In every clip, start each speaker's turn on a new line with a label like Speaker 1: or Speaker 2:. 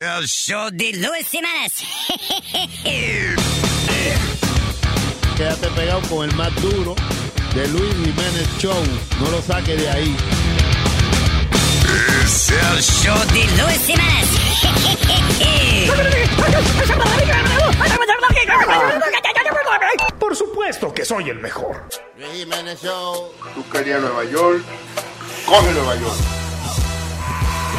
Speaker 1: El show de Luis Semanas.
Speaker 2: Quédate pegado con el más duro de Luis Jiménez Show. No lo saques de ahí.
Speaker 1: Es el show de Luis Semanas.
Speaker 3: Por supuesto que soy el mejor.
Speaker 2: Luis Jiménez Show.
Speaker 4: Buscaría Nueva York. Coge Nueva York.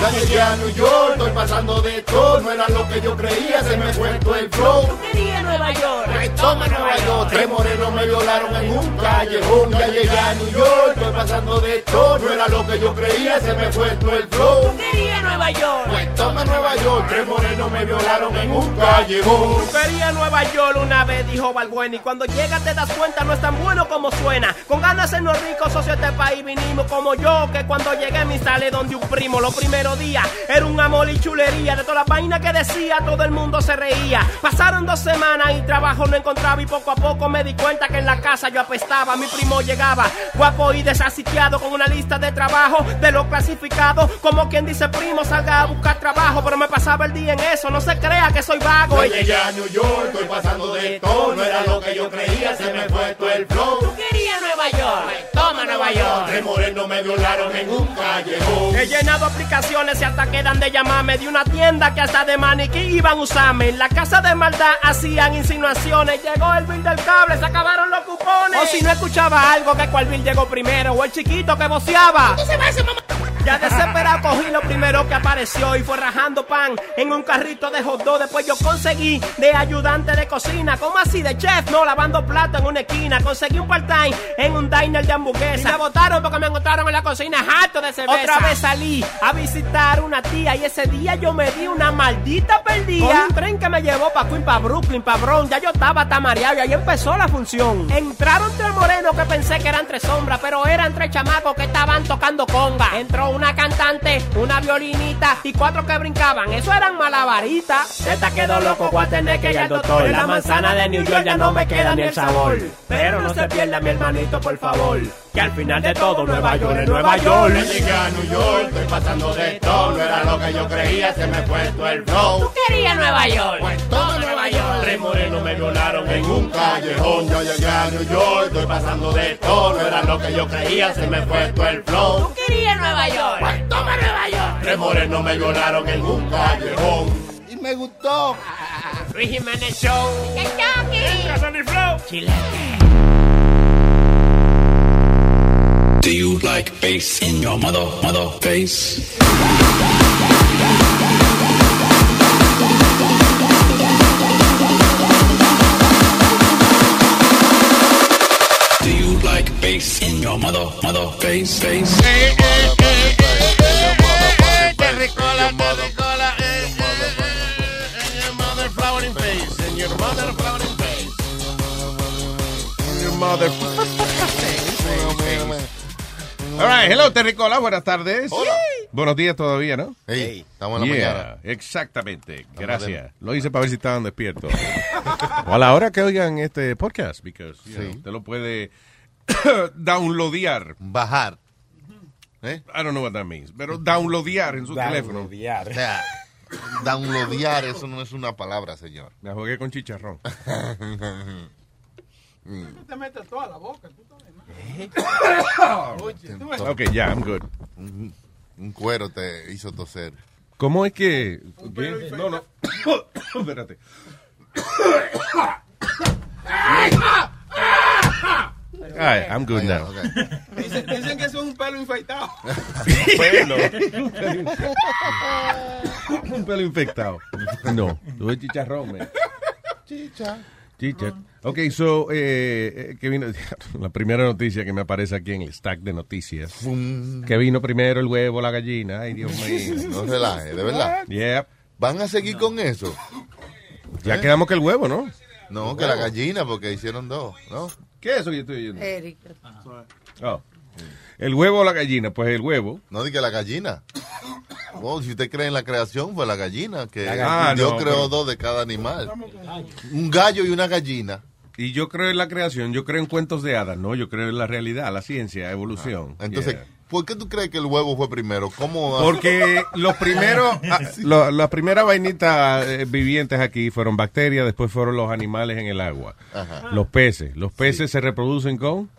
Speaker 2: Ya llegué a New York, estoy pasando de todo. No era lo que yo creía, se me fue todo el flow.
Speaker 5: quería Nueva York.
Speaker 2: Toma Nueva York, tres morenos me violaron en un callejón. Ya llegué a New York, estoy pasando de todo. No era lo que yo creía, se me fue todo el flow.
Speaker 5: quería Nueva York.
Speaker 2: Toma Nueva York, tres morenos me violaron en un callejón.
Speaker 6: Quería Nueva York una vez, dijo Balbuena. Y cuando llegas te das cuenta, no es tan bueno como suena. Con ganas en los ricos, socio este país vinimos como yo. Que cuando llegué me instalé donde un primo. Los primeros días era un amor y chulería. De todas las vainas que decía, todo el mundo se reía. Pasaron dos semanas y trabajo no encontraba. Y poco a poco me di cuenta que en la casa yo apestaba. Mi primo llegaba guapo y desasitiado con una lista de trabajo de lo clasificado. Como quien dice, primo, salga a buscar trabajo. Pero me pasaba el día en eso. No se crea que soy vago.
Speaker 2: Yo
Speaker 6: Ey,
Speaker 2: Pues, llegué a New York, estoy pasando de todo. No era lo que yo creía, se me fue todo el flow.
Speaker 5: quería Nueva York. Toma Nueva York.
Speaker 2: Tres morenos me violaron en un callejón.
Speaker 6: He llenado aplicaciones y hasta quedan de llamarme de una tienda que hasta de maniquí iban a usarme. En la casa de maldad hacían insinuaciones. Llegó el bill del cable, se acabaron los cupones. O si no escuchaba algo, que cual bill llegó primero. O el chiquito que voceaba. Ya desesperado cogí lo primero que apareció y fue rajando pan en un carrito de hot dog. Después yo conseguí de ayudante de cocina, como así de chef, no lavando plato en una esquina. Conseguí un part-time en un diner de hamburguesa. Y me votaron porque me encontraron en la cocina harto de cerveza. Otra vez salí a visitar una tía y ese día yo me di una maldita perdida. Con un tren que me llevó para Queen, para Brooklyn, para Bronx. Ya yo estaba tamareado y ahí empezó la función. Entraron tres morenos que pensé que eran tres sombras, pero eran tres chamacos que estaban tocando conga. Entró una cantante, una violinita y cuatro que brincaban. Eso eran malabaritas. Se te quedó loco, voy a tener que ir al doctor. En la manzana de New York ya no me queda ni el sabor. Pero no se pierda mi hermanito, por favor. Que al final de todo, Nueva York es Nueva York.
Speaker 2: Yo llegué a New York, estoy pasando de todo. No era lo que yo creía, se me fue todo el flow. Pues
Speaker 5: quería Nueva York.
Speaker 2: Todo Nueva York, tres morenos me violaron en un callejón. Yo llegué a New York, estoy pasando de todo. No era lo que yo creía, se me fue todo el flow. Pues
Speaker 5: quería Nueva York. Toma Nueva York.
Speaker 2: Tres morenos me violaron en un callejón. Y me gustó.
Speaker 6: Luis Jiménez Show.
Speaker 5: ¡Qué choque!
Speaker 7: Do you like bass in your mother, mother face? Do you like bass in your mother, mother face, face?
Speaker 2: te ricola, te ricola. In eh, your mother flowering face. In your mother flowering face. In your mother
Speaker 4: All right, hello, Terricola, buenas tardes.
Speaker 2: Hola.
Speaker 4: Buenos días todavía, ¿no?
Speaker 2: Hey, estamos en la
Speaker 4: Yeah,
Speaker 2: mañana.
Speaker 4: Exactamente, gracias. Lo hice para ver si estaban despiertos. o a la hora que oigan este podcast, because you know, usted lo puede downloadear.
Speaker 2: Bajar. ¿Eh?
Speaker 4: I don't know what that means, pero downloadear en su teléfono.
Speaker 2: O sea, downloadear, eso no es una palabra, señor.
Speaker 4: La jugué con chicharrón.
Speaker 2: Mm.
Speaker 4: ¿Eh? Ok, ya, I'm good.
Speaker 2: Un cuero te hizo toser.
Speaker 4: ¿Cómo es que...? ¿qué? No, no. Espérate. All right, I'm good now.
Speaker 2: Ok.
Speaker 8: Dicen que eso es un pelo infectado.
Speaker 4: pelo. un pelo infectado. No, tuve chicharrón, man. Chicha. Ok, so, eh, eh, que vino, la primera noticia que me aparece aquí en el stack de noticias. Que vino primero el huevo, la gallina. Ay, Dios mío.
Speaker 2: No relaje, de verdad.
Speaker 4: Yep.
Speaker 2: ¿Van a seguir con eso? ¿Eh?
Speaker 4: Ya quedamos que el huevo, ¿no?
Speaker 2: No, que la gallina, porque hicieron dos, ¿no?
Speaker 4: ¿Qué es eso que yo estoy oyendo? Oh. El huevo o la gallina, pues el huevo.
Speaker 2: No di que la gallina. No, si usted cree en la creación, fue la gallina. Que
Speaker 4: gallina.
Speaker 2: Dios
Speaker 4: Ah, no,
Speaker 2: creó
Speaker 4: pero-
Speaker 2: dos de cada animal. Un gallo y una gallina.
Speaker 4: Y yo creo en la creación, yo creo en cuentos de hadas, no, yo creo en la realidad, la ciencia, evolución.
Speaker 2: Ah. Entonces,
Speaker 4: Yeah.
Speaker 9: ¿Por qué tú crees que el huevo fue primero? ¿Cómo?
Speaker 4: Porque los primeros, ah, lo- las primeras vainitas eh, vivientes aquí fueron bacterias, después fueron los animales en el agua.
Speaker 9: Ajá.
Speaker 4: Los peces. Los peces se reproducen con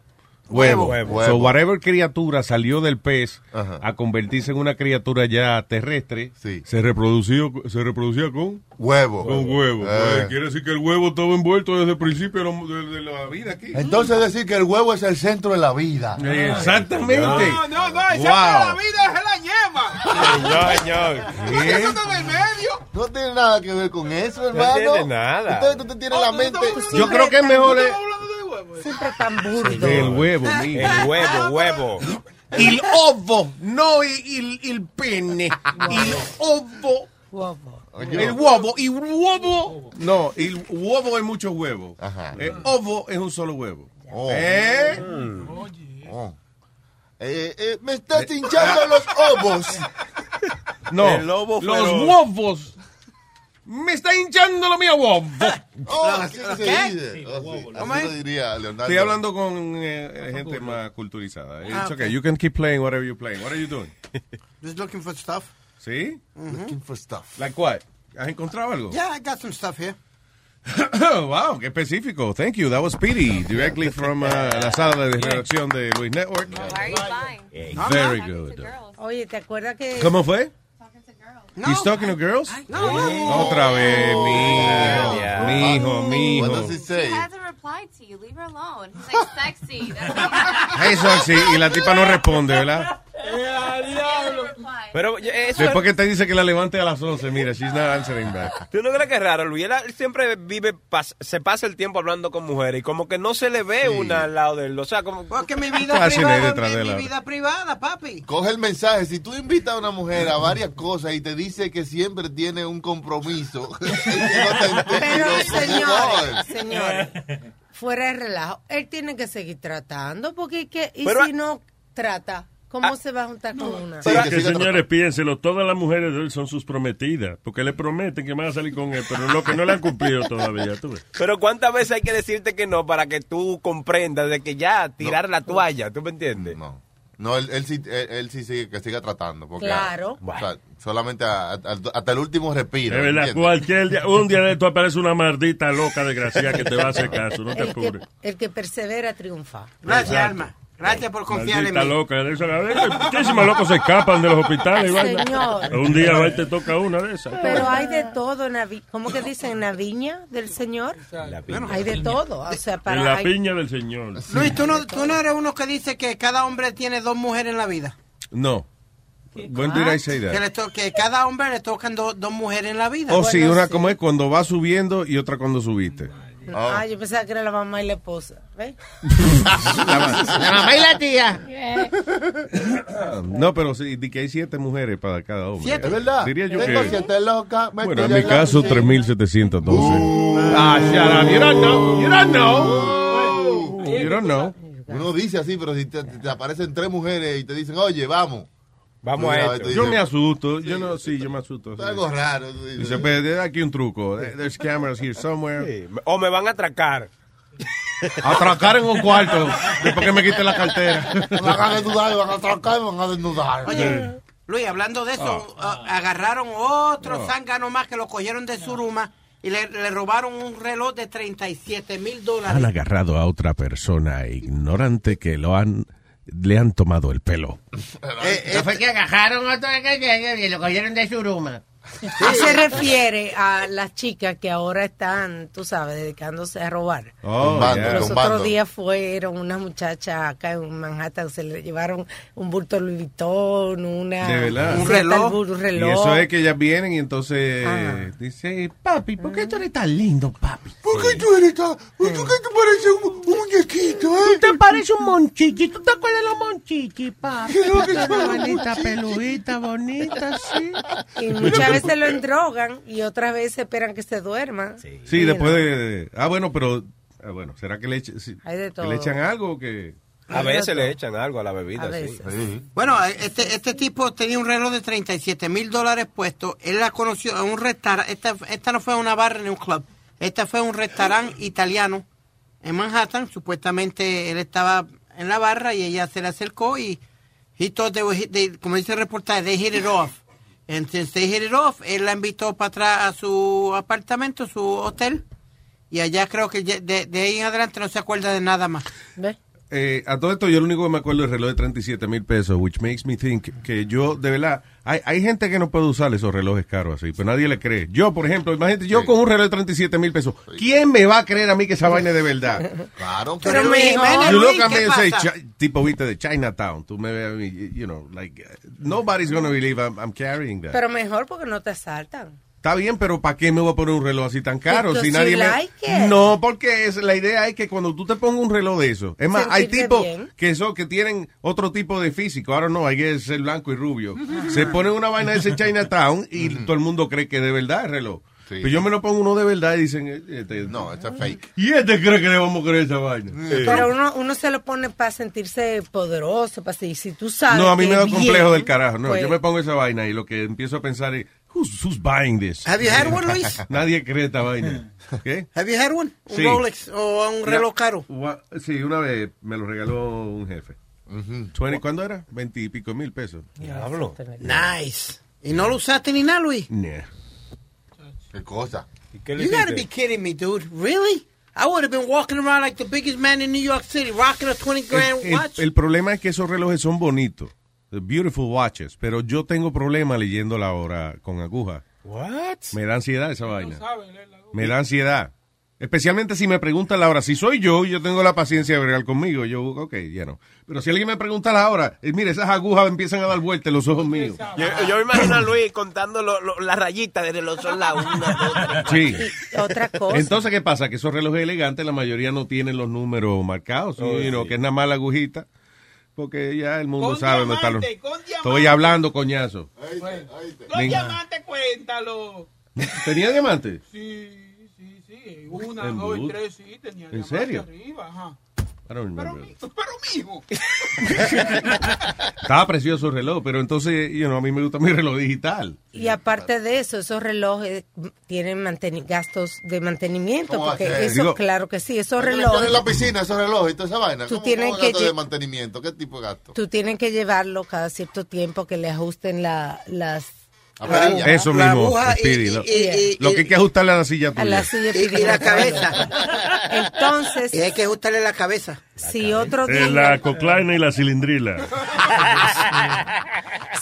Speaker 4: huevos.
Speaker 9: Huevo.
Speaker 4: So, whatever criatura salió del pez
Speaker 9: Ajá.
Speaker 4: a convertirse en una criatura ya terrestre,
Speaker 9: Sí.
Speaker 4: se, reprodució, se reproducía con,
Speaker 9: Huevo.
Speaker 4: con huevo.
Speaker 9: Eh.
Speaker 4: Pues, quiere decir que el huevo estaba envuelto desde el principio de la- de- de la vida aquí.
Speaker 9: Entonces decir que el huevo es el centro de la vida.
Speaker 4: Exactamente.
Speaker 8: No, no, no, el centro de la vida es la yema. Porque eso está en el medio.
Speaker 9: No tiene nada que ver con eso, hermano.
Speaker 4: tiene nada.
Speaker 9: Usted, usted tiene
Speaker 8: Ah,
Speaker 9: la mente.
Speaker 4: Yo creo que es mejor
Speaker 8: ¿Tú
Speaker 4: el-
Speaker 8: estás hablando de huevo?
Speaker 1: Siempre tan burdo.
Speaker 4: el huevo, mijo.
Speaker 8: Ah,
Speaker 10: Huevo, huevo.
Speaker 4: El ovo, no el, el pene. El ovo. El huevo. Y huevo. No, el huevo es mucho huevo.
Speaker 9: Ajá.
Speaker 4: El ovo es un solo huevo.
Speaker 9: Oh,
Speaker 4: ¿Eh?
Speaker 9: oh. Eh, eh, me estás hinchando los ovos.
Speaker 4: No.
Speaker 10: El lobo
Speaker 4: los
Speaker 10: feroz.
Speaker 4: huevos. Me está hinchando lo mío Ah, huevo.
Speaker 9: Oh, así que se dice. Oh, sí. Así lo diría Leonardo.
Speaker 4: Estoy hablando con eh, gente más culturizada.
Speaker 9: Ah,
Speaker 4: It's okay. You can keep playing whatever you're playing. What are you doing?
Speaker 11: Just looking for stuff.
Speaker 4: ¿Sí?
Speaker 9: Looking for stuff.
Speaker 4: Like what? ¿Has encontrado algo?
Speaker 11: Yeah, I got some stuff here.
Speaker 4: wow, qué específico. Thank you. That was Speedy, directly from uh, la sala de redacción de Luis Network. Very good.
Speaker 5: Oye, ¿te acuerdas que
Speaker 4: ¿Cómo fue?
Speaker 11: No,
Speaker 4: He's talking to girls?
Speaker 11: no, no.
Speaker 4: Otra vez, mijo,
Speaker 10: Yeah.
Speaker 4: mijo,
Speaker 9: What
Speaker 4: mijo.
Speaker 9: does it say?
Speaker 4: Hey, Soxy, y la tipa no responde, ¿verdad?
Speaker 10: Pero eh, eso
Speaker 4: Después que te dice que la levante a las 11, mira, she's not answering back.
Speaker 10: ¿Tú no crees que es raro, Luis? Él él siempre vive, pas- se pasa el tiempo hablando con mujeres y como que no se le ve una al lado de él. O sea, como...
Speaker 11: Porque mi vida
Speaker 4: Fácil ahí
Speaker 11: privada,
Speaker 4: detrás
Speaker 11: mi,
Speaker 4: de
Speaker 11: mi
Speaker 4: la-
Speaker 11: vida privada, papi.
Speaker 9: Coge el mensaje. Si tú invitas a una mujer a varias cosas y te dice que siempre tiene un compromiso. no te
Speaker 5: Pero
Speaker 9: entiendo,
Speaker 5: señores,
Speaker 9: por favor.
Speaker 5: señores, fuera de relajo, él tiene que seguir tratando porque es que, y
Speaker 10: Pero-
Speaker 5: si no trata,
Speaker 4: Ah,
Speaker 5: ¿cómo se va a juntar con una?
Speaker 9: Sí, que siga
Speaker 2: señores, piénselo, todas las mujeres de él son sus prometidas, porque le prometen que van a salir con él, pero lo que no le han cumplido todavía, tú ves.
Speaker 10: Pero cuántas veces hay que decirte que no para que tú comprendas de que ya tirar la toalla, ¿tú me entiendes?
Speaker 9: No. No, él, él sí, él, él sí sigue, que siga tratando. Porque
Speaker 5: Claro.
Speaker 9: o sea, solamente a- a- hasta el último respiro.
Speaker 2: De verdad,
Speaker 9: ¿entiendes?
Speaker 2: cualquier día,
Speaker 4: Uh,
Speaker 2: un día de esto aparece una maldita loca desgraciada que te va a hacer caso, no te
Speaker 5: El que,
Speaker 2: apures.
Speaker 5: el que persevera triunfa.
Speaker 11: Gracias, alma. Gracias por confiar en
Speaker 2: Maldita
Speaker 11: mí.
Speaker 2: loca, de esas, a ver, muchísimos locos se escapan de los hospitales. vaina.
Speaker 5: Señor.
Speaker 2: Un día va y te toca una de esas.
Speaker 5: Pero hay de todo en la vi- ¿cómo que dicen? ¿En la viña del Señor? hay de todo. O sea, para...
Speaker 2: en la
Speaker 5: hay-
Speaker 2: piña del señor.
Speaker 11: Luis, ¿tú no, tú no eres uno que dice que cada hombre tiene dos mujeres en la vida.
Speaker 4: No. When did I say
Speaker 11: Que,
Speaker 4: that?
Speaker 11: le to- que cada hombre le tocan do- dos mujeres en la vida.
Speaker 4: Oh, sí,
Speaker 5: Bueno,
Speaker 4: una
Speaker 5: sí.
Speaker 4: como es cuando va subiendo y otra cuando subiste. Oh.
Speaker 5: Ah, yo pensaba que era la mamá y la esposa. ¿Ves?
Speaker 1: La mamá y la tía.
Speaker 5: Eh.
Speaker 4: Ah. No, pero sí, di que hay siete mujeres para cada hombre.
Speaker 11: Siete.
Speaker 9: Es verdad.
Speaker 4: Diría yo
Speaker 9: Tengo
Speaker 4: que-
Speaker 9: siete locas, me
Speaker 4: Bueno, en
Speaker 9: estoy
Speaker 4: mi
Speaker 9: hablando,
Speaker 4: caso,
Speaker 9: Uh. sí.
Speaker 4: 3712. Ah, shut up. You don't know. You don't know. You don't know.
Speaker 9: Uno dice así, pero si te, te aparecen tres mujeres y te dicen, oye, vamos. Tú
Speaker 10: Vamos a
Speaker 9: sabes,
Speaker 10: esto.
Speaker 9: tú
Speaker 4: Yo
Speaker 9: dices,
Speaker 4: me asusto. Yo no, sí, yo me asusto.
Speaker 9: "Está Algo
Speaker 4: sí.
Speaker 9: raro. tú dices.
Speaker 4: Dice, pero hay aquí un truco. There's cameras here somewhere.
Speaker 10: Sí, O me van a atracar.
Speaker 4: Atracar en un cuarto después que me quite la cartera.
Speaker 9: Van a desnudar, van a atracar, van a desnudar.
Speaker 11: Oye, Luis, hablando de eso,
Speaker 4: Ah.
Speaker 11: a- agarraron otro zángano más que lo cogieron de Suruma y le, le robaron un reloj de 37 mil
Speaker 4: Han
Speaker 11: dólares.
Speaker 4: agarrado a otra persona ignorante que lo han, le han tomado el pelo.
Speaker 1: No fue que agajaron otro que- que- que lo cogieron de Suruma.
Speaker 5: Ah, se refiere a las chicas que ahora están, tú sabes, dedicándose a robar.
Speaker 4: Oh,
Speaker 9: Tumbando,
Speaker 4: yeah.
Speaker 5: Los otros días fueron unas muchachas acá en Manhattan, se le llevaron un bulto Louis Vuitton, una,
Speaker 4: De verdad.
Speaker 11: Un reloj.
Speaker 5: tal bul- Ah, un
Speaker 4: Y
Speaker 5: reloj. Ah.
Speaker 4: eso es que ellas vienen y entonces
Speaker 5: Ajá.
Speaker 4: dice, papi, ¿por qué tú eres tan lindo, papi?
Speaker 9: ¿Por qué tú eres tan.? ¿Por qué te pareces un, un muñequito, eh?
Speaker 1: Te parece un monchichi. ¿Tú te acuerdas de los monchichi, papi?
Speaker 9: Creo que soy un
Speaker 1: bonita peludita, bonita, sí.
Speaker 5: Y muchas veces lo endrogan y otras veces esperan que se duerma.
Speaker 4: Sí,
Speaker 5: Y
Speaker 4: después
Speaker 5: no.
Speaker 4: de, de- Ah, bueno, pero... ah, bueno, ¿será que le, eche- si-
Speaker 5: Hay de
Speaker 4: que
Speaker 5: todo.
Speaker 4: le echan algo o que
Speaker 10: A veces le echan algo a la bebida.
Speaker 5: A
Speaker 10: sí.
Speaker 5: veces.
Speaker 11: Bueno, este, este tipo tenía un reloj de 37 mil dólares puesto. Él la conoció en un restaurante. Esta, esta no fue una barra ni un club. Esta fue un restaurante italiano en Manhattan. Supuestamente él estaba en la barra y ella se le acercó y He thought they were, hit- they- como dice el reportaje, they hit it off. And since they hit it off, él la invitó para atrás a su apartamento, su hotel. Y allá creo que ya- de, de ahí en adelante no se acuerda de nada más.
Speaker 4: Eh, a todo esto, yo lo único que me acuerdo es el reloj de 37 mil pesos, which makes me think que yo, de verdad, hay, hay gente que no puede usar esos relojes caros así, pero nadie le cree. Yo, por ejemplo, imagínate, yo con un reloj de 37 mil pesos, ¿quién me va a creer a mí que esa vaina es de verdad?
Speaker 9: Claro,
Speaker 4: Pero
Speaker 9: pero-
Speaker 4: You look at me and say, "Chi- tipo, viste, de Chinatown. Tú me ves a mí, you know, like, uh, nobody's gonna believe I'm, I'm carrying that.
Speaker 5: Pero mejor porque no te asaltan.
Speaker 4: Está bien, pero ¿para qué me voy a poner un reloj así tan caro?
Speaker 5: Because
Speaker 4: Si
Speaker 5: you
Speaker 4: nadie me-
Speaker 5: like it.
Speaker 4: No, porque es, la idea es que cuando tú te pongas un reloj de eso, es más, hay
Speaker 5: Sentirte
Speaker 4: tipos
Speaker 5: bien.
Speaker 4: que son, que tienen otro tipo de físico, ahora no, hay que ser blanco y rubio. Se ponen una vaina de ese Chinatown y todo el mundo cree que de verdad el reloj. Pero yo me lo pongo uno de verdad y dicen, eh, este-
Speaker 9: no, está fake.
Speaker 4: ¿Y este cree que le vamos a creer esa vaina? Eh.
Speaker 5: Pero uno, uno se lo pone para sentirse poderoso, para si, si tú sabes.
Speaker 4: No, a mí
Speaker 5: que
Speaker 4: me da
Speaker 5: bien,
Speaker 4: complejo del carajo. No,
Speaker 5: pues-
Speaker 4: yo me pongo esa vaina y lo que empiezo a pensar es, who's, who's buying this?
Speaker 11: Have you had one, Luis?
Speaker 4: Nadie cree esta vaina. ¿Qué?
Speaker 11: Have you had one? Un
Speaker 4: Sí.
Speaker 11: Rolex o un reloj caro.
Speaker 4: Gua- Sí, una vez me lo regaló un jefe. 20, ¿Cuándo era? Veintipico mil pesos.
Speaker 11: Diablo. Nice. ¿Y no lo usaste ni nada, Luis?
Speaker 4: Nah.
Speaker 9: ¿Qué cosa?
Speaker 11: You gotta be kidding me, dude. Really? I would have been walking around like the biggest man in New York City, rocking a 20 grand
Speaker 4: El,
Speaker 11: watch.
Speaker 4: el problema es que esos relojes son bonitos. The beautiful watches. Pero yo tengo problema leyendo la hora con aguja.
Speaker 10: What?
Speaker 4: Me da ansiedad esa vaina.
Speaker 10: eh,
Speaker 4: Me da ansiedad. Especialmente si me preguntan la hora. Si soy yo, yo tengo la paciencia de bregar conmigo. Yo, ok, ya no. Pero si alguien me pregunta la hora, eh, mire, esas agujas empiezan a dar vueltas en los ojos míos.
Speaker 10: Yo, yo me imagino a Luis contando lo- lo- las rayitas del reloj son la una, dos, tres.
Speaker 4: Sí.
Speaker 5: Otra cosa.
Speaker 4: Entonces, ¿qué pasa? Que esos relojes elegantes, la mayoría no tienen los números marcados,
Speaker 10: Oh,
Speaker 4: sino
Speaker 10: sí.
Speaker 4: que es nada más la agujita, porque ya el mundo sabe dónde están los... Estoy hablando, coñazo.
Speaker 8: Los
Speaker 4: Venga.
Speaker 8: diamantes, cuéntalo.
Speaker 4: ¿Tenía diamantes?
Speaker 8: Sí, sí, sí. Una,
Speaker 4: en
Speaker 8: dos, y
Speaker 4: bus.
Speaker 8: tres, sí, tenía
Speaker 4: ¿En
Speaker 8: diamantes
Speaker 4: serio?
Speaker 8: arriba, ajá.
Speaker 4: I don't remember.
Speaker 8: Pero mijo.
Speaker 4: Estaba precioso el reloj, pero entonces, you know, a mí me gusta mi reloj digital.
Speaker 5: Y aparte de eso, esos relojes eh, tienen manteni- gastos de mantenimiento,
Speaker 9: ¿Cómo va a
Speaker 5: porque
Speaker 9: ser?
Speaker 5: eso,
Speaker 9: Digo-
Speaker 5: claro que sí, esos
Speaker 9: Hay que meterlo
Speaker 5: relojes,
Speaker 9: en la piscina, esos relojes y toda esa vaina.
Speaker 5: Tú
Speaker 9: ¿Cómo-
Speaker 5: tienes
Speaker 9: cómo
Speaker 5: que
Speaker 9: gasto de
Speaker 5: lle-
Speaker 9: mantenimiento? ¿Qué tipo de gasto?
Speaker 5: tú tienes que llevarlo cada cierto tiempo que le ajusten la, las...
Speaker 9: Amarilla.
Speaker 4: Eso
Speaker 9: La
Speaker 4: mismo,
Speaker 9: aguja y-
Speaker 4: Speedy,
Speaker 9: y-
Speaker 4: lo,
Speaker 9: y-
Speaker 4: lo que hay que ajustarle a la silla tuya.
Speaker 5: A la silla
Speaker 11: Y- y la
Speaker 5: cabeza. Entonces...
Speaker 11: Y hay que ajustarle la cabeza.
Speaker 5: Si otro
Speaker 12: Eh,
Speaker 5: dealer,
Speaker 12: la coclaina y la cilindrila.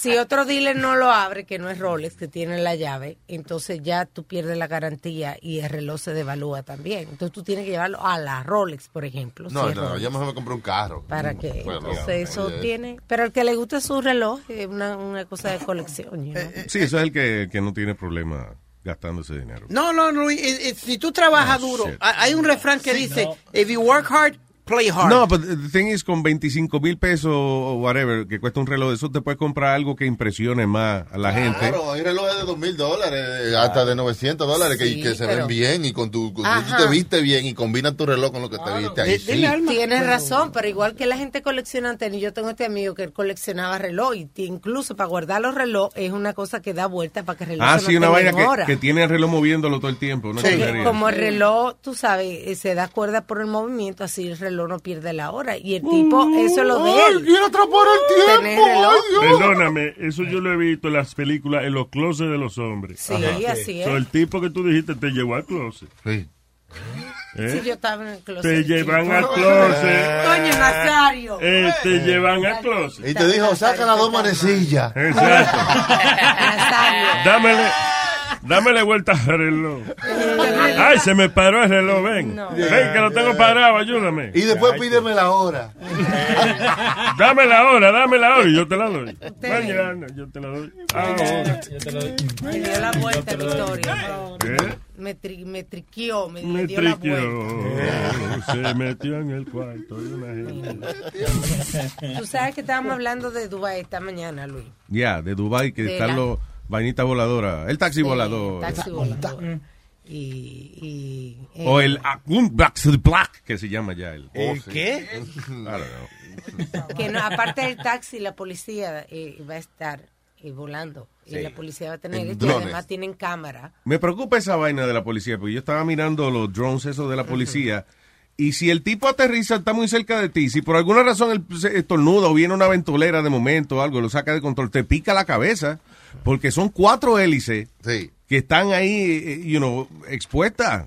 Speaker 5: si otro dealer no lo abre, que no es Rolex, que tiene la llave, entonces ya tú pierdes la garantía y el reloj se devalúa también. Entonces tú tienes que llevarlo a la Rolex, por ejemplo.
Speaker 9: No,
Speaker 5: si es
Speaker 9: no,
Speaker 5: Rolex.
Speaker 9: yo mejor me compré un carro.
Speaker 5: Para que
Speaker 9: Bueno,
Speaker 5: entonces eso
Speaker 9: oye,
Speaker 5: tiene. Pero el que le gusta su reloj es una, una cosa de colección. you know.
Speaker 9: Eh,
Speaker 4: Sí, eso es el que, el que no tiene problema gastando ese dinero.
Speaker 11: No, no, Luis. eh, eh, si tú trabajas
Speaker 4: Oh,
Speaker 11: duro,
Speaker 4: shit.
Speaker 11: ha- hay un refrán que dice, if you work hard, play hard.
Speaker 4: No, but the thing is, con 25 mil pesos o whatever, que cuesta un reloj de eso, te puedes comprar algo que impresione más a la gente.
Speaker 9: Claro, hay relojes de 2.000 dólares, eh, hasta de 900 dólares que-
Speaker 5: Sí,
Speaker 9: que, se
Speaker 5: pero-
Speaker 9: ven bien y con tu, con- tú
Speaker 5: Ajá.
Speaker 9: te viste bien y combinas tu reloj con lo que te viste ahí. sí.
Speaker 5: Tienes razón, pero igual que la gente colecciona antenas, yo tengo este amigo que él coleccionaba reloj y t- incluso para guardar los relojes es una cosa que da vuelta para que el reloj
Speaker 4: Ah,
Speaker 5: se
Speaker 4: sí,
Speaker 5: mantenga
Speaker 4: una vaina
Speaker 5: en
Speaker 4: que,
Speaker 5: hora.
Speaker 4: que tiene el reloj moviéndolo todo el tiempo. una
Speaker 5: Porque
Speaker 4: chulería.
Speaker 5: como el reloj, tú sabes, eh, se da cuerda por el movimiento, así el reloj no pierde la hora. Y el tipo, eso es lo de él.
Speaker 12: quiero atrapar el
Speaker 5: Tener reloj.
Speaker 4: Eh,
Speaker 12: Perdóname, eso yo lo he visto en las películas, en los closets de los hombres.
Speaker 5: Sí, Ajá. así es.
Speaker 12: So, el tipo que tú dijiste te llevó al closet. ¿Eh?
Speaker 9: Sí.
Speaker 5: Sí, yo estaba en el closet.
Speaker 12: Te
Speaker 5: chico.
Speaker 12: llevan al closet.
Speaker 5: Coño, Nazario.
Speaker 12: Eh, te llevan al closet.
Speaker 9: Y te dijo, saca las dos manecillas.
Speaker 12: Exacto. dámele, dámele vuelta al reloj. Ay, se me paró el reloj, ven. Ven, que lo tengo parado, ayúdame.
Speaker 9: Y después pídeme la hora.
Speaker 12: Dame la hora, dame la hora y yo te la doy.
Speaker 5: Te-
Speaker 12: Mañana yo te la doy.
Speaker 4: Ah,
Speaker 12: Ahora.
Speaker 5: Me dio la vuelta, Victoria.
Speaker 12: ¿Eh?
Speaker 5: Me, tri- me triquió, me, me
Speaker 12: Me
Speaker 5: dio la vuelta.
Speaker 12: triquió. Se metió en el cuarto de una gente.
Speaker 5: Tú sabes que estábamos hablando de Dubái esta mañana, Luis.
Speaker 4: Ya, de Dubai que
Speaker 5: De
Speaker 4: están
Speaker 5: la-
Speaker 4: los vainitas voladoras. El taxi
Speaker 5: Sí,
Speaker 4: volador.
Speaker 5: taxi volador. Y, y, eh,
Speaker 4: O el Akun Black to the Black, que se llama ya. El,
Speaker 5: ¿El qué?
Speaker 4: I don't know.
Speaker 5: Que no, aparte del taxi, la policía eh, va a estar eh, volando.
Speaker 4: Sí.
Speaker 5: Y la policía va a tener
Speaker 4: En
Speaker 5: esto. Y
Speaker 4: drones.
Speaker 5: además tienen cámara.
Speaker 4: Me preocupa esa vaina de la policía, porque yo estaba mirando los drones esos de la policía Y si el tipo aterriza, está muy cerca de ti. Si por alguna razón él se estornuda o viene una ventolera de momento o algo, lo saca de control, te pica la cabeza. Porque son cuatro hélices que están ahí, eh, you know, expuestas.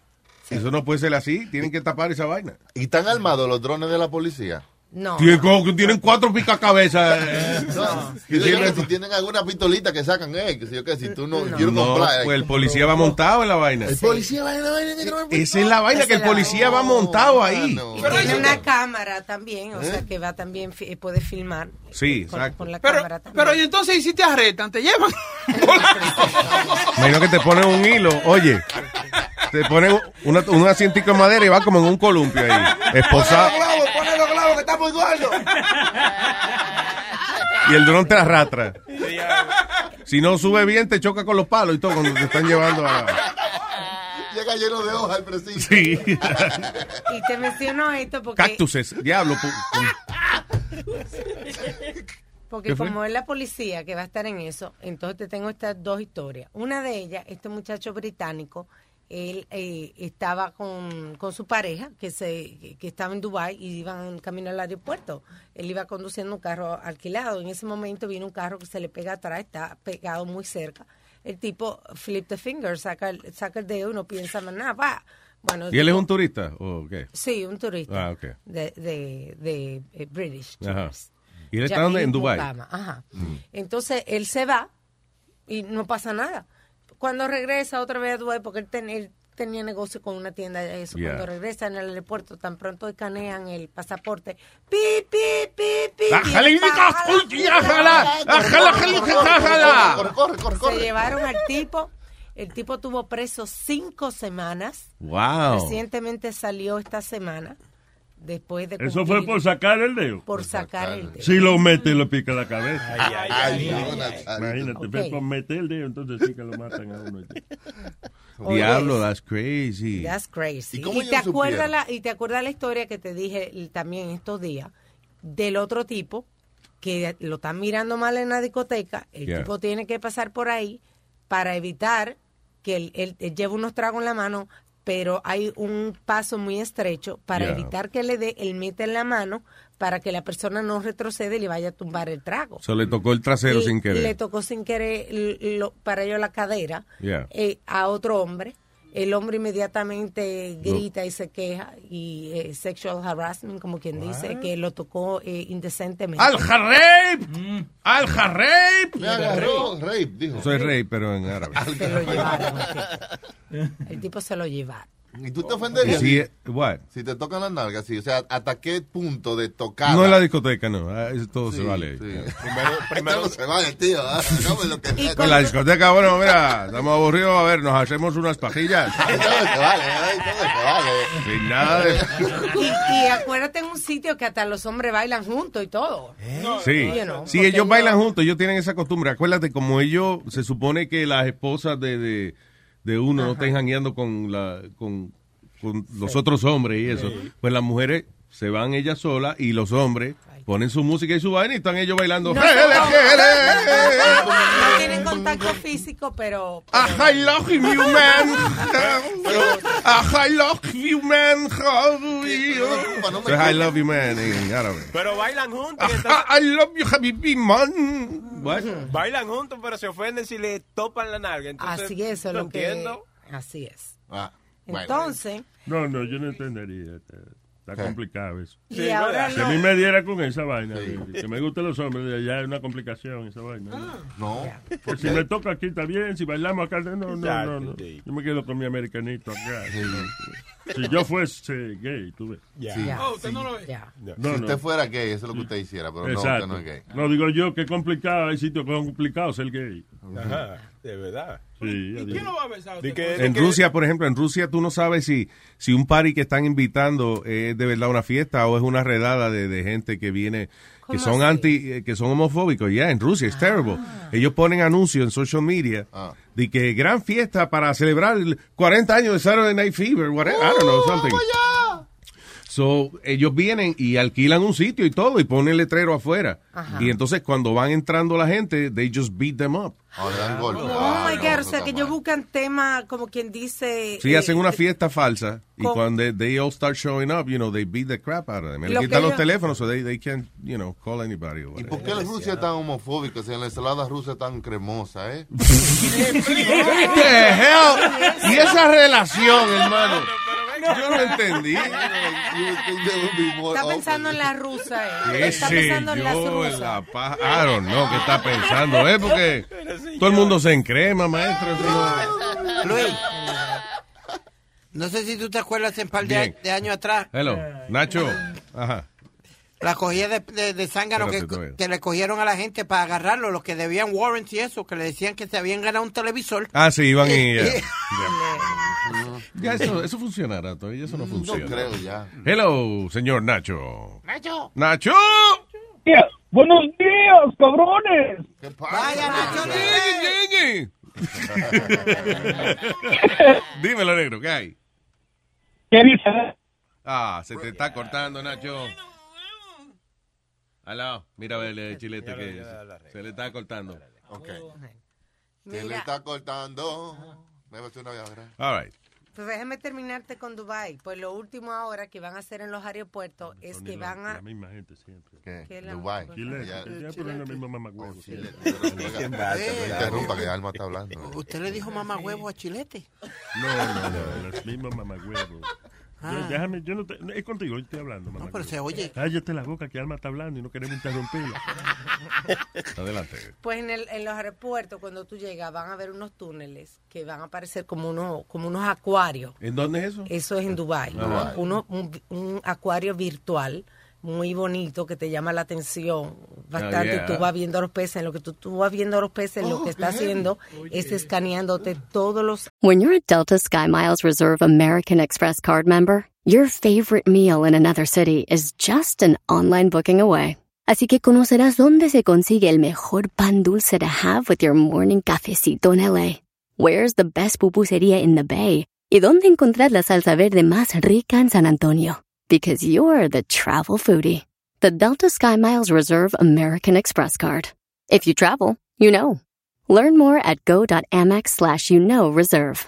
Speaker 4: Eso no puede ser así. Tienen que tapar esa vaina.
Speaker 9: ¿Y están armados los drones de la policía?
Speaker 5: No.
Speaker 4: Tienen, como- tienen cuatro picacabezas. eh.
Speaker 9: No,
Speaker 4: Que
Speaker 9: yo digo
Speaker 4: tienen-
Speaker 9: que si tienen alguna pistolita que sacan, eh, que si yo que si tú no, yo eh.
Speaker 4: No, pues el policía va montado en la vaina.
Speaker 9: El policía va en la vaina
Speaker 4: Eh, Esa es la vaina, que el policía va montado ahí.
Speaker 5: Y tiene una cámara también, o
Speaker 4: ¿Eh?
Speaker 5: sea que va también, fi- eh, puede filmar
Speaker 4: Sí,
Speaker 5: con,
Speaker 4: exacto.
Speaker 5: con la
Speaker 8: Pero,
Speaker 5: cámara también.
Speaker 8: pero y entonces, ¿y si te arrestan? ¿Te llevan?
Speaker 4: Menos que te ponen un hilo, oye. Te ponen una, un asientico de madera y va como en un columpio ahí. Esposado.
Speaker 9: Ponelo ponelo clavo, que está muy gordo.
Speaker 4: Y el dron te arrastra. Si no sube bien, te choca con los palos y todo cuando te están llevando a.
Speaker 9: Llega lleno de hojas el preciso.
Speaker 4: Sí.
Speaker 5: Y te menciono esto porque,
Speaker 4: Cactuses. Diablo. pu-
Speaker 5: porque
Speaker 4: ¿Qué fue?
Speaker 5: como es la policía que va a estar en eso, entonces te tengo estas dos historias. Una de ellas, este muchacho británico, él eh, estaba con, con su pareja que se que estaba en Dubai y iban camino al aeropuerto. Él iba conduciendo un carro alquilado. En ese momento viene un carro que se le pega atrás, está pegado muy cerca. El tipo flip the finger, saca el, saca el dedo y no piensa más nada. Va. Bueno,
Speaker 4: ¿Y él es un turista o qué?
Speaker 5: Ah. Sí, un turista.
Speaker 4: Ah, ok.
Speaker 5: De, de, de, eh, British.
Speaker 4: Ajá.
Speaker 5: Tours.
Speaker 4: ¿Y él está dónde? En
Speaker 5: Japan
Speaker 4: Dubai.
Speaker 5: Mukama, Ajá. Entonces él se va y no pasa nada. Cuando regresa otra vez a Dubai, porque él, ten- él tenía negocio con una tienda de eso,
Speaker 13: Yeah.
Speaker 5: cuando regresa en el aeropuerto, tan pronto escanean el pasaporte. ¡Pi, pi, pi, pi!
Speaker 13: Ájale,
Speaker 5: y el
Speaker 13: diga,
Speaker 5: pa-
Speaker 13: uy, y ájala, ájala, ájala, ájala, ájala.
Speaker 9: Corre, corre, corre, corre.
Speaker 5: Se llevaron al tipo. El tipo tuvo preso cinco semanas.
Speaker 4: Wow.
Speaker 5: Recientemente salió esta semana. Después de
Speaker 12: Eso
Speaker 5: cumplir-
Speaker 12: fue por sacar el dedo.
Speaker 5: por sacar el dedo.
Speaker 12: Si lo mete, lo pica la cabeza.
Speaker 5: Ay, ay, ay, ay, ay.
Speaker 12: Imagínate,
Speaker 5: Ok.
Speaker 12: fue por meter el dedo, entonces sí que lo matan a uno.
Speaker 4: Diablo, that's crazy.
Speaker 5: That's crazy.
Speaker 4: ¿Y
Speaker 5: ¿Y,
Speaker 4: cómo ellos
Speaker 5: te acuerdas
Speaker 4: supieron?
Speaker 5: la, y te acuerdas la historia que te dije l- también estos días del otro tipo que lo están mirando mal en la discoteca. El
Speaker 13: Yeah.
Speaker 5: tipo tiene que pasar por ahí para evitar que él, él- él lleve unos tragos en la mano, pero hay un paso muy estrecho para
Speaker 4: Yeah.
Speaker 5: evitar que le dé el mete en la mano para que la persona no retroceda y le vaya a tumbar el trago.
Speaker 4: Se le tocó el trasero
Speaker 5: Y
Speaker 4: sin querer.
Speaker 5: Le tocó sin querer l- lo- para ello la cadera
Speaker 4: Yeah.
Speaker 5: eh, a otro hombre. El hombre inmediatamente grita y se queja y eh, sexual harassment, como quien dice, que lo tocó eh, indecentemente.
Speaker 4: ¡Al jarrape! ¡Al jarrape!
Speaker 5: Me agarró,
Speaker 9: rape, dijo.
Speaker 4: Soy rey, pero en árabe.
Speaker 5: Se lo llevaron. el tipo. El tipo se lo llevaron.
Speaker 9: ¿Y tú te ofenderías?
Speaker 4: Sí, eh, what?
Speaker 9: Si te tocan las nalgas, sí. O sea, ¿hasta qué punto de tocar?
Speaker 4: No en la discoteca, no. Ah, Eso todo se vale.
Speaker 9: Primero, primero se vale, tío. ah, no me lo que-
Speaker 4: En la discoteca, bueno, mira, estamos aburridos. A ver, nos hacemos unas pajillas. Sin nada de.
Speaker 5: Y, y acuérdate en un sitio que hasta los hombres bailan juntos y todo.
Speaker 4: ¿Eh? Sí,
Speaker 5: You know,
Speaker 4: sí
Speaker 5: porque
Speaker 4: ellos bailan juntos, ellos tienen esa costumbre. Acuérdate, como ellos, se supone que las esposas de, de, de uno no estén jangueando con, la, con, con los otros hombres y eso. Pues las mujeres se van ellas solas y los hombres ponen su música y su vaina y están ellos bailando.
Speaker 5: No,
Speaker 4: ¡Eh, eh, eh, eh, eh, eh!
Speaker 5: no tienen contacto físico, pero...
Speaker 4: I love you, man. I love you, man. How do you? So, I love you, man, en árabe.
Speaker 10: Pero bailan juntos. y entonces-
Speaker 4: I, I love you, habibi, man. What?
Speaker 10: Bailan juntos, pero se ofenden si le topan la nalga. Entonces,
Speaker 5: Así es, es
Speaker 10: no
Speaker 5: lo que-
Speaker 10: entiendo.
Speaker 5: Así es.
Speaker 9: Ah,
Speaker 5: Entonces,
Speaker 12: No, no, yo no entendería. Está, está complicado eso.
Speaker 5: Y ahora
Speaker 12: si
Speaker 5: no.
Speaker 12: a mí me diera con esa vaina, que me gustan los hombres, de allá es una complicación esa vaina.
Speaker 9: No.
Speaker 5: Ah.
Speaker 12: Porque si me toca aquí está bien, si bailamos acá, no, no,
Speaker 10: Ya,
Speaker 12: no. no.
Speaker 10: sí.
Speaker 12: Yo me quedo con mi americanito acá. Si yo fuese gay, tú ves.
Speaker 9: Sí.
Speaker 12: No,
Speaker 9: si
Speaker 12: no.
Speaker 9: usted fuera gay, eso es lo que usted hiciera, pero no, usted
Speaker 12: Exacto.
Speaker 9: no es gay.
Speaker 12: No, digo yo que complicado, hay sitios complicados ser gay.
Speaker 10: Ajá, de verdad.
Speaker 12: Sí,
Speaker 10: ¿Y
Speaker 12: adiós.
Speaker 10: quién lo va a besar? Di que-
Speaker 4: En
Speaker 10: di que-
Speaker 4: Rusia, por ejemplo, en Rusia tú no sabes si, si un party que están invitando es de verdad una fiesta o es una redada de, de gente que viene, que
Speaker 12: ¿Cómo
Speaker 4: son
Speaker 12: así?
Speaker 4: anti, eh, que son homofóbicos. Ya, en Rusia es terrible. Ellos ponen anuncios en social media de que gran fiesta para celebrar el 40 años de Saturday Night Fever, whatever, I don't know, something. So, ellos vienen y alquilan un sitio y todo y ponen letrero afuera.
Speaker 5: Ajá.
Speaker 4: Y entonces cuando van entrando la gente, they just beat them up.
Speaker 9: Ah,
Speaker 4: Ah,
Speaker 5: Oh my God, o sea que ellos buscan tema, como quien dice.
Speaker 4: Sí,
Speaker 5: eh,
Speaker 4: hacen una fiesta falsa y
Speaker 5: con-
Speaker 4: cuando they, they all start showing up, you know, they beat the crap out of them. Le
Speaker 5: Lo
Speaker 4: quitan
Speaker 5: que
Speaker 4: los
Speaker 5: yo-
Speaker 4: teléfonos so they, they can't, you know, call anybody. or whatever.
Speaker 9: ¿Por qué la Rusia es tan homofóbica si en la ensalada rusa es tan cremosa, eh?
Speaker 13: The hell?
Speaker 9: ¿Y esa relación, hermano?
Speaker 4: Yo no entendí. oh,
Speaker 5: Está pensando en la rusa, eh.
Speaker 4: ¿Qué
Speaker 5: Está
Speaker 4: sé
Speaker 5: pensando en las
Speaker 4: yo,
Speaker 5: rusas.
Speaker 4: en la paja? I don't know qué está pensando, ¿eh? Porque todo el mundo se encrema, maestro. eso no-
Speaker 11: Luis. No sé si tú te acuerdas en par de,
Speaker 4: Bien.
Speaker 11: de años atrás,
Speaker 4: Hello, Nacho. Ajá.
Speaker 11: la cogida de, de, de zángano que,
Speaker 4: Espérate, todavía.
Speaker 11: que le cogieron a la gente para agarrarlo, los que debían warrants y eso, que le decían que se habían ganado un televisor.
Speaker 4: Ah, sí, iban y...
Speaker 11: Eh,
Speaker 4: ya.
Speaker 11: eh,
Speaker 4: Ya, eso, eso funcionará todavía, eso no funciona.
Speaker 9: creo ya.
Speaker 4: Hello, señor Nacho.
Speaker 13: Nacho.
Speaker 4: Nacho.
Speaker 13: Buenos días, cabrones.
Speaker 4: Dímelo, negro, ¿qué hay?
Speaker 13: ¿Qué dice?
Speaker 4: Ah, se te está cortando, Nacho. Aló, mira, vele, chilete, que se le está cortando.
Speaker 9: Ok.
Speaker 4: Oh,
Speaker 9: Se le está cortando. Me va a hacer una viagra.
Speaker 4: All right.
Speaker 5: Pues déjame terminarte con Dubai. Pues lo último ahora que van a hacer en los aeropuertos es que van a...
Speaker 12: misma gente siempre.
Speaker 5: ¿Qué? La- Dubái.
Speaker 12: Chile.
Speaker 5: Ya-
Speaker 12: Ya ponen la misma mamagüey.
Speaker 9: Interrumpa que Alma está hablando.
Speaker 11: Usted le dijo mamá huevo a Chilete.
Speaker 12: No, no, no, las mismas mamagüevos.
Speaker 11: Ah.
Speaker 12: Yo, déjame, yo no te, no, es contigo, yo estoy hablando. No,
Speaker 11: pero se oye.
Speaker 12: Cállate la boca que Alma está hablando y no queremos interrumpirla.
Speaker 4: Adelante.
Speaker 5: Pues en, el- en los aeropuertos cuando tú llegas van a ver unos túneles que van a parecer como unos, como unos acuarios.
Speaker 4: ¿En dónde es eso?
Speaker 5: Eso es en Dubái.
Speaker 4: Dubái.
Speaker 5: Uno- un, un acuario virtual muy bonito que te llama la atención bastante.
Speaker 13: yeah.
Speaker 5: Tú vas viendo a los peces, en lo que tú, tú vas viendo a los peces,
Speaker 4: Oh,
Speaker 5: lo que está haciendo es escaneándote todos los
Speaker 14: When you're a Delta SkyMiles Reserve American Express card member, your favorite meal in another city is just an online booking away. Así que conocerás dónde se consigue el mejor pan dulce to have with your morning cafecito en LA. Where's the best pupusería in the Bay? Y dónde encontrar la salsa verde más rica en San Antonio? Because you're the travel foodie. The Delta SkyMiles Reserve American Express card. If you travel, you know. Learn more at go.amex slash you know reserve.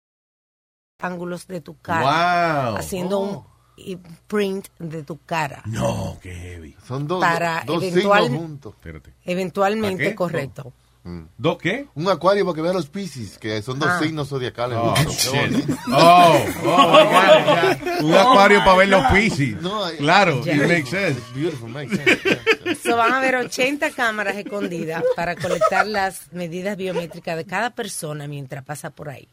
Speaker 5: ángulos de tu cara.
Speaker 15: Wow.
Speaker 5: Haciendo
Speaker 4: Oh.
Speaker 5: un i- print de tu cara.
Speaker 4: No, qué heavy.
Speaker 9: Son dos,
Speaker 5: Para
Speaker 9: dos
Speaker 5: eventual-
Speaker 9: signos juntos.
Speaker 4: Espérate.
Speaker 5: Eventualmente,
Speaker 9: ¿Para qué?
Speaker 5: correcto.
Speaker 4: ¿Dos qué?
Speaker 9: Mm. Un acuario para que vean los piscis, que son dos
Speaker 5: Ah.
Speaker 9: signos zodiacales.
Speaker 4: Oh,
Speaker 9: juntos.
Speaker 4: shit.
Speaker 9: Qué bonito.
Speaker 4: Oh, oh, I got it, ya. Un acuario para ver los piscis.
Speaker 9: No, I-
Speaker 4: Claro,
Speaker 9: Yeah.
Speaker 4: it makes sense.
Speaker 9: Beautiful, makes sense.
Speaker 5: So, van a haber 80 cámaras escondidas para colectar las medidas biométricas de cada persona mientras pasa por ahí.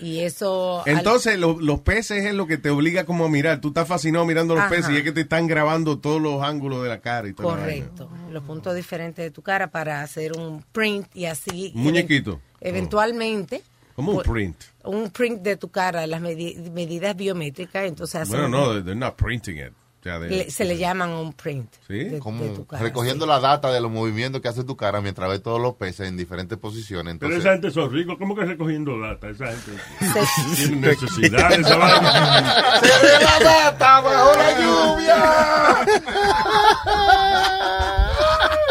Speaker 5: Y eso... al-
Speaker 4: Entonces, lo- los peces es lo que te obliga como a mirar. Tú estás fascinado mirando los
Speaker 5: Ajá.
Speaker 4: peces y es que te están grabando todos los ángulos de la cara y todo.
Speaker 5: Correcto. Los puntos diferentes de tu cara para hacer un print y así...
Speaker 4: Un muñequito.
Speaker 5: Eventualmente, pues,
Speaker 4: Como un print.
Speaker 5: un print de tu cara, las medi- medidas biométricas, entonces... hacen
Speaker 4: Bueno,
Speaker 5: un-
Speaker 4: no, they're not printing it. O sea, de-
Speaker 5: le- se le llaman un print. de- de tu cara,
Speaker 9: Recogiendo la data de los movimientos que hace tu cara mientras ves todos los peces en diferentes posiciones.
Speaker 12: Pero
Speaker 9: Entonces,
Speaker 12: esa gente son ricos, ¿cómo que recogiendo lata? Esa gente
Speaker 5: Se-
Speaker 12: tiene necesidades. esa vaina.
Speaker 13: ¡Se ve la data bajo la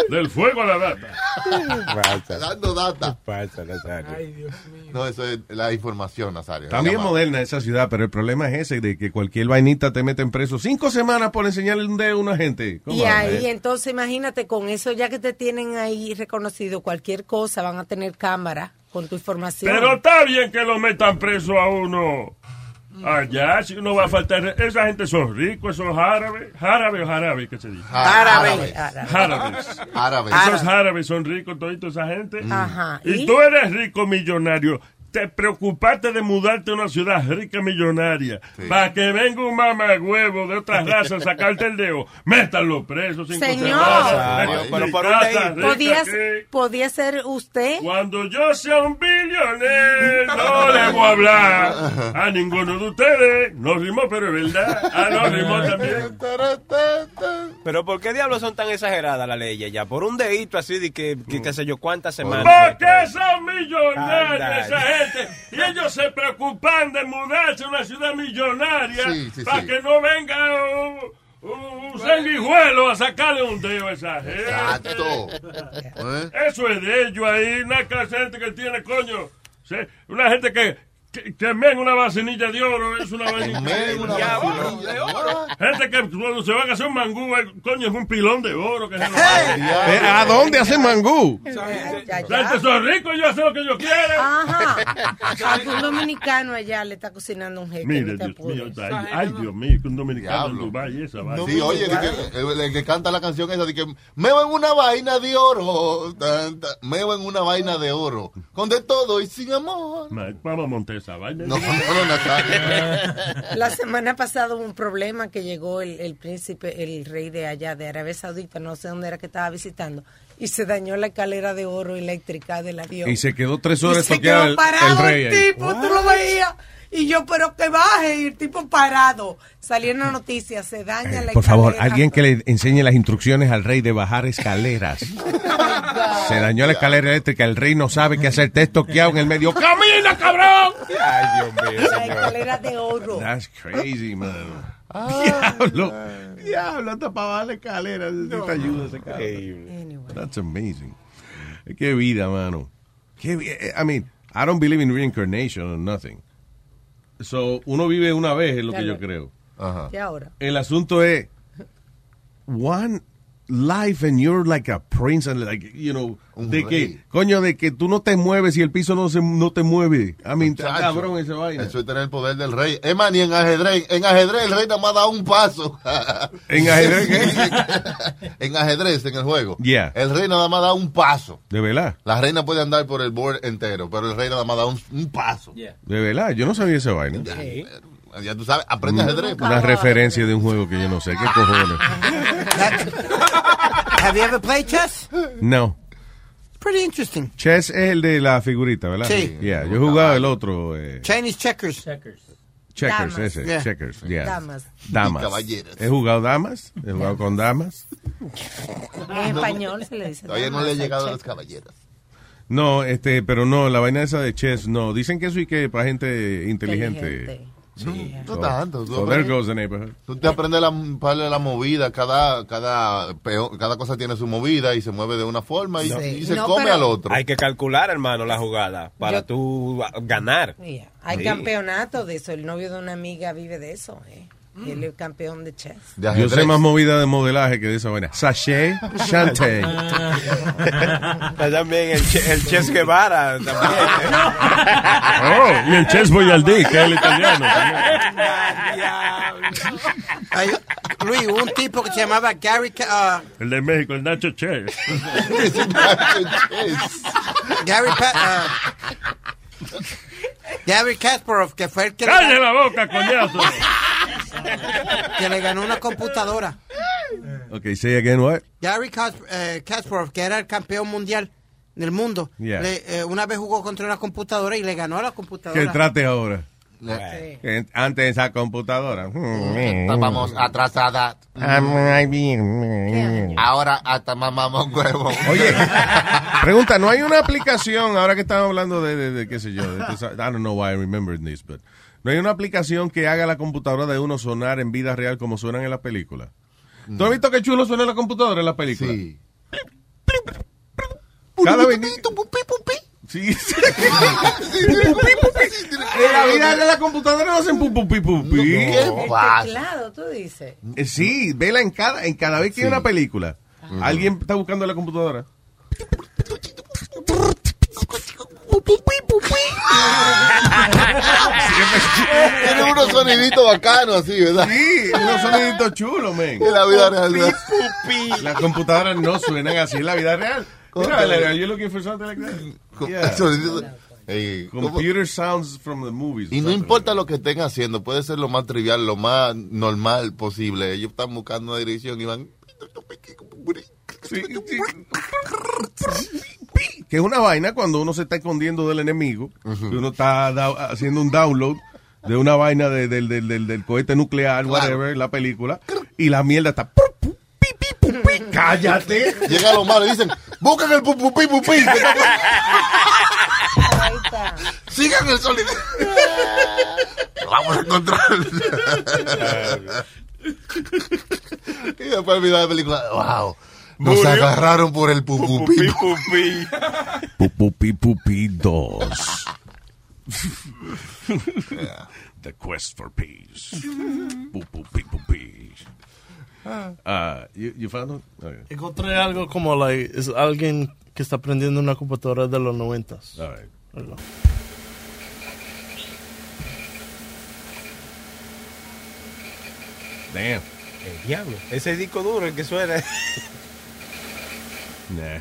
Speaker 12: Del fuego a la data.
Speaker 9: Pasa. Dando data.
Speaker 16: Pasa, Nazario. Ay, Dios mío.
Speaker 9: No, eso es la información, Nazario.
Speaker 4: Está bien
Speaker 9: Llama.
Speaker 4: moderna esa ciudad, pero el problema es ese de que cualquier vainita te meten preso cinco semanas por enseñarle un dedo a una gente. Come
Speaker 5: Y
Speaker 4: on,
Speaker 5: ahí
Speaker 4: man.
Speaker 5: entonces imagínate con eso ya que te tienen ahí reconocido cualquier cosa van a tener cámara con tu información.
Speaker 12: Pero está bien que lo metan preso a uno.
Speaker 5: Mm.
Speaker 12: Allá, si uno va a faltar. Esa gente son ricos, esos árabes. Árabes o árabes, ¿qué se dice?
Speaker 5: Árabes.
Speaker 12: Árabes.
Speaker 9: Árabes.
Speaker 12: Esos árabes son ricos, todito esa gente.
Speaker 5: Ajá.
Speaker 12: Y tú eres rico millonario. te preocupaste de mudarte a una ciudad rica millonaria para que venga un mamagüevo de otra raza a sacarte el dedo. Métanlo preso sin
Speaker 5: Señor.
Speaker 12: conservar.
Speaker 5: Rosario,
Speaker 12: Mi
Speaker 5: pero por un
Speaker 12: casa
Speaker 5: delito.
Speaker 12: rica
Speaker 5: Podía,
Speaker 12: que-
Speaker 5: podía ser usted.
Speaker 12: Cuando yo sea un billonero, no le voy a hablar a ninguno de ustedes. No rimó, pero es verdad. Ah, no rimó también.
Speaker 10: Pero ¿por qué diablos son tan exageradas las leyes ya? Por un dedito así de que, que- qué sé yo, cuántas semanas.
Speaker 12: Porque son millonarios esa
Speaker 10: Anda.
Speaker 12: gente. Y ellos se preocupan de mudarse a una ciudad millonaria
Speaker 10: Sí, sí,
Speaker 12: para
Speaker 10: sí.
Speaker 12: que no venga un, un- un sanguijuelo a sacarle un dedo a esa gente.
Speaker 9: Exacto.
Speaker 10: ¿eh?
Speaker 12: Eso es de ellos ahí, una clase de gente que tiene, coño. se- Una gente que, que, que mena una vacinilla de oro, es una vacinilla de oro. Gente Este que cuando se van a hacer un mangú, eh, coño, es un pilón de oro. Que se lo hacen.
Speaker 4: Pero, Eh, ¿A dónde hacen mangú?
Speaker 12: Gente, son ricos, Este yo hago lo que yo quiero.
Speaker 5: Ajá. Ah, Algún dominicano allá le está cocinando un jeque.
Speaker 9: Este
Speaker 12: Mire,
Speaker 5: no te
Speaker 12: Dios mío,
Speaker 5: apures.
Speaker 12: ay, ay, Dios mío, que un dominicano en Dubái, esa vaina.
Speaker 9: Sí, oye, di que- el, el que canta la canción esa, de que meo en una vaina de oro, tan, tan, meo en una vaina de oro, con de todo y sin amor.
Speaker 12: Ma, Vamos a montar esa vaina.
Speaker 9: No, no, no, Natalia.
Speaker 5: La semana pasada hubo un problema que llegó el, el príncipe, el rey de allá, de Arabia Saudita, no sé dónde era que estaba visitando, y se dañó la escalera de oro eléctrica del avión.
Speaker 4: Y se quedó tres horas
Speaker 5: Y se
Speaker 4: toqueado
Speaker 5: quedó
Speaker 4: el-
Speaker 5: parado
Speaker 4: el rey ahí.
Speaker 5: tipo, tú lo veías. Y yo, pero que baje, y el tipo parado. Salieron noticias, se daña la
Speaker 4: Eh, Por favor,
Speaker 5: escalera.
Speaker 4: alguien que le enseñe las instrucciones al rey de bajar escaleras. Se dañó la escalera eléctrica, el rey no sabe qué hacer, te has toqueado en el medio.
Speaker 12: ¡Camina, cabrón!
Speaker 4: Ay, Dios mío,
Speaker 5: La
Speaker 4: señor.
Speaker 5: escalera de oro.
Speaker 4: That's crazy, man. Diablo. Diablo, hasta para bajar la escalera necesita ayuda ese cabrón. That's amazing. Qué vida, mano. Qué vi- eh, I mean, I don't believe in reincarnation or nothing. So, uno vive una vez, es lo que yo creo.
Speaker 5: ¿Y ahora?
Speaker 4: El asunto es one life and you're like a prince and like you know
Speaker 9: rey.
Speaker 4: de que coño de que tú no te mueves y el piso no se no te mueve. I mean, ah,
Speaker 9: Chacho,
Speaker 4: cabrón esa vaina.
Speaker 9: Eso es tener el poder del rey. Es más, ni en ajedrez. En ajedrez el rey nada más da un paso.
Speaker 4: ¿En ajedrez
Speaker 9: en ajedrez, en el juego.
Speaker 4: Yeah.
Speaker 9: El rey nada más da un paso.
Speaker 4: De verdad.
Speaker 9: La reina puede andar por el board entero, pero el rey nada más da un, un paso.
Speaker 4: De verdad, yo no sabía esa vaina.
Speaker 9: Ya tú sabes, aprende ajedrez.
Speaker 4: Mm.
Speaker 9: pues.
Speaker 4: Una referencia de un juego que yo no sé qué cojones.
Speaker 11: Have you ever played chess?
Speaker 4: No.
Speaker 11: Pretty interesting.
Speaker 4: Chess es el de la figurita, ¿verdad?
Speaker 11: Sí.
Speaker 4: Yeah, yo jugaba el otro eh,
Speaker 11: Chinese checkers.
Speaker 4: checkers
Speaker 11: Damas.
Speaker 4: ese,
Speaker 11: Yeah.
Speaker 4: checkers, yeah.
Speaker 11: Damas.
Speaker 4: Damas.
Speaker 11: Y caballeros.
Speaker 4: He jugado damas, he jugado con damas.
Speaker 5: En español se le dice.
Speaker 9: Todavía no
Speaker 5: damas
Speaker 9: le he
Speaker 5: al
Speaker 9: llegado a las
Speaker 5: cheque.
Speaker 9: caballeras.
Speaker 4: No, este, pero no, la vaina esa de chess, no. Dicen que eso y que para gente inteligente.
Speaker 5: Inteligente.
Speaker 9: No tanto.
Speaker 4: So there goes the neighborhood.
Speaker 9: Tú te aprendes la, parte de la movida, cada, cada, peón- cada cosa tiene su movida y se mueve de una forma y, y se come al otro.
Speaker 10: Hay que calcular, hermano, la jugada para tú ah, ganar.
Speaker 5: Yeah. Hay
Speaker 10: Sí.
Speaker 5: campeonato de eso. El novio de una amiga vive de eso. eh. Él es campeón de chess.
Speaker 4: Yo sé más movida de modelaje que de esa vaina. Sachet, Shante.
Speaker 5: Ah.
Speaker 10: Está también el, che- el Ches Guevara. También.
Speaker 12: Oh, y el Ches Boyardee, que es el italiano.
Speaker 11: Hay- Luis, hubo un tipo que se llamaba Gary, Ca- uh,
Speaker 12: El de México, el Nacho Ches.
Speaker 11: Gary, Pa- uh, Gary Kasparov, que fue el que le,
Speaker 12: ¡Calle la
Speaker 11: ganó,
Speaker 12: boca, coñazo!
Speaker 11: que le ganó una computadora.
Speaker 4: Okay, say again what?
Speaker 11: Gary Kas- eh, Kasparov, que era el campeón mundial del mundo,
Speaker 4: Yeah.
Speaker 11: le- eh, una vez jugó contra una computadora y le ganó a la computadora.
Speaker 4: Que trate ahora.
Speaker 11: Sí.
Speaker 4: Que Antes de esa computadora.
Speaker 9: Estábamos atrasadas.
Speaker 4: Ah, muy bien.
Speaker 9: Ahora hasta mamamos huevo.
Speaker 4: Oye, pregunta, ¿no hay una aplicación, ahora que estamos hablando de, de- de qué sé yo, de- de- I don't know why I remember this, but ¿no hay una aplicación que haga la computadora de uno sonar en vida real como suenan en las películas? ¿Tú has visto qué chulo suena la computadora en las películas? Mm. Sí. Cada vez... Sí. En la vida real la computadora no hacen pu, pu, pi, pu, pi.
Speaker 5: El teclado, Este tú dices.
Speaker 4: Eh, Sí, vela en cada, en cada vez que hay una película. Alguien está buscando en la computadora.
Speaker 9: Tiene unos soniditos bacanos así, ¿verdad?
Speaker 4: Sí, unos soniditos chulos, men.
Speaker 9: En la vida real. ¿verdad?
Speaker 4: Las computadoras no suenan así en la vida real. Mira, la- la- you're looking for something like that. Yeah.
Speaker 9: Soniditos- Eh, ¿cómo?
Speaker 4: Computer sounds from the movies.
Speaker 9: Y no importa lo que estén haciendo, puede ser lo más trivial, lo más normal posible. Ellos están buscando una dirección y van.
Speaker 4: Que es una vaina cuando uno se está escondiendo del enemigo, que uno está da- haciendo un download de una vaina de- del, del, del, del cohete nuclear, whatever, la película, y la mierda está. ¡Cállate!
Speaker 9: Llega lo malo y dicen, busquen el pupupi pupi. Sigan el sonido. Lo vamos a encontrar. y después mirar la película. ¡Wow! Nos
Speaker 4: Murió.
Speaker 9: agarraron por el pupupi.
Speaker 4: Pupupi Pupi 2. The Quest for Peace. Pupupi Pupi. Ah, you, you found it? Okay.
Speaker 17: Encontré algo como like, es alguien que está aprendiendo una computadora de los noventas.
Speaker 4: All right.
Speaker 17: Algo.
Speaker 4: Damn.
Speaker 10: El diablo. Ese disco duro, el que suena.
Speaker 4: Nah.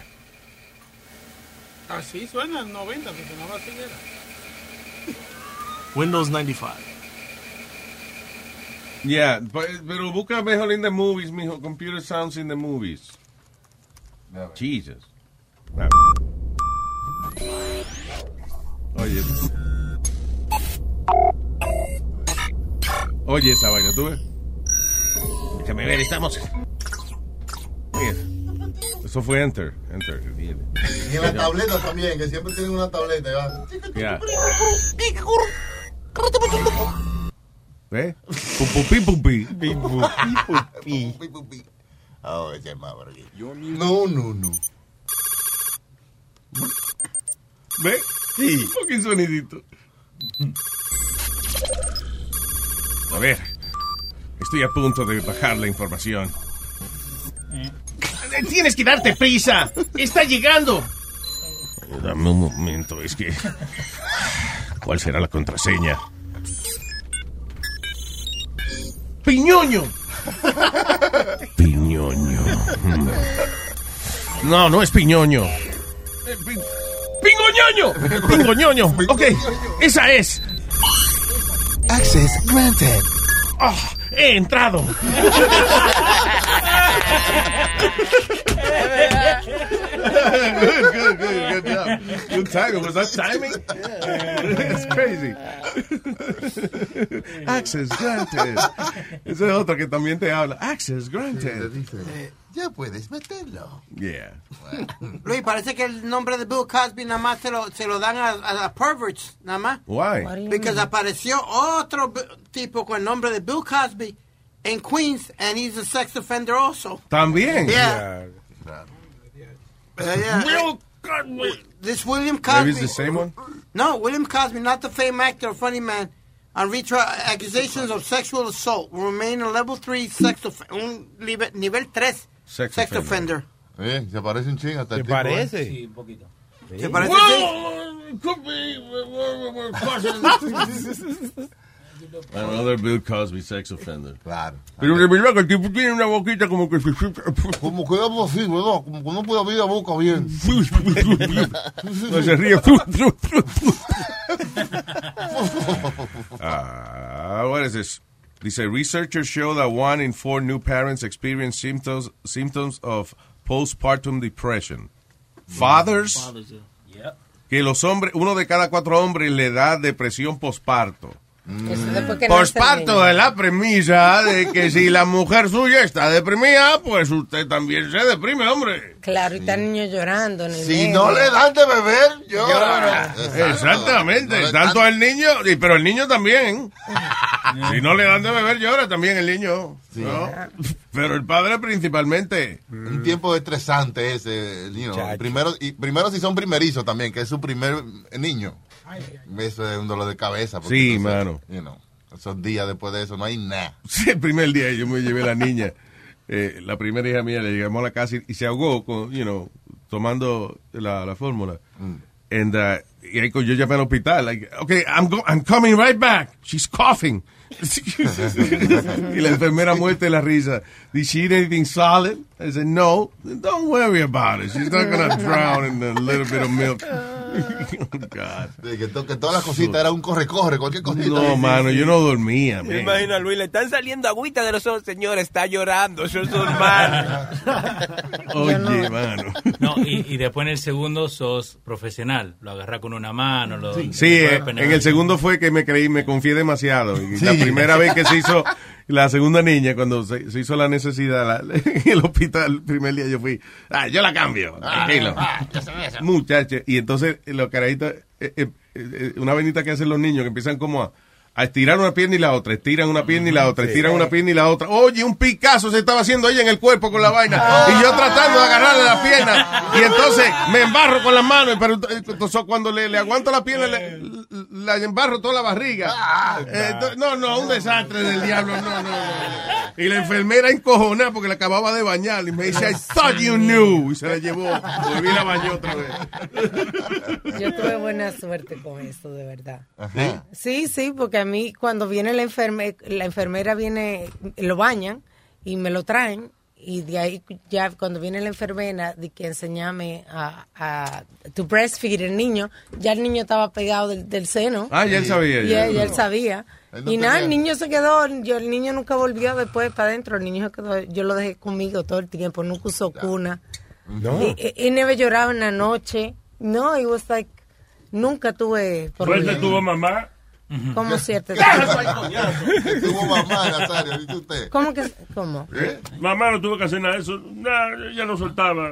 Speaker 8: Así suena el 90, que sonaba así era.
Speaker 17: Windows 95.
Speaker 4: Yeah, pe- pero busca mejor in the movies, mijo. Computer sounds in the movies. Jesus. Ah. Oye. Oye esa vaina, ¿tú ves? Déjame ver, estamos. Mira. Eso fue Enter. Enter.
Speaker 9: Y en la tableta también, que siempre tienen una tableta. y van.
Speaker 4: Yeah. ¿Ves? Pupupi, pupi.
Speaker 9: Pupupi pupi. Oh, ese es más vergüenza. No, no, no.
Speaker 4: ¿Ves? Sí. Un poquito sonidito. A ver. Estoy a punto de bajar la información. Eh, Tienes que darte prisa. Está llegando. Eh, Dame un momento, es que. ¿Cuál será la contraseña? ¡Piñoño! Piñoño. No, no es piñoño. Eh, ¡Pingoñoño! ¡Pingoñoño! Ok, esa es.
Speaker 13: Access granted.
Speaker 4: Ah, he entrado. good, good, good, good job. Good timing. Was that timing? It's crazy. Access granted. Ese es otro que también te habla. Access granted.
Speaker 9: Ya puedes meterlo.
Speaker 4: Yeah.
Speaker 11: Luis, parece que el nombre de Bill Cosby nada más se lo, se lo dan a, a- a perverts, nada más.
Speaker 4: Why? What do you
Speaker 11: Because
Speaker 4: mean?
Speaker 11: apareció otro b- tipo con el nombre de Bill Cosby en Queens, and he's a sex offender also.
Speaker 4: También.
Speaker 11: Yeah. Bill Cosby. This William Cosby.
Speaker 4: Maybe it's the same one?
Speaker 11: No, William Cosby, not the famed actor or funny man, on retrial accusations of sexual assault, will remain a level 3 sex offender. Un libe- nivel 3 sex, offender.
Speaker 9: Eh, se parece un ching hasta el
Speaker 11: ¿Te
Speaker 9: tipo, ¿eh?
Speaker 11: parece?
Speaker 9: Sí,
Speaker 11: Sí,
Speaker 9: un poquito.
Speaker 11: ¿Te parece?
Speaker 4: Another Bill Cosby sex offender.
Speaker 9: Claro.
Speaker 4: Pero de verdad que el tipo tiene una boquita como que se... Como
Speaker 9: que vamos así, ¿verdad? Como que no puede abrir la boca bien.
Speaker 4: No se ríe. Ah, what is this? Dice, researchers show that one in four new parents experience symptoms, symptoms of postpartum depression. Fathers, que los hombres, uno de cada cuatro hombres le da depresión posparto.
Speaker 5: después que nace el
Speaker 4: Posparto
Speaker 5: niño.
Speaker 4: de la premisa de que si la mujer suya está deprimida, pues usted también se deprime, hombre.
Speaker 5: Claro, y está el niño llorando. nene.
Speaker 4: Si no le
Speaker 9: dan de beber,
Speaker 4: llora. Exactamente, tanto al niño, y- pero el niño también. Si no le dan de beber, llora también el niño. ¿no? Pero el padre principalmente.
Speaker 9: Un tiempo estresante ese, el niño. Primero, y primero si son primerizos también, que es su primer niño. Eso es un dolor de cabeza. porque
Speaker 4: Sí,
Speaker 9: entonces,
Speaker 4: mano.
Speaker 9: you know, esos días después de eso no hay nada.
Speaker 4: Sí, el primer día yo me llevé la niña. eh, la primera hija mía le llegamos a la casa y, y se ahogó, con, you know, tomando la, la fórmula. And, uh, y ahí co- yo llamé al hospital. Like, okay, I'm, go- I'm coming right back. She's coughing. y la enfermera muerta de la risa. Did she eat anything solid? I said, no. Don't worry about it. She's not going to drown in a little bit of milk. Oh,
Speaker 9: De que, to- que todas las cositas era un corre-corre, cualquier cosita.
Speaker 4: No, mano, yo no dormía,
Speaker 10: Me
Speaker 4: man.
Speaker 10: imagino a Luis, le están saliendo agüita de los ojos, señor, está llorando, eso es normal.
Speaker 4: Oye, mano.
Speaker 18: No, y, y después en el segundo sos profesional. Lo agarras con una mano. Lo,
Speaker 4: Sí, eh, en el segundo fue que me creí, me confié demasiado. Y La
Speaker 18: Sí.
Speaker 4: primera vez que se hizo, la segunda niña, cuando se, se hizo la necesidad la- en el hospital, el primer día yo fui, ah, yo la cambio, tranquilo. Muchacho, y entonces eh, los carajitos, eh, eh, eh, una venita que hacen los niños, que empiezan como a, a estirar una pierna y la otra, estiran una pierna y la otra,
Speaker 2: sí.
Speaker 4: estiran una pierna y la otra. Oye, un Picasso se estaba haciendo ella en el cuerpo con la vaina. Y yo tratando de agarrarle la pierna. Y entonces me embarro con las manos. Pero ent- entonces cuando le, le aguanto la pierna, le, la embarro toda la barriga. Eh, ento- no, no, un desastre del diablo. No, no, no. Y la enfermera encojonada porque la acababa de bañar. Y me dice, I thought you knew. Y se la llevó. Volví y la bañó otra vez.
Speaker 5: Yo tuve buena suerte con eso, de verdad.
Speaker 4: Ajá.
Speaker 5: Sí, sí, porque a mí cuando viene la enfermera, la enfermera viene, lo bañan y me lo traen. Y de ahí ya cuando viene la enfermera de que enseñame a, a to breastfeed el niño, ya el niño estaba pegado del, del seno.
Speaker 4: Ah, ya él sabía, ya.
Speaker 5: Ya, ya él sabía.
Speaker 4: Él no
Speaker 5: y nada, el
Speaker 4: tenía-
Speaker 5: niño se quedó, yo, el niño nunca volvió después para adentro, el niño se quedó, yo lo dejé conmigo todo el tiempo, nunca usó cuna.
Speaker 12: No.
Speaker 5: Y, y, y never lloraba en la noche. No, it was like, nunca tuve
Speaker 12: ¿Fuiste
Speaker 5: problemas.
Speaker 12: tu Pues mamá?
Speaker 5: ¿Cómo cierto?
Speaker 9: Tuvo mamá, Nazario, ¿viste usted?
Speaker 5: ¿Cómo que? ¿Cómo?
Speaker 9: ¿Eh?
Speaker 12: Mamá no tuvo que hacer nada de eso. Nah, ella no soltaba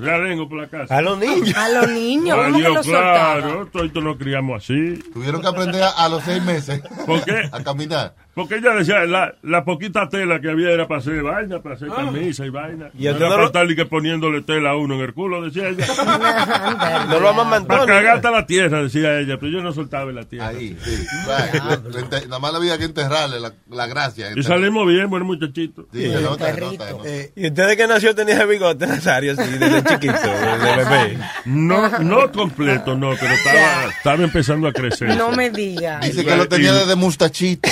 Speaker 12: la lengua por la casa.
Speaker 10: A los niños.
Speaker 5: A los niños,
Speaker 12: Ay,
Speaker 5: ¿cómo que
Speaker 12: Dios,
Speaker 5: lo soltaba?
Speaker 12: claro, todos nos criamos así.
Speaker 9: Tuvieron que aprender a, a los seis meses.
Speaker 12: ¿Por qué?
Speaker 9: A caminar.
Speaker 12: Porque ella decía, la, la poquita tela que había era para hacer vaina, para hacer camisa y vaina.
Speaker 10: Y
Speaker 12: Y
Speaker 10: a
Speaker 12: no
Speaker 10: usted
Speaker 12: era
Speaker 10: no
Speaker 12: para
Speaker 10: lo-
Speaker 12: estar ni que poniéndole tela a uno en el culo, decía ella.
Speaker 10: No lo amamantó,
Speaker 12: Para
Speaker 10: ni
Speaker 12: cagarte a la tierra, decía ella, pero yo no soltaba en la tierra.
Speaker 9: Ahí, sí. Right. Le- le enter- Nada más le había que enterrarle la, la gracia.
Speaker 12: Y salimos bien, buen muchachito.
Speaker 9: Sí, se nota, se nota, se nota.
Speaker 10: Eh, ¿Y usted de que nació tenía bigote, Nazario, así, desde chiquito, desde bebé?
Speaker 12: No, no completo, no, pero estaba, estaba empezando a crecer.
Speaker 5: No me digas.
Speaker 9: Dice
Speaker 4: Eh,
Speaker 9: que lo tenía desde mustachito.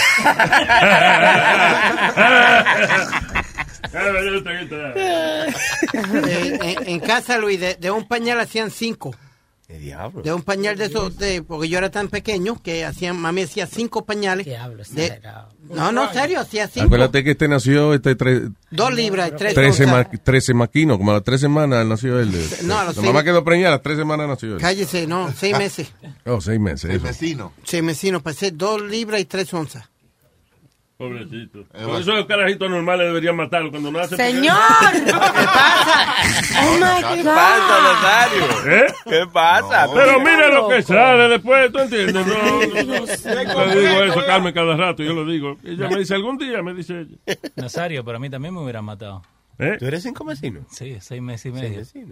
Speaker 11: Eh, en, en casa, Luis, de, de un pañal hacían cinco.
Speaker 10: diablo?
Speaker 11: De un pañal de esos, de, porque yo era tan pequeño que hacían, mami hacía cinco pañales. De- no, no, serio, hacía cinco.
Speaker 4: Acuérdate que este nació, este tres,
Speaker 11: Dos libras, tres
Speaker 4: 13,
Speaker 11: onzas.
Speaker 4: ma- 13 maquinos, como a las tres semanas nació él.
Speaker 11: No, a
Speaker 4: la
Speaker 11: los
Speaker 4: mamá
Speaker 11: seis-
Speaker 4: quedó preñada, a las tres semanas nació él.
Speaker 11: Cállese, no, seis meses.
Speaker 4: Oh, seis meses. eso.
Speaker 9: vecino.
Speaker 11: Seis vecinos, pasé dos libras y tres onzas.
Speaker 12: Pobrecito. Por eso los carajitos normales deberían matarlo cuando nace.
Speaker 11: Señor,
Speaker 12: ¿Qué
Speaker 5: pasa?
Speaker 11: Oh, my
Speaker 12: ¿Qué
Speaker 11: God.
Speaker 12: pasa,
Speaker 10: Nazario?
Speaker 12: ¿Eh?
Speaker 10: ¿Qué pasa?
Speaker 12: Pero mira
Speaker 10: Diablo.
Speaker 12: lo que sale después, ¿tú entiendes? No, no, no. Yo le digo eso, Carmen, cada rato, yo lo digo. Ella me dice, algún día, me dice ella.
Speaker 18: Nazario, para mí también me hubieran matado.
Speaker 4: ¿Eh?
Speaker 12: ¿Tú
Speaker 10: eres cinco vecinos?
Speaker 18: Sí, seis meses y medio. Sí.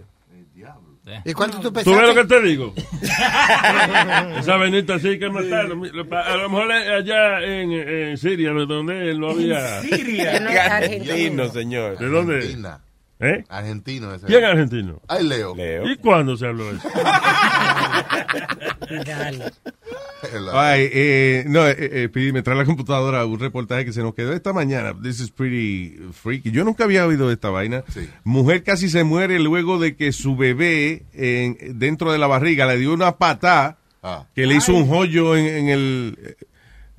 Speaker 11: ¿Y cuánto tú
Speaker 12: ¿Tú
Speaker 11: pesaste?
Speaker 12: ves lo que te digo? Esa venita sí hay que mataron. A lo mejor allá en, en Siria, de donde él no había.
Speaker 10: Siria.
Speaker 12: No,
Speaker 10: Argentino, señor.
Speaker 12: ¿De dónde?
Speaker 9: Argentina.
Speaker 12: ¿Eh?
Speaker 9: Argentino ese.
Speaker 12: ¿Quién es argentino?
Speaker 9: Ay, Leo.
Speaker 12: ¿Y cuándo se habló eso?
Speaker 4: Ay, eh, no, eh, eh, Pidi, me trae la computadora un reportaje que se nos quedó esta mañana. This is pretty freaky. Yo nunca había oído de esta vaina. Mujer casi se muere luego de que su bebé en- dentro de la barriga le dio una patada que le hizo un hoyo en, en el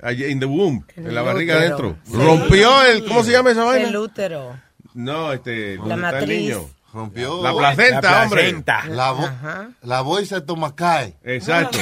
Speaker 4: eh, in the womb, en, la
Speaker 5: el
Speaker 4: barriga
Speaker 5: útero.
Speaker 4: adentro.
Speaker 5: Sí.
Speaker 4: Rompió el ¿cómo se llama esa vaina?
Speaker 5: El útero.
Speaker 4: No, este,
Speaker 5: La
Speaker 4: ¿dónde está el
Speaker 5: matriz.
Speaker 4: niño?
Speaker 9: Rompió.
Speaker 4: La placenta,
Speaker 9: La
Speaker 4: hombre.
Speaker 9: placenta. La, vo-
Speaker 5: Ajá.
Speaker 9: la bolsa de Tomacae.
Speaker 4: Exacto.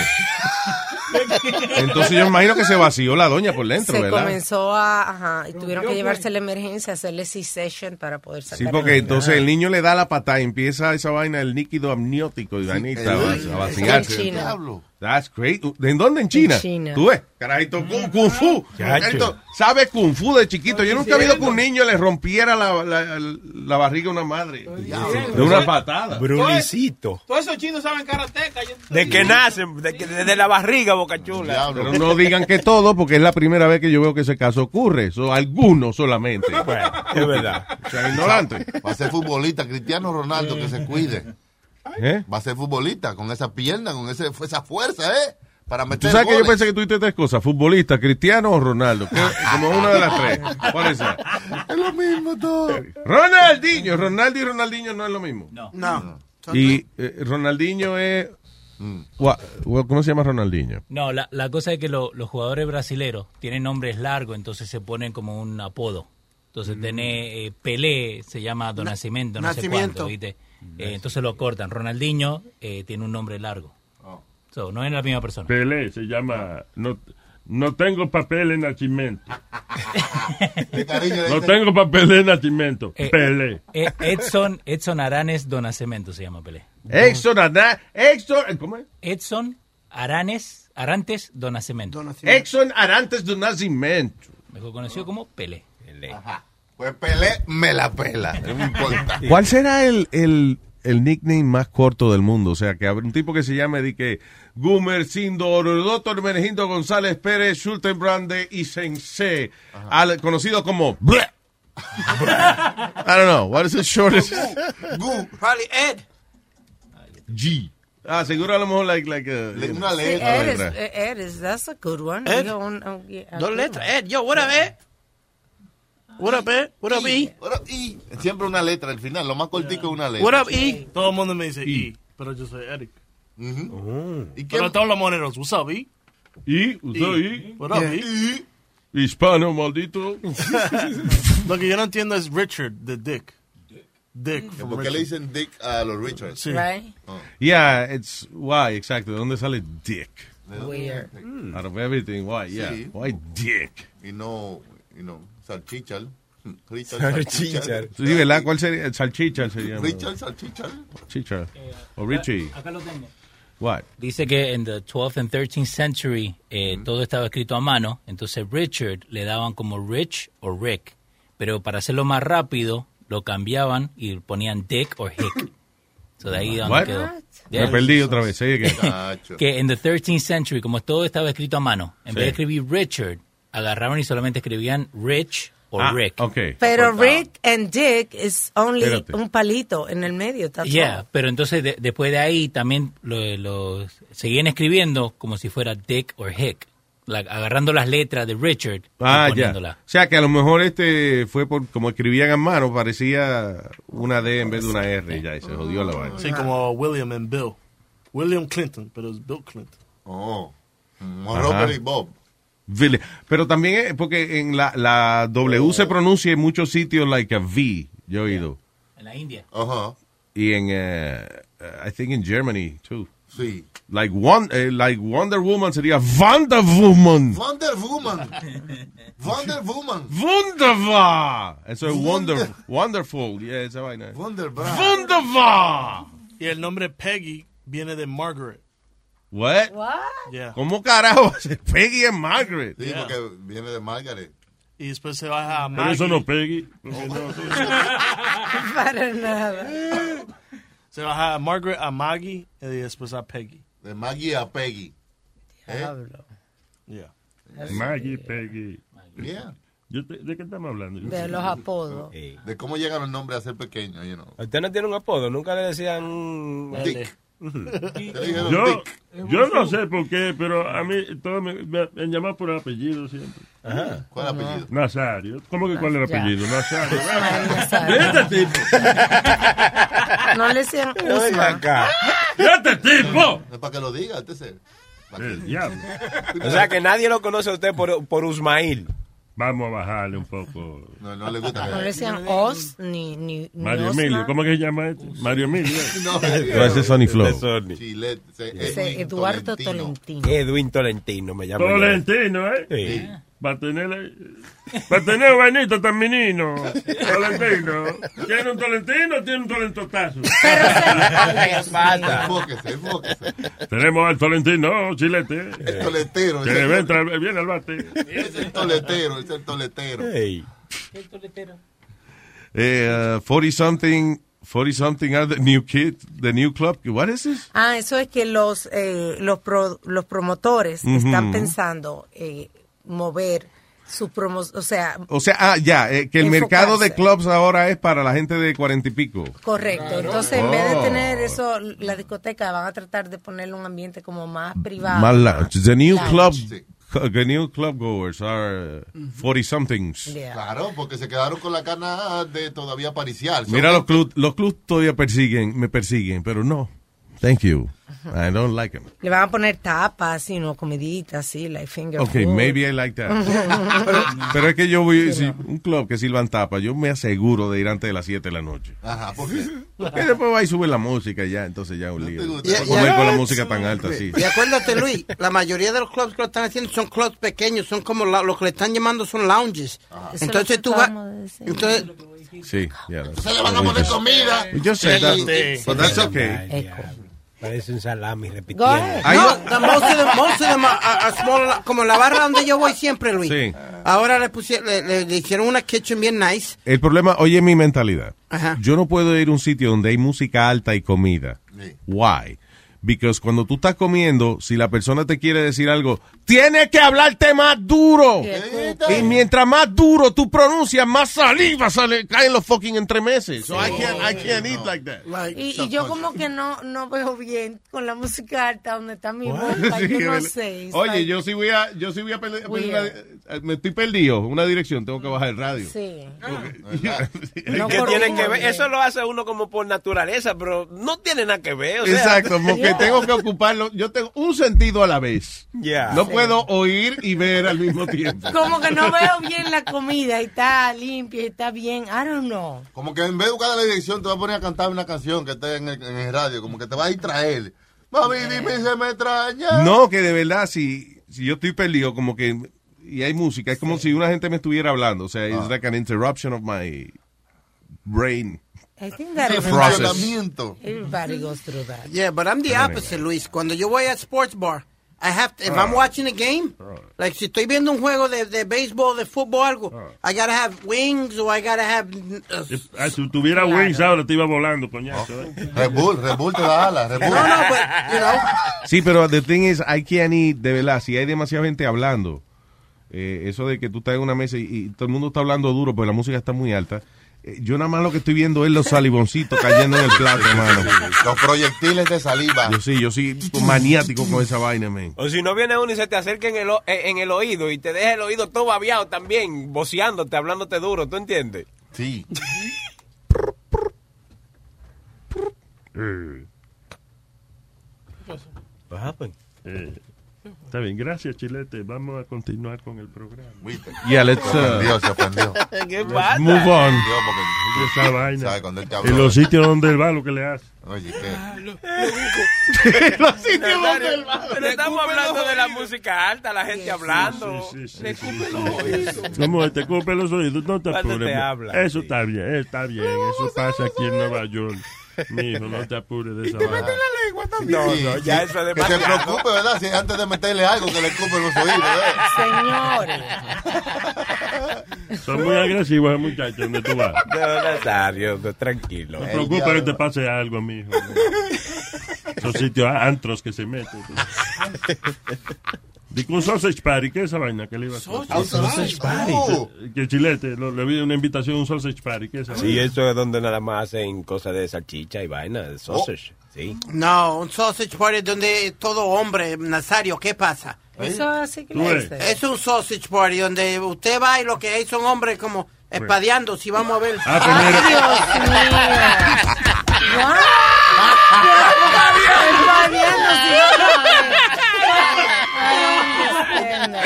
Speaker 4: Entonces yo me imagino que se vació la doña por dentro,
Speaker 5: Se
Speaker 4: ¿verdad?
Speaker 5: comenzó a, ajá, y tuvieron
Speaker 11: pues.
Speaker 5: que llevarse a la emergencia, hacerle C-session para poder sacar
Speaker 4: Sí,
Speaker 5: el
Speaker 4: porque
Speaker 5: niño.
Speaker 4: entonces el niño le da la patada y empieza esa vaina del líquido amniótico y vainita
Speaker 9: el-
Speaker 4: va-
Speaker 9: el-
Speaker 4: a vaciarse.
Speaker 9: en China. Diablo.
Speaker 4: That's great. ¿En dónde? En China.
Speaker 9: China. Mm.
Speaker 4: Tú ves, carajito, kung, kung fu.
Speaker 9: Chacho.
Speaker 4: Carajito, sabe kung fu de chiquito. Yo nunca he visto que un niño le rompiera la, la- la barriga a una madre. De una patada.
Speaker 10: Brulicito.
Speaker 8: Todos esos chinos saben karateca. yo-
Speaker 10: De que nacen, de que- desde la barriga, boca chula.
Speaker 4: Pero no digan que todo, porque es la primera vez que yo veo que ese caso ocurre. So, algunos solamente.
Speaker 10: Bueno, es verdad.
Speaker 4: O sea, ignorante.
Speaker 9: Va a ser futbolista, Cristiano Ronaldo, que se cuide.
Speaker 4: ¿Eh?
Speaker 9: Va a ser futbolista con esa pierna, con ese, esa fuerza, ¿eh? Para
Speaker 4: Tú
Speaker 9: meter
Speaker 4: sabes que yo
Speaker 9: goles.
Speaker 4: pensé que tú hiciste tres cosas, futbolista, cristiano o Ronaldo. que- Como una de las tres. ¿Cuál es esa?
Speaker 9: Es lo mismo todo.
Speaker 4: Ronaldinho, Ronaldo y Ronaldinho no es lo mismo.
Speaker 11: No.
Speaker 4: Y eh, Ronaldinho es
Speaker 9: Mm.
Speaker 4: Gua- gua- ¿Cómo se llama Ronaldinho?
Speaker 18: No, la, la cosa es que lo- los jugadores brasileros tienen nombres largos, entonces se ponen como un apodo. Entonces, tiene eh, Pelé, se llama Don
Speaker 11: Mm. Na-
Speaker 18: Nacimiento, no sé
Speaker 11: Nascimento.
Speaker 18: cuánto, ¿viste? Eh, entonces lo cortan. Ronaldinho eh, tiene un nombre largo.
Speaker 11: Oh.
Speaker 18: So, no es la misma persona.
Speaker 12: Pelé se llama. No, no tengo papel de nacimiento. no tengo papel de nacimiento.
Speaker 18: Eh,
Speaker 12: Pelé.
Speaker 18: eh, Edson, Edson Aranes Don Nacimiento se llama Pelé.
Speaker 4: Edson Aranes. Edson, ¿cómo es?
Speaker 18: Edson Aranes, Arantes Don Nacimiento.
Speaker 4: Exxon Arantes de Nacimiento.
Speaker 18: Mejor conocido como Pelé.
Speaker 9: Pues Pelé me la pela. No importa.
Speaker 4: ¿Cuál será el, el, el nickname más corto del mundo? O sea, que habrá un tipo que se llame de que Gumercindo, Doctor Menegindo González Pérez, Schultenbrande y Sensei, al- conocido como... Ble. I don't know, what is the shortest?
Speaker 11: Gu, eh. probably Ed.
Speaker 4: G. Ah, seguro a lo mejor like, like uh, a-
Speaker 9: una
Speaker 5: Sí, Ed is, Ed is, that's a good one.
Speaker 11: Ed.
Speaker 5: Digo, un- un- yeah, a
Speaker 11: Dos
Speaker 5: good
Speaker 11: letras.
Speaker 5: one.
Speaker 11: Ed, yo, what up, Ed? What up, Ed? What up, E?
Speaker 9: What up, E? Siempre una letra al final, lo más cortico es una letra.
Speaker 11: What up, E?
Speaker 17: Todo el mundo me dice E, pero yo soy Eric.
Speaker 9: qué-
Speaker 17: Pero todos los moneros, what's up, E?
Speaker 12: Y, usó y.
Speaker 17: What up, E?
Speaker 12: Hispano, maldito.
Speaker 17: Lo que yo no entiendo es Richard, the dick. Dick. from
Speaker 9: ¿Por qué le
Speaker 17: Richard.
Speaker 9: dicen Dick a los Richards?
Speaker 17: Sí. Right.
Speaker 9: Oh.
Speaker 4: Yeah, it's why, exacto. ¿De dónde sale dick?
Speaker 9: Weird.
Speaker 4: Out of everything, why, yeah.
Speaker 9: Sí.
Speaker 4: Why dick?
Speaker 9: Y no, y no, salchichal. Richard
Speaker 4: Salchichar.
Speaker 9: salchichal.
Speaker 4: Sí, ¿verdad? ¿Cuál sería? Salchicha se llama.
Speaker 9: Richard salchichal.
Speaker 4: Chicha. O Richie.
Speaker 18: Eh, Acá lo tengo.
Speaker 4: What? Mm-hmm.
Speaker 18: Dice que en the 12th and 13th century eh, todo estaba escrito a mano, entonces Richard le daban como Rich o Rick, pero para hacerlo más rápido lo cambiaban y ponían Dick o Hick. So de ahí donde
Speaker 4: What?
Speaker 18: quedó.
Speaker 4: Me perdí otra vez. sigue que-
Speaker 18: que en the 13th century, como todo estaba escrito a mano, en
Speaker 4: Sí.
Speaker 18: vez de escribir Richard, agarraban y solamente escribían Rich o
Speaker 4: Ah,
Speaker 18: Rick.
Speaker 4: Okay.
Speaker 5: Pero Rick and Dick is only
Speaker 18: Espérate.
Speaker 5: un palito en el medio. That's
Speaker 18: Yeah,
Speaker 5: all.
Speaker 18: pero entonces de- después de ahí también lo, lo- seguían escribiendo como si fuera Dick o Hick, la- agarrando las letras de Richard
Speaker 4: Ah,
Speaker 18: y
Speaker 4: ya.
Speaker 18: poniéndolas.
Speaker 4: O sea, que a lo mejor este fue por como escribían a mano, parecía una D en vez de una R. Ya, y se jodió la vaina.
Speaker 17: Sí, como William and Bill. William Clinton, pero es Bill Clinton.
Speaker 9: Oh.
Speaker 4: Ajá. Robert y
Speaker 9: Bob.
Speaker 4: Vile- Pero también es porque en la, la W se pronuncia en muchos sitios like a V, yo he oído.
Speaker 18: En la India.
Speaker 9: Ajá.
Speaker 4: Y en, eh, I think in Germany, too.
Speaker 9: Sí.
Speaker 4: Like, one, eh, like Wonder Woman sería Wonder Woman.
Speaker 9: Wonder Woman. Wonder Woman.
Speaker 4: Wunderbar. Eso es wonder, wonderful. Yeah, esa vaina.
Speaker 9: Wunderbar.
Speaker 4: Wunderbar.
Speaker 17: Y el nombre Peggy viene de Margaret.
Speaker 4: What?
Speaker 17: Yeah.
Speaker 4: ¿Cómo carajo? Se Peggy and Margaret.
Speaker 9: Sí, porque viene de Margaret.
Speaker 17: Y después se baja a
Speaker 12: Pero
Speaker 17: Maggie.
Speaker 12: eso no Peggy. porque no, tú-
Speaker 5: Para nada.
Speaker 17: Se baja a Margaret, a Maggie y después a Peggy.
Speaker 9: De Maggie a Peggy. ¿Eh?
Speaker 5: Diablo.
Speaker 18: eh,
Speaker 17: Yeah.
Speaker 12: Maggie, Peggy.
Speaker 9: Yeah. Eh,
Speaker 12: Yo te- ¿De qué estamos hablando?
Speaker 5: De los apodos.
Speaker 18: Eh.
Speaker 9: De cómo llegaron los nombres a ser pequeños, you know.
Speaker 10: ¿A Usted no tiene un apodo, nunca le decían
Speaker 9: Dick.
Speaker 12: Yo, yo no sé por qué, pero a mí todo me, me, me llaman por apellido siempre.
Speaker 9: Ajá.
Speaker 12: Ah.
Speaker 9: ¿Cuál apellido?
Speaker 12: Nazario. ¿Cómo que cuál era el
Speaker 9: Ya.
Speaker 12: apellido? Nazario.
Speaker 9: Ay,
Speaker 12: Nazario. Este tipo.
Speaker 5: No le decían
Speaker 9: Ven
Speaker 5: Usma.
Speaker 9: acá.
Speaker 12: ¡Este tipo!
Speaker 9: Es para que lo diga, este es el.
Speaker 12: El diablo.
Speaker 10: O sea que nadie lo conoce a usted por, por Usmail.
Speaker 12: Vamos a bajarle un poco.
Speaker 9: No, no le gusta.
Speaker 5: No le decían Oz ni, ni, ni
Speaker 12: Mario
Speaker 5: Osma.
Speaker 12: Emilio. ¿Cómo que se llama este? Mario Emilio.
Speaker 9: No,
Speaker 4: No, ese es Sonny Flow.
Speaker 9: Chile.
Speaker 5: Ese Eduardo Tolentino.
Speaker 10: Edwin Tolentino me llama.
Speaker 12: Tolentino, ¿eh?
Speaker 10: Sí.
Speaker 12: Va a tener, va a tener vainito tan menino. Tolentino. ¿Tiene un Tolentino o tiene un Tolentotazo?
Speaker 9: Enfóquese, enfóquese.
Speaker 12: Tenemos al Tolentino, chilete.
Speaker 9: El toletero.
Speaker 12: Que
Speaker 9: ese
Speaker 12: le
Speaker 9: es
Speaker 12: entra, viene al bate.
Speaker 9: Es el toletero, es el toletero.
Speaker 18: El toletero.
Speaker 4: Eh, uh, 40 something, 40 something are the new kid, the new club. What is this?
Speaker 5: Ah, eso es que los eh, los, pro- los promotores
Speaker 4: Ujú.
Speaker 5: están pensando eh, mover su promo, o sea,
Speaker 4: O sea, ah, ya, eh, que el
Speaker 5: Enfocarse.
Speaker 4: mercado de clubs ahora es para la gente de cuarenta y pico.
Speaker 5: correcto. Entonces, en vez de
Speaker 4: Oh.
Speaker 5: tener eso, la discoteca van a tratar de ponerle un ambiente como más privado.
Speaker 4: Más lounge. The new
Speaker 5: Lounge.
Speaker 4: club, the new club goers are uh, 40 somethings.
Speaker 9: Claro, porque se quedaron con la cana de todavía pariciar.
Speaker 4: Mira, los clubs los clubs todavía persiguen, me persiguen, pero no. Thank you. I don't like 'em. them.
Speaker 5: Le van a poner tapas, y no comiditas, sí, like finger
Speaker 4: Okay,
Speaker 5: food.
Speaker 4: maybe I like that. pero, pero es que yo voy si un club que silban tapa, yo me aseguro de ir antes de las 7 de la noche.
Speaker 5: Ah.
Speaker 9: Ajá, ¿por qué?
Speaker 4: Y después va y sube la música y ya, entonces ya un lío.
Speaker 11: Ya-
Speaker 4: Comer
Speaker 11: ya-
Speaker 4: con la música tan alta, sí.
Speaker 11: Y acuérdate, Luis, la mayoría de los clubs que lo están haciendo son clubs pequeños, son como la- lo que le están llamando son lounges.
Speaker 9: Eso
Speaker 11: Entonces
Speaker 9: es
Speaker 11: tú
Speaker 9: lo que
Speaker 11: vas.
Speaker 9: acabamos de decir.
Speaker 11: Entonces,
Speaker 4: Sí, ya.
Speaker 9: Se Pues le van a poner comida.
Speaker 4: Pues, Yo sé, pues, that,
Speaker 19: Sí.
Speaker 10: Pues
Speaker 4: but that's okay.
Speaker 19: Parece un salami repitiendo.
Speaker 11: No, the most of them- most of them are- are small, como la barra donde yo voy siempre, Luis.
Speaker 4: Sí.
Speaker 11: Ahora le, pusieron, le, le- le hicieron una kitchen bien nice.
Speaker 4: El problema, oye mi mentalidad.
Speaker 11: Ajá.
Speaker 4: Yo no puedo ir a un sitio donde hay música alta y comida.
Speaker 11: Sí.
Speaker 4: Why? Because cuando tú estás comiendo, si la persona te quiere decir algo, tiene que hablarte más duro. Y mientras más duro tú pronuncias, más saliva sale, caen los fucking entremeses. So I can't, I can't eat like that.
Speaker 5: Y, y yo como que no, no veo bien con la música alta donde está mi
Speaker 4: What?
Speaker 5: boca.
Speaker 4: Sí,
Speaker 5: yo no
Speaker 4: ¿verdad?
Speaker 5: sé. it's
Speaker 4: Oye,
Speaker 5: like-
Speaker 4: yo sí voy a, yo sí voy a pele- a pele-
Speaker 5: Weird.
Speaker 4: una- me estoy perdido, una dirección, tengo que bajar el radio.
Speaker 5: Sí.
Speaker 10: ¿Y qué tiene que ver? Eso lo hace uno como por naturaleza, pero no tiene nada que ver. o sea.
Speaker 4: Exacto, porque tengo que ocuparlo. Yo tengo un sentido a la vez.
Speaker 10: Yeah.
Speaker 4: No
Speaker 10: Sí.
Speaker 4: puedo oír y ver al mismo tiempo.
Speaker 5: Como que no veo bien la comida y está limpia y está bien. I don't know.
Speaker 9: Como que en vez de buscar la dirección, te vas a poner a cantar una canción que esté en el, en el radio. Como que te vas a distraer. Mami, dime, se me extraña.
Speaker 4: No, que de verdad, si, si yo estoy perdido, como que. Y hay música, es como si una gente me estuviera hablando. O sea,
Speaker 10: Ah.
Speaker 4: it's like an interruption of my brain.
Speaker 5: I think that everybody-
Speaker 4: Process.
Speaker 5: Everybody goes through that.
Speaker 11: Yeah, but I'm the
Speaker 4: Anyway.
Speaker 11: opposite, Luis. Cuando yo voy a sports bar, I have to, if I'm
Speaker 4: Ah.
Speaker 11: watching a game, like si estoy viendo un juego de, de béisbol, de fútbol, algo,
Speaker 4: Ah.
Speaker 11: I gotta have wings or I gotta have. uh,
Speaker 12: Ah, si tuviera
Speaker 11: Claro.
Speaker 12: Wings ahora te iba volando, coñazo.
Speaker 9: Oh.
Speaker 12: eh.
Speaker 9: Red Bull, Red Bull te da alas, Red Bull.
Speaker 11: No, no, but, you know.
Speaker 4: Sí, pero the thing is, I can't eat, de verdad, si hay demasiada gente hablando, eh, eso de que tú estás en una mesa y, y todo el mundo está hablando duro, pero la música está muy alta, eh, yo nada más lo que estoy viendo es los salivoncitos cayendo en el plato, hermano.
Speaker 9: Los proyectiles de saliva.
Speaker 4: Yo sí, yo sí, maniático con esa vaina, man.
Speaker 10: O si no viene uno y se te acerca en el, o- eh, en el oído y te deja el oído todo babeado también, voceándote, hablándote duro, ¿tú entiendes?
Speaker 9: Sí.
Speaker 12: What happened? Eh, está bien, gracias Chilete. Vamos a continuar con el programa.
Speaker 4: Yeah, let's, Se ofendió, uh, se ofendió. ¿Qué let's pasa? move on.
Speaker 9: Yo, porque-
Speaker 12: Oye, esa vaina.
Speaker 9: ¿Sabe cuando él te habló?
Speaker 12: En los sitios donde él va, lo que le hace.
Speaker 9: Oye, ¿qué?
Speaker 10: Los
Speaker 9: sitios donde
Speaker 10: Pero estamos hablando de la música alta, la gente hablando. Le escupe los oídos.
Speaker 12: Como este te cupe los oídos, no te
Speaker 10: Cuando te
Speaker 12: apures.
Speaker 10: habla,
Speaker 12: Eso está bien, eh, está bien. Eso pasa aquí en Nueva York. Mijo, no te apures de esa vaina.
Speaker 10: No, no, ya eso es
Speaker 9: Que se
Speaker 10: demasiado.
Speaker 9: preocupe, ¿verdad? Si antes de meterle algo que le escupe los oídos, ¿verdad?
Speaker 5: Señores.
Speaker 12: Son muy agresivos, eh, muchachos, donde tú vas.
Speaker 10: No, Nazario, no, tranquilo. eh.
Speaker 12: No te preocupes que te pase algo, mijo. Son sitios a- antros que se meten. Digo un sausage party, ¿qué es esa vaina que le iba a hacer?
Speaker 10: Sausage Un sausage party. party.
Speaker 12: Que chilete, lo- le vi una invitación a un sausage party, ¿qué es esa
Speaker 10: Sí, eso es donde nada más hacen cosas de salchicha y vaina,
Speaker 12: Oh.
Speaker 10: de sausage. Sí.
Speaker 11: No, un sausage party donde todo hombre, Nazario, ¿qué pasa?
Speaker 5: Eso así que
Speaker 10: Tú
Speaker 11: le
Speaker 10: ves.
Speaker 11: dicen. Es un sausage party donde usted va y lo que hay son hombres como espadeando, si vamos a ver.
Speaker 12: Ah, pues mira.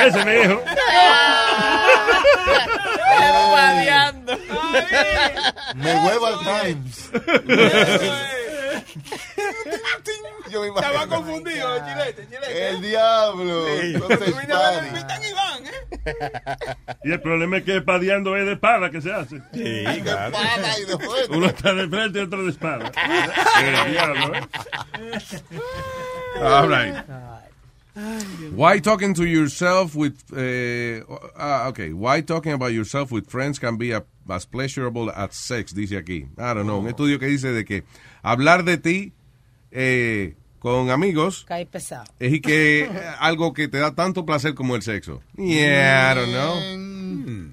Speaker 12: Ese me dijo.
Speaker 9: Me huevo al Times. Yo me imagino.
Speaker 8: Estaba confundido, chilete, chilete.
Speaker 9: El diablo.
Speaker 12: Sí.
Speaker 9: Entonces,
Speaker 8: Mira, me
Speaker 9: party.
Speaker 8: invitan y van, ¿eh?
Speaker 12: Y el problema es que espadeando es de espada que se hace. Sí,
Speaker 8: claro. espada y de fuego.
Speaker 12: Uno está de frente y otro de espada. El diablo, ¿eh?
Speaker 4: All right. Why talking to yourself with eh, ah, okay, why talking about yourself with friends can be a- as pleasurable as sex, dice aquí. I don't know, un estudio que dice de que hablar de ti eh, con amigos
Speaker 5: Cae pesado.
Speaker 4: es y que eh, algo que te da tanto placer como el sexo. Yeah, I don't know.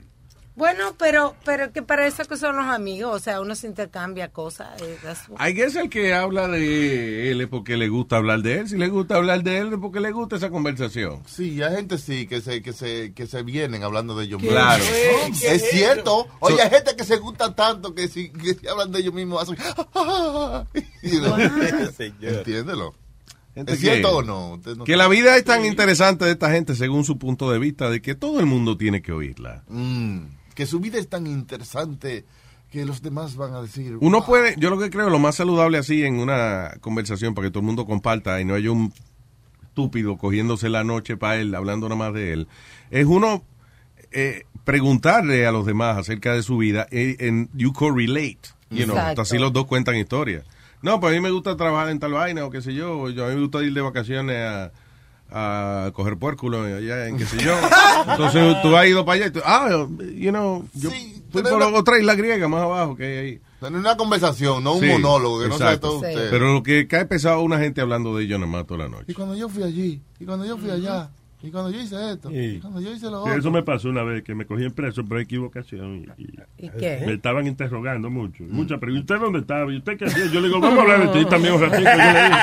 Speaker 5: Bueno, pero, pero que para eso que son los amigos, o sea, uno se intercambia cosas. eh, that's-
Speaker 4: I guess el que habla de él es porque le gusta hablar de él, si le gusta hablar de él es porque le gusta esa conversación.
Speaker 9: Sí, hay gente sí que se, que se, que se vienen hablando de ellos
Speaker 4: ¿Qué
Speaker 9: mismos.
Speaker 4: Claro.
Speaker 9: Sí,
Speaker 4: ¿Qué
Speaker 9: Es
Speaker 4: es
Speaker 9: cierto. Oye,
Speaker 4: So-
Speaker 9: "Ah, hay gente que se gusta tanto que si, que si hablan ah", de ellos mismos hacen. You know?
Speaker 4: Señor.
Speaker 9: Entiéndelo.
Speaker 4: Gente
Speaker 9: ¿Es
Speaker 4: que-
Speaker 9: cierto o no? Usted no
Speaker 4: que la vida es tan interesante de esta gente según su punto de vista de que todo el mundo tiene que oírla.
Speaker 9: Mm, que su vida es tan interesante que los demás van a decir. "Ah,
Speaker 4: Uno puede, yo lo que creo, lo más saludable así en una conversación para que todo el mundo comparta y no haya un estúpido cogiéndose la noche para él, hablando nada más de él, es uno eh, preguntarle a los demás acerca de su vida eh, en You Correlate. You know,
Speaker 2: Exacto.
Speaker 4: hasta así los dos cuentan historias. No, pues a mí me gusta trabajar en tal vaina o qué sé yo, o yo- a mí me gusta ir de vacaciones a a coger puérculo allá en qué sé yo. Entonces tú has ido para allá y tú, ah, you know, yo fui por otra isla griega más abajo que hay ahí.
Speaker 9: En una conversación, no un
Speaker 4: Sí,
Speaker 9: monólogo, que no sea
Speaker 4: exacto.
Speaker 9: todo usted.
Speaker 4: Pero lo que cae pesado es una gente hablando de ellos nada más toda la noche.
Speaker 9: Y cuando yo fui allí, y cuando yo fui allá, y cuando yo hice esto, y cuando yo hice lo
Speaker 12: Que
Speaker 9: otro.
Speaker 12: Eso me pasó una vez, que me cogían preso por equivocación y, y-
Speaker 9: ¿Y qué? Mm.
Speaker 12: me estaban interrogando mucho. Muchas preguntas. ¿Usted dónde estaba? ¿Y usted qué hacía? Yo le digo, vamos a hablar de ti también un ratito. Yo le digo.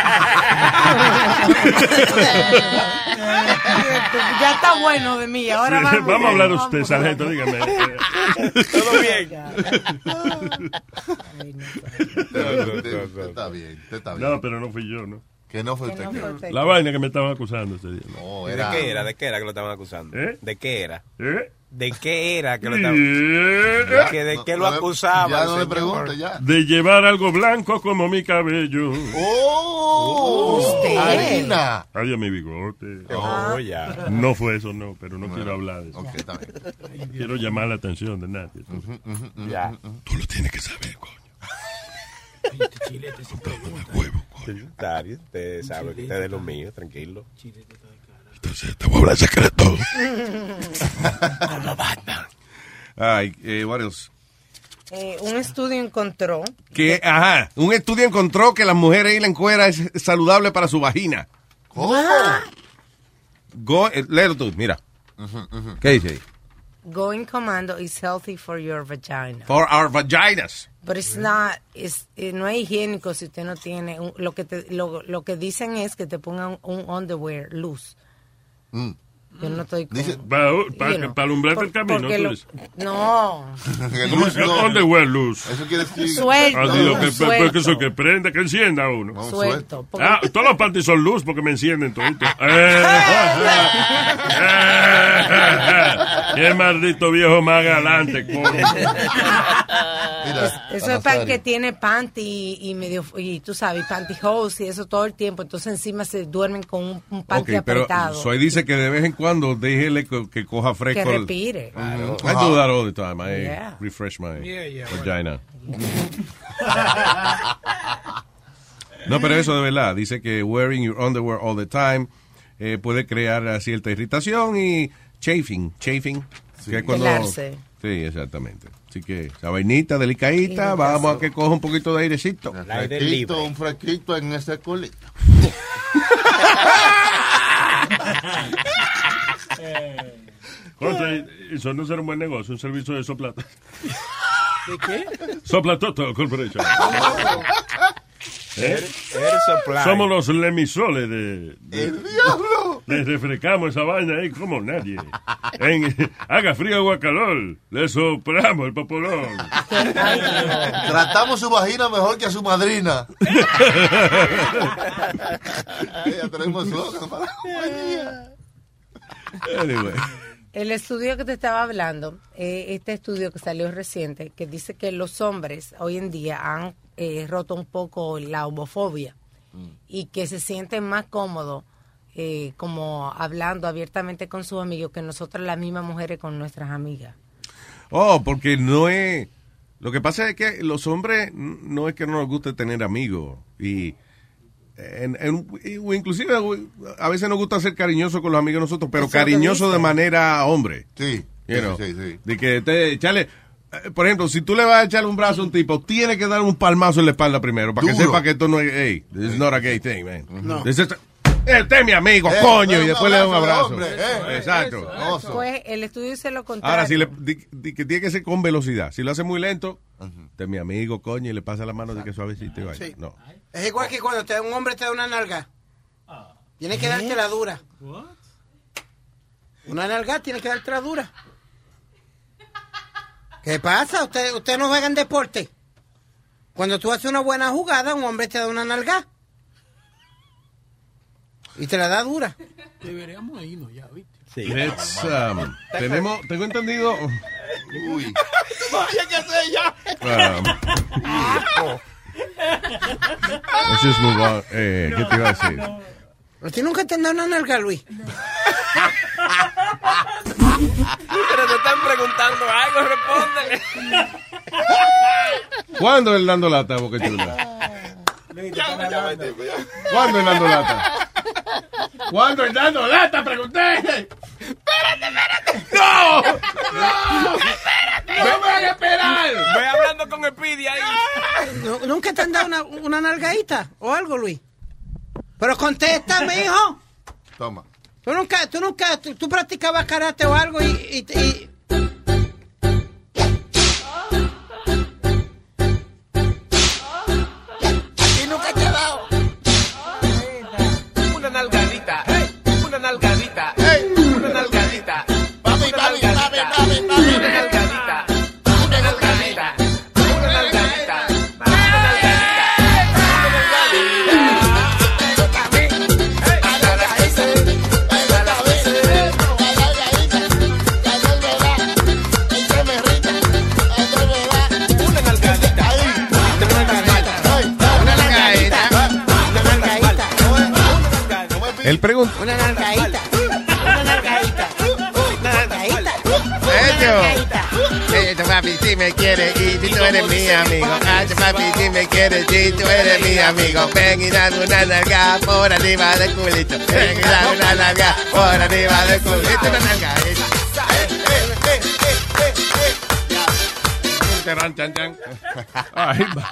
Speaker 5: Pues Ya está bueno de mí. Ahora
Speaker 12: Sí,
Speaker 5: vamos.
Speaker 12: vamos a hablar de usted, sargento, dígame.
Speaker 9: Todo bien.
Speaker 12: Está
Speaker 9: bien, está
Speaker 12: bien. No, pero no fui yo, ¿no?
Speaker 9: Que no fue Que usted, no que- fue usted.
Speaker 12: La vaina que me estaban acusando ese día.
Speaker 9: No,
Speaker 10: ¿De qué era? ¿De qué era que lo estaban acusando?
Speaker 12: ¿Eh?
Speaker 10: ¿De qué era?
Speaker 12: ¿Eh?
Speaker 10: ¿De qué era que lo estaban
Speaker 12: Eh.
Speaker 10: ¿De qué, de qué lo acusaban?
Speaker 9: Ya no le
Speaker 10: señor?
Speaker 9: pregunte, ya.
Speaker 12: De llevar algo blanco como mi cabello.
Speaker 9: ¡Oh!
Speaker 12: Usted.
Speaker 9: Harina.
Speaker 12: Adiós mi bigote.
Speaker 5: Ah.
Speaker 10: Oh, ya.
Speaker 12: No fue eso, no, pero no
Speaker 9: Bueno,
Speaker 12: quiero hablar de eso.
Speaker 9: ok, está bien.
Speaker 12: No Quiero llamar la atención de nadie.
Speaker 10: Ya.
Speaker 12: Tú lo tienes que saber, coño.
Speaker 10: Comentario, usted sabe que usted es de los míos, tranquilo.
Speaker 4: Entonces te voy a hablar secreto.
Speaker 10: Como Batman.
Speaker 4: Ay, eh, what else?
Speaker 5: Eh, un estudio encontró.
Speaker 4: Que, ajá, un estudio encontró que las mujeres ir en cuera es saludable para su vagina.
Speaker 9: ¿Cómo?
Speaker 4: Oh. Go, eh, léelo tú, mira. ¿Qué dice? ahí?
Speaker 5: Going commando is healthy for your vagina.
Speaker 4: For our vaginas.
Speaker 5: Pero it's not, it's- eh, no es higiénico si usted no tiene. un- lo, que te- lo, lo que dicen es que te pongan un underwear loose.
Speaker 9: Mm.
Speaker 5: Yo no estoy con-
Speaker 12: Para
Speaker 5: you know,
Speaker 12: alumbrarte el
Speaker 5: por-
Speaker 12: camino,
Speaker 5: porque
Speaker 12: tú
Speaker 5: lo-
Speaker 12: dices.
Speaker 5: No.
Speaker 12: Luz, ¿Dónde huele luz?
Speaker 9: Eso quiere decir.
Speaker 5: Suelto,
Speaker 12: Ah, digo, que,
Speaker 5: suelto.
Speaker 12: pues, que eso que prenda, que encienda uno.
Speaker 5: Suelto, porque-
Speaker 12: Ah, todas las partes son luz porque me encienden todito. Eh, ¡Qué maldito viejo más galante, coño!
Speaker 5: Eso es para el que tiene panty y, y medio, y tú sabes, pantyhose y eso todo el tiempo. Entonces encima se duermen con un, un panty
Speaker 4: Ok, pero
Speaker 5: apretado.
Speaker 4: Soy dice que de vez en cuando déjele co- que coja fresco.
Speaker 5: Que
Speaker 4: el-
Speaker 5: respire. Claro.
Speaker 4: Mm, I do that all the time. I
Speaker 5: Yeah.
Speaker 4: refresh my
Speaker 5: Yeah, yeah,
Speaker 4: vagina. No, pero eso de verdad. Dice que wearing your underwear all the time eh, puede crear eh, cierta irritación y chafing. Chafing. Que es cuando-
Speaker 2: Pelarse.
Speaker 4: Sí, exactamente. Así que esa vainita delicadita, vamos a que coja un poquito de airecito.
Speaker 9: Fresquito, un fresquito en ese culito.
Speaker 12: Contra, eso no será un buen negocio, un servicio de soplata.
Speaker 20: ¿De qué?
Speaker 12: Soplatoto Corporation. ¿Eh?
Speaker 10: Air Supply.
Speaker 12: Somos los lemisoles de, de-
Speaker 9: ¡Diablo!
Speaker 12: Le refrescamos esa vaina ahí como nadie. En- haga frío o haga calor, le soplamos el popolón.
Speaker 9: Tratamos su vagina mejor que a su madrina. Ya tenemos slogan para la compañía.
Speaker 4: Anyway.
Speaker 5: El estudio que te estaba hablando, eh, este estudio que salió reciente, que dice que los hombres hoy en día han eh, roto un poco la homofobia y que se sienten más cómodos eh, como hablando abiertamente con sus amigos que nosotras las mismas mujeres con nuestras amigas.
Speaker 4: Oh, porque no es. Lo que pasa es que los hombres n- no es que no nos guste tener amigos. Y. en- en- y- o inclusive a veces nos gusta ser cariñosos con los amigos de nosotros, pero
Speaker 9: Eso es lo que
Speaker 4: cariñoso de
Speaker 9: dicen.
Speaker 4: manera Ah, hombre.
Speaker 9: Sí,
Speaker 4: You
Speaker 9: sí,
Speaker 4: know,
Speaker 9: sí, sí.
Speaker 4: De que te echarle- eh, Por ejemplo, si tú le vas a echar un brazo a un tipo, tiene que dar un palmazo en la espalda primero, para que
Speaker 2: Duro.
Speaker 4: sepa que esto no es. Hey, this is not a gay thing, man.
Speaker 2: No.
Speaker 4: This is- este es mi amigo,
Speaker 2: Eh,
Speaker 4: coño,
Speaker 2: dale
Speaker 4: y
Speaker 2: un
Speaker 4: después le da un abrazo.
Speaker 2: abrazo de hombre, eh.
Speaker 4: Exacto.
Speaker 5: Pues el estudio dice lo contrario.
Speaker 4: Ahora, si le, di- di que tiene que ser con velocidad. Si lo hace muy lento, de mi amigo, coño, y le pasa la mano de que suavecito y vaya.
Speaker 11: Sí.
Speaker 4: No.
Speaker 11: Es igual que cuando te, un hombre te da una nalga. Tienes que darte la dura. Una nalga tiene que darte la dura. ¿Qué pasa? ¿Usted, usted no juega en deporte? Cuando tú haces una buena jugada, un hombre te da una nalga. Y te la da dura.
Speaker 13: Deberíamos irnos ya, ¿viste?
Speaker 4: Let's, um, tenemos, tengo entendido. Uy.
Speaker 13: Vaya que sé ya.
Speaker 4: Um, let's just move on. Eh, ¿Qué te iba a decir?
Speaker 11: ¿A ti nunca te han dado una nalga, Luis?
Speaker 10: Pero te están preguntando algo, respóndele.
Speaker 4: ¿Cuándo el dando lata, Boca Chula? ¿Cuándo el dando lata? ¿Cuándo el dando lata? Pregunté.
Speaker 13: Espérate, espérate.
Speaker 4: ¡No!
Speaker 13: ¡No! ¡Espérate!
Speaker 4: ¡No me hagas esperar!
Speaker 10: Voy hablando con Speedy ahí.
Speaker 11: Nu- ¿Nunca te han dado una, una nalgadita o algo, Luis? Pero contéstame, hijo.
Speaker 9: Toma.
Speaker 11: Tú nunca, tú nunca, tú, tú practicabas karate o algo y... y- y-
Speaker 13: Y nunca te ha dado. Una nalgadita, ey, una nalgadita, ey, una nalgadita. Papi, papi, papi, papi, papi. Una nalgadita, una nalgadita, una nalgadita, una nalgadita, una nalgadita. Ey, a la raíz, a la raíz, a la raíz, a la verdad, y se me irrita, a la verdad. Una nalgadita, ey, una nalgadita, ey, una nalgadita.
Speaker 4: Él preguntó.
Speaker 11: Una nalgadita. Una nalgadita. Una nalgadita.
Speaker 2: Ay, tu papi, si me quieres y si tú eres mi amigo. Ay, tu papi, si me quieres y tú eres mi amigo. Ven y dame una nalga por arriba del culito. Ven y dame una nalga por arriba del culito. Una nalga.
Speaker 4: Chan, chan, chan. Ay, va.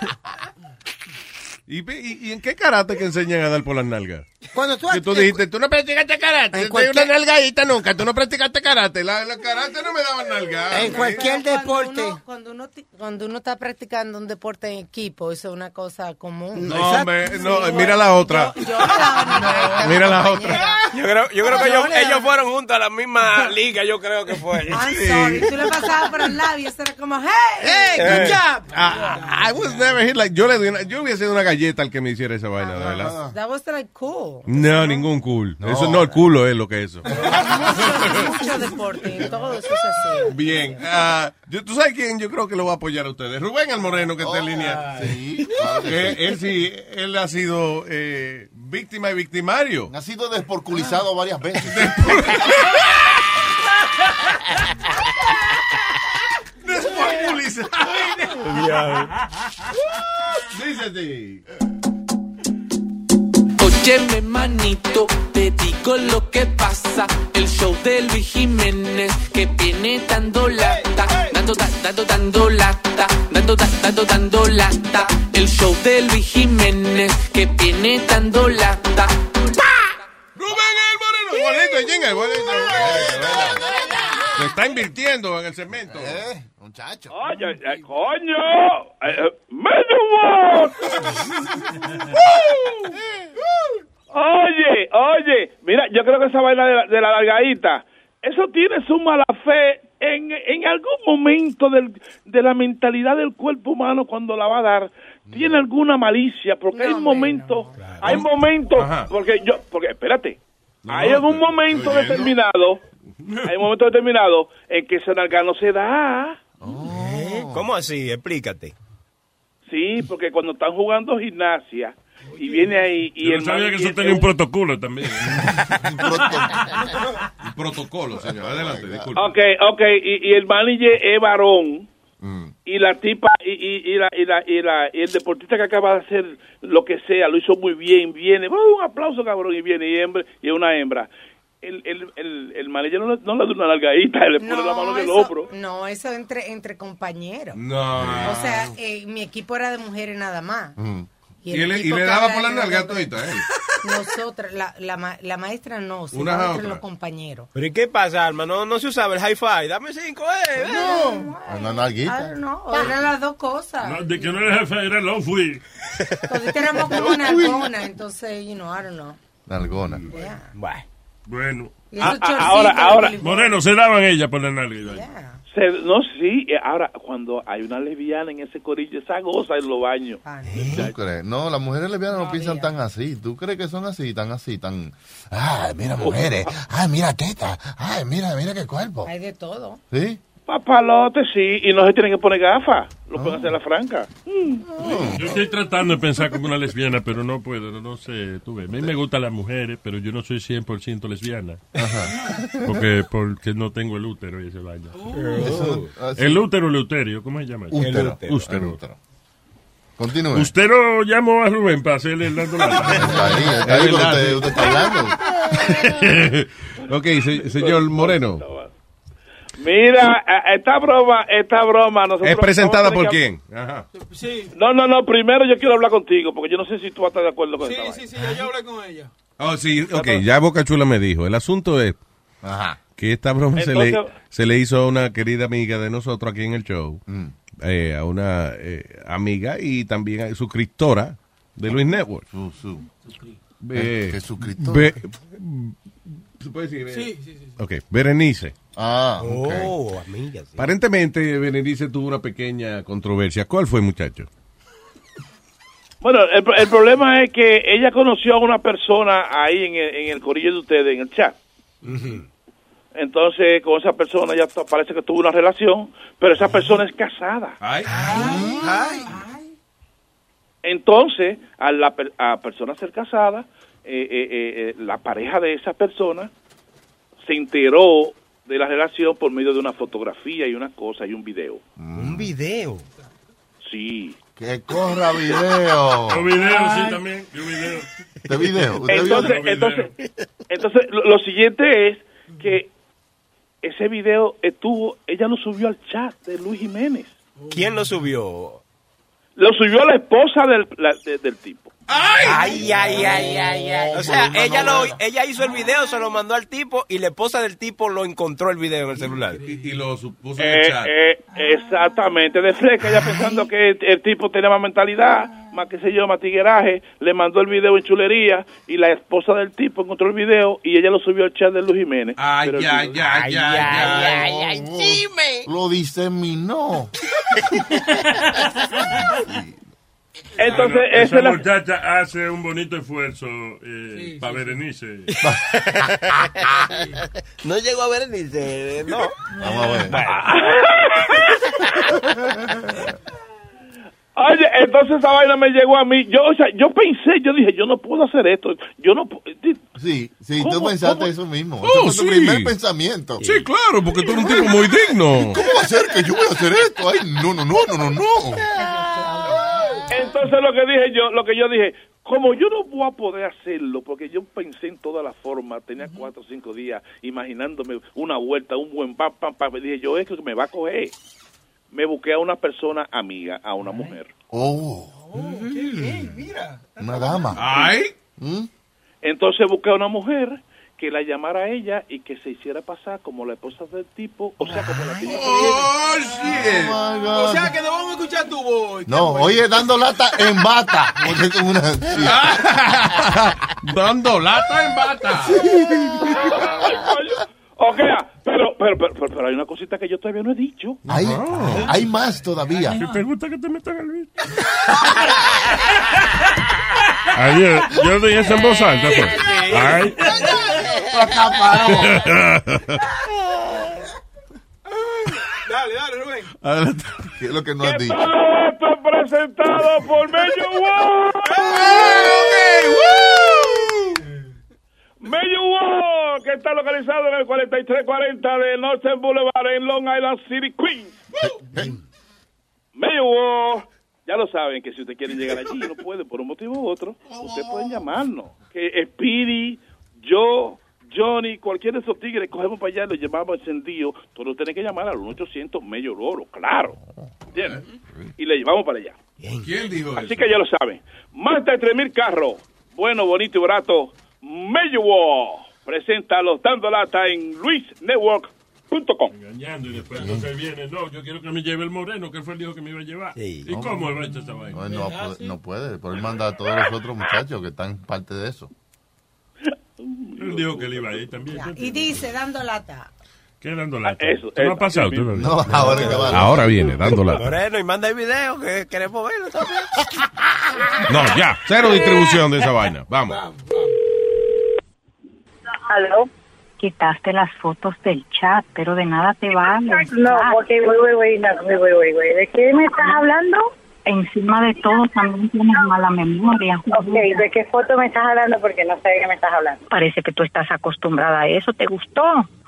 Speaker 4: ¿Y, ve- y, y en qué karate que enseñan a dar por las nalgas?
Speaker 11: Cuando tú,
Speaker 4: que tú dijiste, tú no practicaste karate, te di una nalgadita nunca, tú no practicaste karate, la, la karate no me daban nalgadas.
Speaker 11: En cualquier deporte.
Speaker 5: Cuando uno, ti- cuando uno está practicando un deporte en equipo, eso es una cosa común.
Speaker 4: No, hombre, no, mira la otra.
Speaker 9: Ah,
Speaker 4: Mira la otra.
Speaker 10: Yo creo, yo creo que
Speaker 5: No,
Speaker 10: ellos,
Speaker 5: no.
Speaker 10: ellos fueron juntos a la misma liga, yo creo que fue.
Speaker 5: I'm sorry. Tú le pasabas por el labio, eso era como, hey,
Speaker 11: hey,
Speaker 4: Eh, Ah, I, I was never hit like, yo le di una- yo hubiese sido una galleta al que me hiciera esa vaina, de verdad.
Speaker 5: That was like cool.
Speaker 4: Ah, No, ningún cool. Eso no, el culo es lo que es eso.
Speaker 5: Mucho deporte, todo eso es así.
Speaker 4: Bien. ah, yo, ¿Tú sabes quién yo creo que lo va a apoyar a ustedes? Rubén el Moreno, que está en línea.
Speaker 9: Sí.
Speaker 4: Que él, sí, él ha sido eh, víctima y victimario.
Speaker 9: Ha sido desporculizado varias veces.
Speaker 4: Dice ti.
Speaker 19: Óyeme, manito, te digo lo que pasa. El show de Luis Jiménez que viene dando lata, dando, da- dando, dando lata, dando, da- dando, dando lata. El show de Luis Jiménez que viene dando lata.
Speaker 4: Igualito, Jenga, igualito. Se está invirtiendo en el cemento.
Speaker 9: Eh, Muchacho.
Speaker 21: Oye, eh, coño. Eh, eh, ¡Menudo! Oye, oye, mira, yo creo que esa vaina de la, de la largadita, eso tiene su mala fe en, en algún momento del- de la mentalidad del cuerpo humano cuando la va a dar. Tiene alguna malicia, porque hay momentos, hay momentos, porque yo, porque espérate, hay algún momento determinado, hay un momento determinado en que esa nalga no se da.
Speaker 10: ¿Cómo así? Explícate.
Speaker 21: Sí, porque cuando están jugando gimnasia y viene ahí y
Speaker 12: Yo
Speaker 21: el
Speaker 12: no sabía
Speaker 21: man
Speaker 12: que
Speaker 21: viene-
Speaker 12: eso tenía un protocolo también.
Speaker 4: Un protocolo, señor. Adelante, disculpe.
Speaker 21: Ok, ok, y, y el manager es varón.
Speaker 12: Mm.
Speaker 21: Y la tipa, y, y, y la, y, la, y, la- y el deportista que acaba de hacer lo que sea, lo hizo muy bien, viene, ¡uh, un aplauso cabrón, y viene, y, hembra, y es una hembra. El, el, el, el manager no, le- no le da una largadita, le pone la mano en el
Speaker 5: eso-
Speaker 21: hombro.
Speaker 5: No, eso entre, entre compañeros.
Speaker 4: No.
Speaker 5: O sea, eh, mi equipo era de mujeres nada más.
Speaker 4: Mm. Y,
Speaker 5: el
Speaker 4: él- y
Speaker 5: tipo
Speaker 4: le
Speaker 5: que
Speaker 4: daba
Speaker 5: habla
Speaker 4: por la
Speaker 5: de-
Speaker 4: nalga todita, ¿eh?
Speaker 5: Nosotras, la, la, ma- la maestra no, sino
Speaker 10: Unas a
Speaker 5: entre los
Speaker 10: otras.
Speaker 5: compañeros.
Speaker 10: Pero ¿y qué pasa, Alma? No, no se usaba el hi-fi. Dame cinco, eh.
Speaker 5: No.
Speaker 9: Una
Speaker 5: Ah, no, eran las dos cosas.
Speaker 12: No, de que no era jefe, era lo fui.
Speaker 5: Entonces éramos como una gona, entonces, you know, I don't know.
Speaker 9: Nalgona.
Speaker 5: Yeah.
Speaker 12: Bueno.
Speaker 5: Y esos
Speaker 12: Ah, ah,
Speaker 5: chorcitos
Speaker 12: ahora,
Speaker 5: de
Speaker 12: ahora.
Speaker 5: Bolivia.
Speaker 12: Moreno, se daban ella por la nalga.
Speaker 21: Se- no, sí, eh, ahora cuando hay una lesbiana en ese corillo, esa goza en los baños.
Speaker 12: Eh,
Speaker 9: ¿Tú crees? No, las mujeres lesbianas no piensan tan así. ¿Tú crees que son así, tan así, tan... Ah, mira mujeres. Ah, mira teta. Ay, mira, mira qué cuerpo.
Speaker 5: Hay de todo.
Speaker 9: ¿Sí?
Speaker 21: Papalote, sí, y no se tienen que poner gafas, lo
Speaker 4: Ah.
Speaker 21: pueden hacer a la franca.
Speaker 12: Yo
Speaker 4: Mm.
Speaker 12: estoy tratando de pensar como una lesbiana, pero no puedo, no, no sé. Tú ves. A mí me gustan las mujeres, eh, pero yo no soy 100% lesbiana. Porque, porque no tengo el útero y ese vaina.
Speaker 9: Oh. Eso- ah, sí.
Speaker 12: El útero leuterio, ¿cómo se llama? eso?
Speaker 9: Útero.
Speaker 12: El Útero.
Speaker 9: El útero. Continúe.
Speaker 12: Usted no llamó a Rubén para hacerle el dando
Speaker 9: Ahí, ahí usted- usted está
Speaker 12: hablando.
Speaker 4: Ok, se- señor Moreno.
Speaker 21: Mira, eh, esta broma, esta broma. Nosotros
Speaker 4: ¿Es presentada
Speaker 21: vamos a
Speaker 4: por
Speaker 21: tener
Speaker 4: quién?
Speaker 21: que- No, no, no, primero yo quiero hablar contigo, porque yo no sé si tú vas a estar de acuerdo con eso. Sí, sí, sí, yo hablé con ella.
Speaker 4: Oh, sí, ok, ya Boca Chula me dijo. El asunto es que esta broma se, le,
Speaker 21: Entonces-
Speaker 4: se le hizo a una querida amiga de nosotros aquí en el show,
Speaker 9: Mm.
Speaker 4: eh, a una eh, amiga y también a- suscriptora de Luis Network. Eh,
Speaker 9: ¿Qué suscriptora?
Speaker 4: Be-
Speaker 9: ¿Se puede decir? Sí, sí, sí.
Speaker 4: ok, Berenice.
Speaker 9: Ah,
Speaker 19: Oh,
Speaker 9: ok.
Speaker 19: amigas.
Speaker 4: Aparentemente Berenice tuvo una pequeña controversia. ¿Cuál fue, muchacho?
Speaker 21: Bueno, el, pro- el problema es que ella conoció a una persona ahí en el, en el corillo de ustedes, en el chat. Entonces, con esa persona ya t- parece que tuvo una relación, pero esa persona es casada.
Speaker 4: Ah.
Speaker 21: Entonces, a la per- a persona ser casada, eh, eh, eh, eh, la pareja de esa persona se enteró de la relación por medio de una fotografía y una cosa y un video.
Speaker 9: Mm.
Speaker 19: Un video.
Speaker 21: Sí.
Speaker 9: Que corra video.
Speaker 21: Los videos, sí,
Speaker 12: también. Yo video.
Speaker 9: ¿Usted video? ¿Usted
Speaker 21: Entonces,
Speaker 9: video?
Speaker 21: entonces, entonces, lo, lo siguiente es que ese video estuvo, ella lo subió al chat de Luis Jiménez.
Speaker 10: ¿Quién lo subió?
Speaker 21: Lo subió la esposa del, la- de- del tipo.
Speaker 6: 哎
Speaker 10: Ay, ay, ay, ay, ay. O sea,
Speaker 21: No, no,
Speaker 10: ella
Speaker 21: no,
Speaker 10: lo, ella hizo el video, se lo mandó al tipo y la esposa del tipo lo encontró el video en el celular.
Speaker 4: Y, lo supuso
Speaker 21: Eh, eh, exactamente, de fresca, ella pensando que el, el tipo tenía más mentalidad, más que sé yo, más tigueraje, le mandó el video en chulería y la esposa del tipo encontró el video y ella lo subió al chat de Luis Jiménez. Pero el video-
Speaker 9: Lo diseminó.
Speaker 21: Entonces,
Speaker 12: Ah, no,
Speaker 21: esa
Speaker 12: esa
Speaker 21: es la-
Speaker 12: muchacha hace un bonito esfuerzo eh, para Berenice.
Speaker 19: No llegó a ver ni se. No.
Speaker 9: Vamos a ver.
Speaker 21: Oye, entonces esa vaina me llegó a mí. Yo, o sea, yo pensé, yo dije, yo no puedo hacer esto. Yo no. pu- di-
Speaker 9: Sí, sí, tú
Speaker 21: ¿Cómo-
Speaker 9: pensaste
Speaker 21: cómo?
Speaker 9: eso mismo.
Speaker 4: Oh,
Speaker 9: Ese fue tu
Speaker 4: sí.
Speaker 9: primer pensamiento.
Speaker 4: Sí, claro, porque tú eres un tipo muy digno.
Speaker 9: ¿Cómo va a ser que yo voy a hacer esto? Ay, no, no, no, no, no, no.
Speaker 21: Entonces lo que dije yo, lo que yo dije, como yo no voy a poder hacerlo, porque yo pensé en todas las formas, tenía cuatro o cinco días imaginándome una vuelta, un buen pam, pam, pam. Me dije, yo es que me va a coger. Me busqué a una persona amiga, a una mujer.
Speaker 9: Oh. Una dama. ¿Mm?
Speaker 21: Entonces busqué a una mujer que la llamara a ella y que se hiciera pasar como la esposa del tipo, o sea, como la que
Speaker 9: Oh, shit. Oh, my God.
Speaker 8: O sea que no vamos a escuchar tu voz.
Speaker 9: No, oye, dando lata en bata. Porque es como una- sí.
Speaker 8: Ah,
Speaker 4: Dando lata en bata.
Speaker 21: O sea, pero, pero, pero, pero, pero hay una cosita que yo todavía no he dicho.
Speaker 9: Hay,
Speaker 4: Ah.
Speaker 9: hay más todavía.
Speaker 12: Si te gusta que te metan al bicho. Adiós. Yo doy eso en voz alta. pues. Ay.
Speaker 8: Dale, dale, Rubén.
Speaker 9: Adelante. ¿Qué es lo que no has dicho?
Speaker 21: Está presentado por Mello Walk. Mello Walk, que está localizado en el 4340 de Northern Boulevard en Long Island City, Queens. Mello Walk. Ya lo saben que si ustedes quieren llegar allí y no pueden por un motivo u otro, ustedes pueden llamarnos. Que Speedy, yo, Johnny, cualquier de esos tigres, cogemos para allá y los llevamos encendido. Todos tienen que llamar al 1-800 Mello Oro, claro. ¿Entiendes? Y le llevamos para allá.
Speaker 4: ¿Quién dijo
Speaker 21: Así que ya lo saben. Más de 3.000 carros. Bueno, bonito y barato. Mayuo presenta los Dando Lata en luisnetwork.com.
Speaker 12: Engañando y después entonces viene. No, yo quiero que me lleve el moreno, que fue el hijo que me iba a llevar. ¿Y cómo va a echar esa
Speaker 9: No,
Speaker 12: vaina?
Speaker 9: no,
Speaker 21: Ah,
Speaker 8: Ah,
Speaker 9: puede- no puede, por él manda a todos los otros muchachos que están parte de eso.
Speaker 12: Él dijo que le iba a ir también.
Speaker 5: Ya, Y dice, dando lata.
Speaker 12: ¿Qué dando lata?
Speaker 21: Ah, Eso,
Speaker 12: Tú no
Speaker 8: eh,
Speaker 21: eso.
Speaker 12: has pasado, tú no.
Speaker 9: No, ahora que va.
Speaker 4: Ahora viene, dando lata.
Speaker 10: Moreno, y manda el video que queremos verlo también.
Speaker 4: No, ya. Cero distribución de esa vaina. Vamos.
Speaker 3: ¿Aló? Quitaste las fotos del chat, pero de nada te vale.
Speaker 22: No, porque voy, voy, voy, no, voy, voy, voy, voy. ¿De qué me estás hablando?
Speaker 3: Encima de todo también tienes mala memoria.
Speaker 22: Ok, ¿de qué foto me estás hablando? Porque no sé de qué me estás hablando.
Speaker 3: Parece que tú estás acostumbrada a eso. ¿Te gustó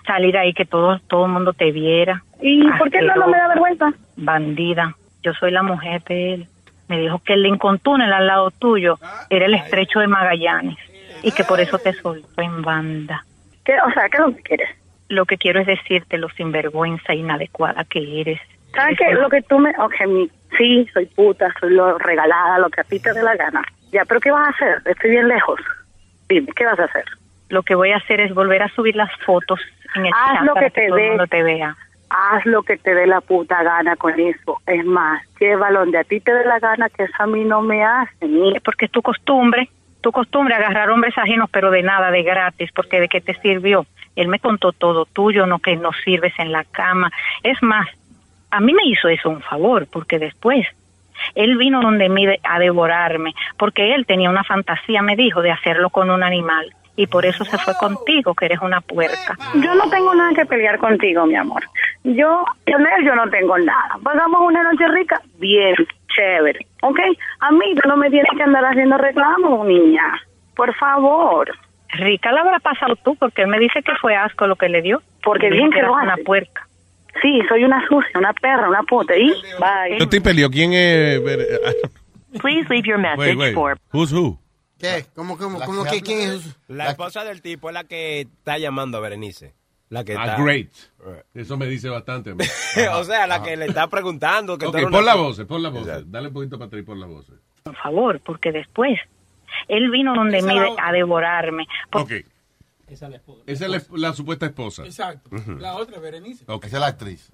Speaker 3: salir ahí que todo todo el mundo te viera?
Speaker 22: ¿Y por qué no, no me da vergüenza?
Speaker 3: Bandida, yo soy la mujer de él. Me dijo que el Lincoln Tunnel al lado tuyo era el estrecho de Magallanes y que por eso te soltó en banda.
Speaker 22: ¿Qué, o sea, ¿qué es lo que quieres?
Speaker 3: Lo que quiero es decirte lo sinvergüenza e inadecuada que eres.
Speaker 22: ¿Sabes qué? Lo que tú me... Ok, mi- sí, soy puta, soy lo regalada, lo que a ti te dé la gana. Ya, pero ¿qué vas a hacer? Estoy bien lejos. Dime, ¿qué vas a hacer?
Speaker 3: Lo que voy a hacer es volver a subir las fotos en el
Speaker 22: Haz
Speaker 3: chat
Speaker 22: lo
Speaker 3: para
Speaker 22: que te
Speaker 3: todo el
Speaker 22: dé.
Speaker 3: mundo te vea.
Speaker 22: Haz lo que te dé la puta gana con eso. Es más, llévalo donde a ti te dé la gana, que eso a mí no me hace.
Speaker 3: Porque es tu costumbre, tu costumbre agarrar hombres ajenos, pero de nada, de gratis, porque de qué te sirvió. Él me contó todo tuyo, no que no sirves en la cama. Es más, a mí me hizo eso un favor, porque después él vino donde mí de- a devorarme, porque él tenía una fantasía, me dijo, de hacerlo con un animal. Y por eso se fue contigo, que eres una puerca.
Speaker 22: Yo no tengo nada que pelear contigo, mi amor. Yo, con él yo no tengo nada. Pagamos una noche rica, bien, chévere, ¿ok? A mí tú no me tienes que andar haciendo reclamos, niña. Por favor.
Speaker 3: Rica la habrá pasado tú, porque él me dice que fue asco lo que le dio.
Speaker 22: Porque
Speaker 3: Dijo
Speaker 22: bien que
Speaker 3: eras
Speaker 22: lo
Speaker 3: una
Speaker 22: haces.
Speaker 3: puerca.
Speaker 22: Sí, soy una sucia, una perra, una puta. Y bye.
Speaker 4: Yo te peleó. ¿Quién es? ver-
Speaker 3: Please leave your
Speaker 4: Wait, wait. Who's who?
Speaker 11: ¿Qué? ¿Cómo, cómo,
Speaker 10: La
Speaker 11: cómo que
Speaker 10: que habla
Speaker 11: quién
Speaker 10: de-
Speaker 11: es?
Speaker 10: La esposa del tipo es la que está llamando a Berenice. La que
Speaker 4: Ah,
Speaker 10: está...
Speaker 4: great. Eso me dice bastante. man.
Speaker 10: o sea, la que le está preguntando. Que
Speaker 4: Ok,
Speaker 10: tú eres
Speaker 4: pon
Speaker 10: una-
Speaker 4: la voz, eh, pon la voz. Dale un poquito para atrás y pon la voz. eh.
Speaker 3: por favor, porque después él vino donde
Speaker 4: Esa
Speaker 3: me
Speaker 4: la
Speaker 3: de- a devorarme.
Speaker 4: Ok. Esa es la, la supuesta esposa.
Speaker 8: eh, Exacto.
Speaker 4: Ujú.
Speaker 8: La otra, Berenice.
Speaker 4: Esa es la actriz.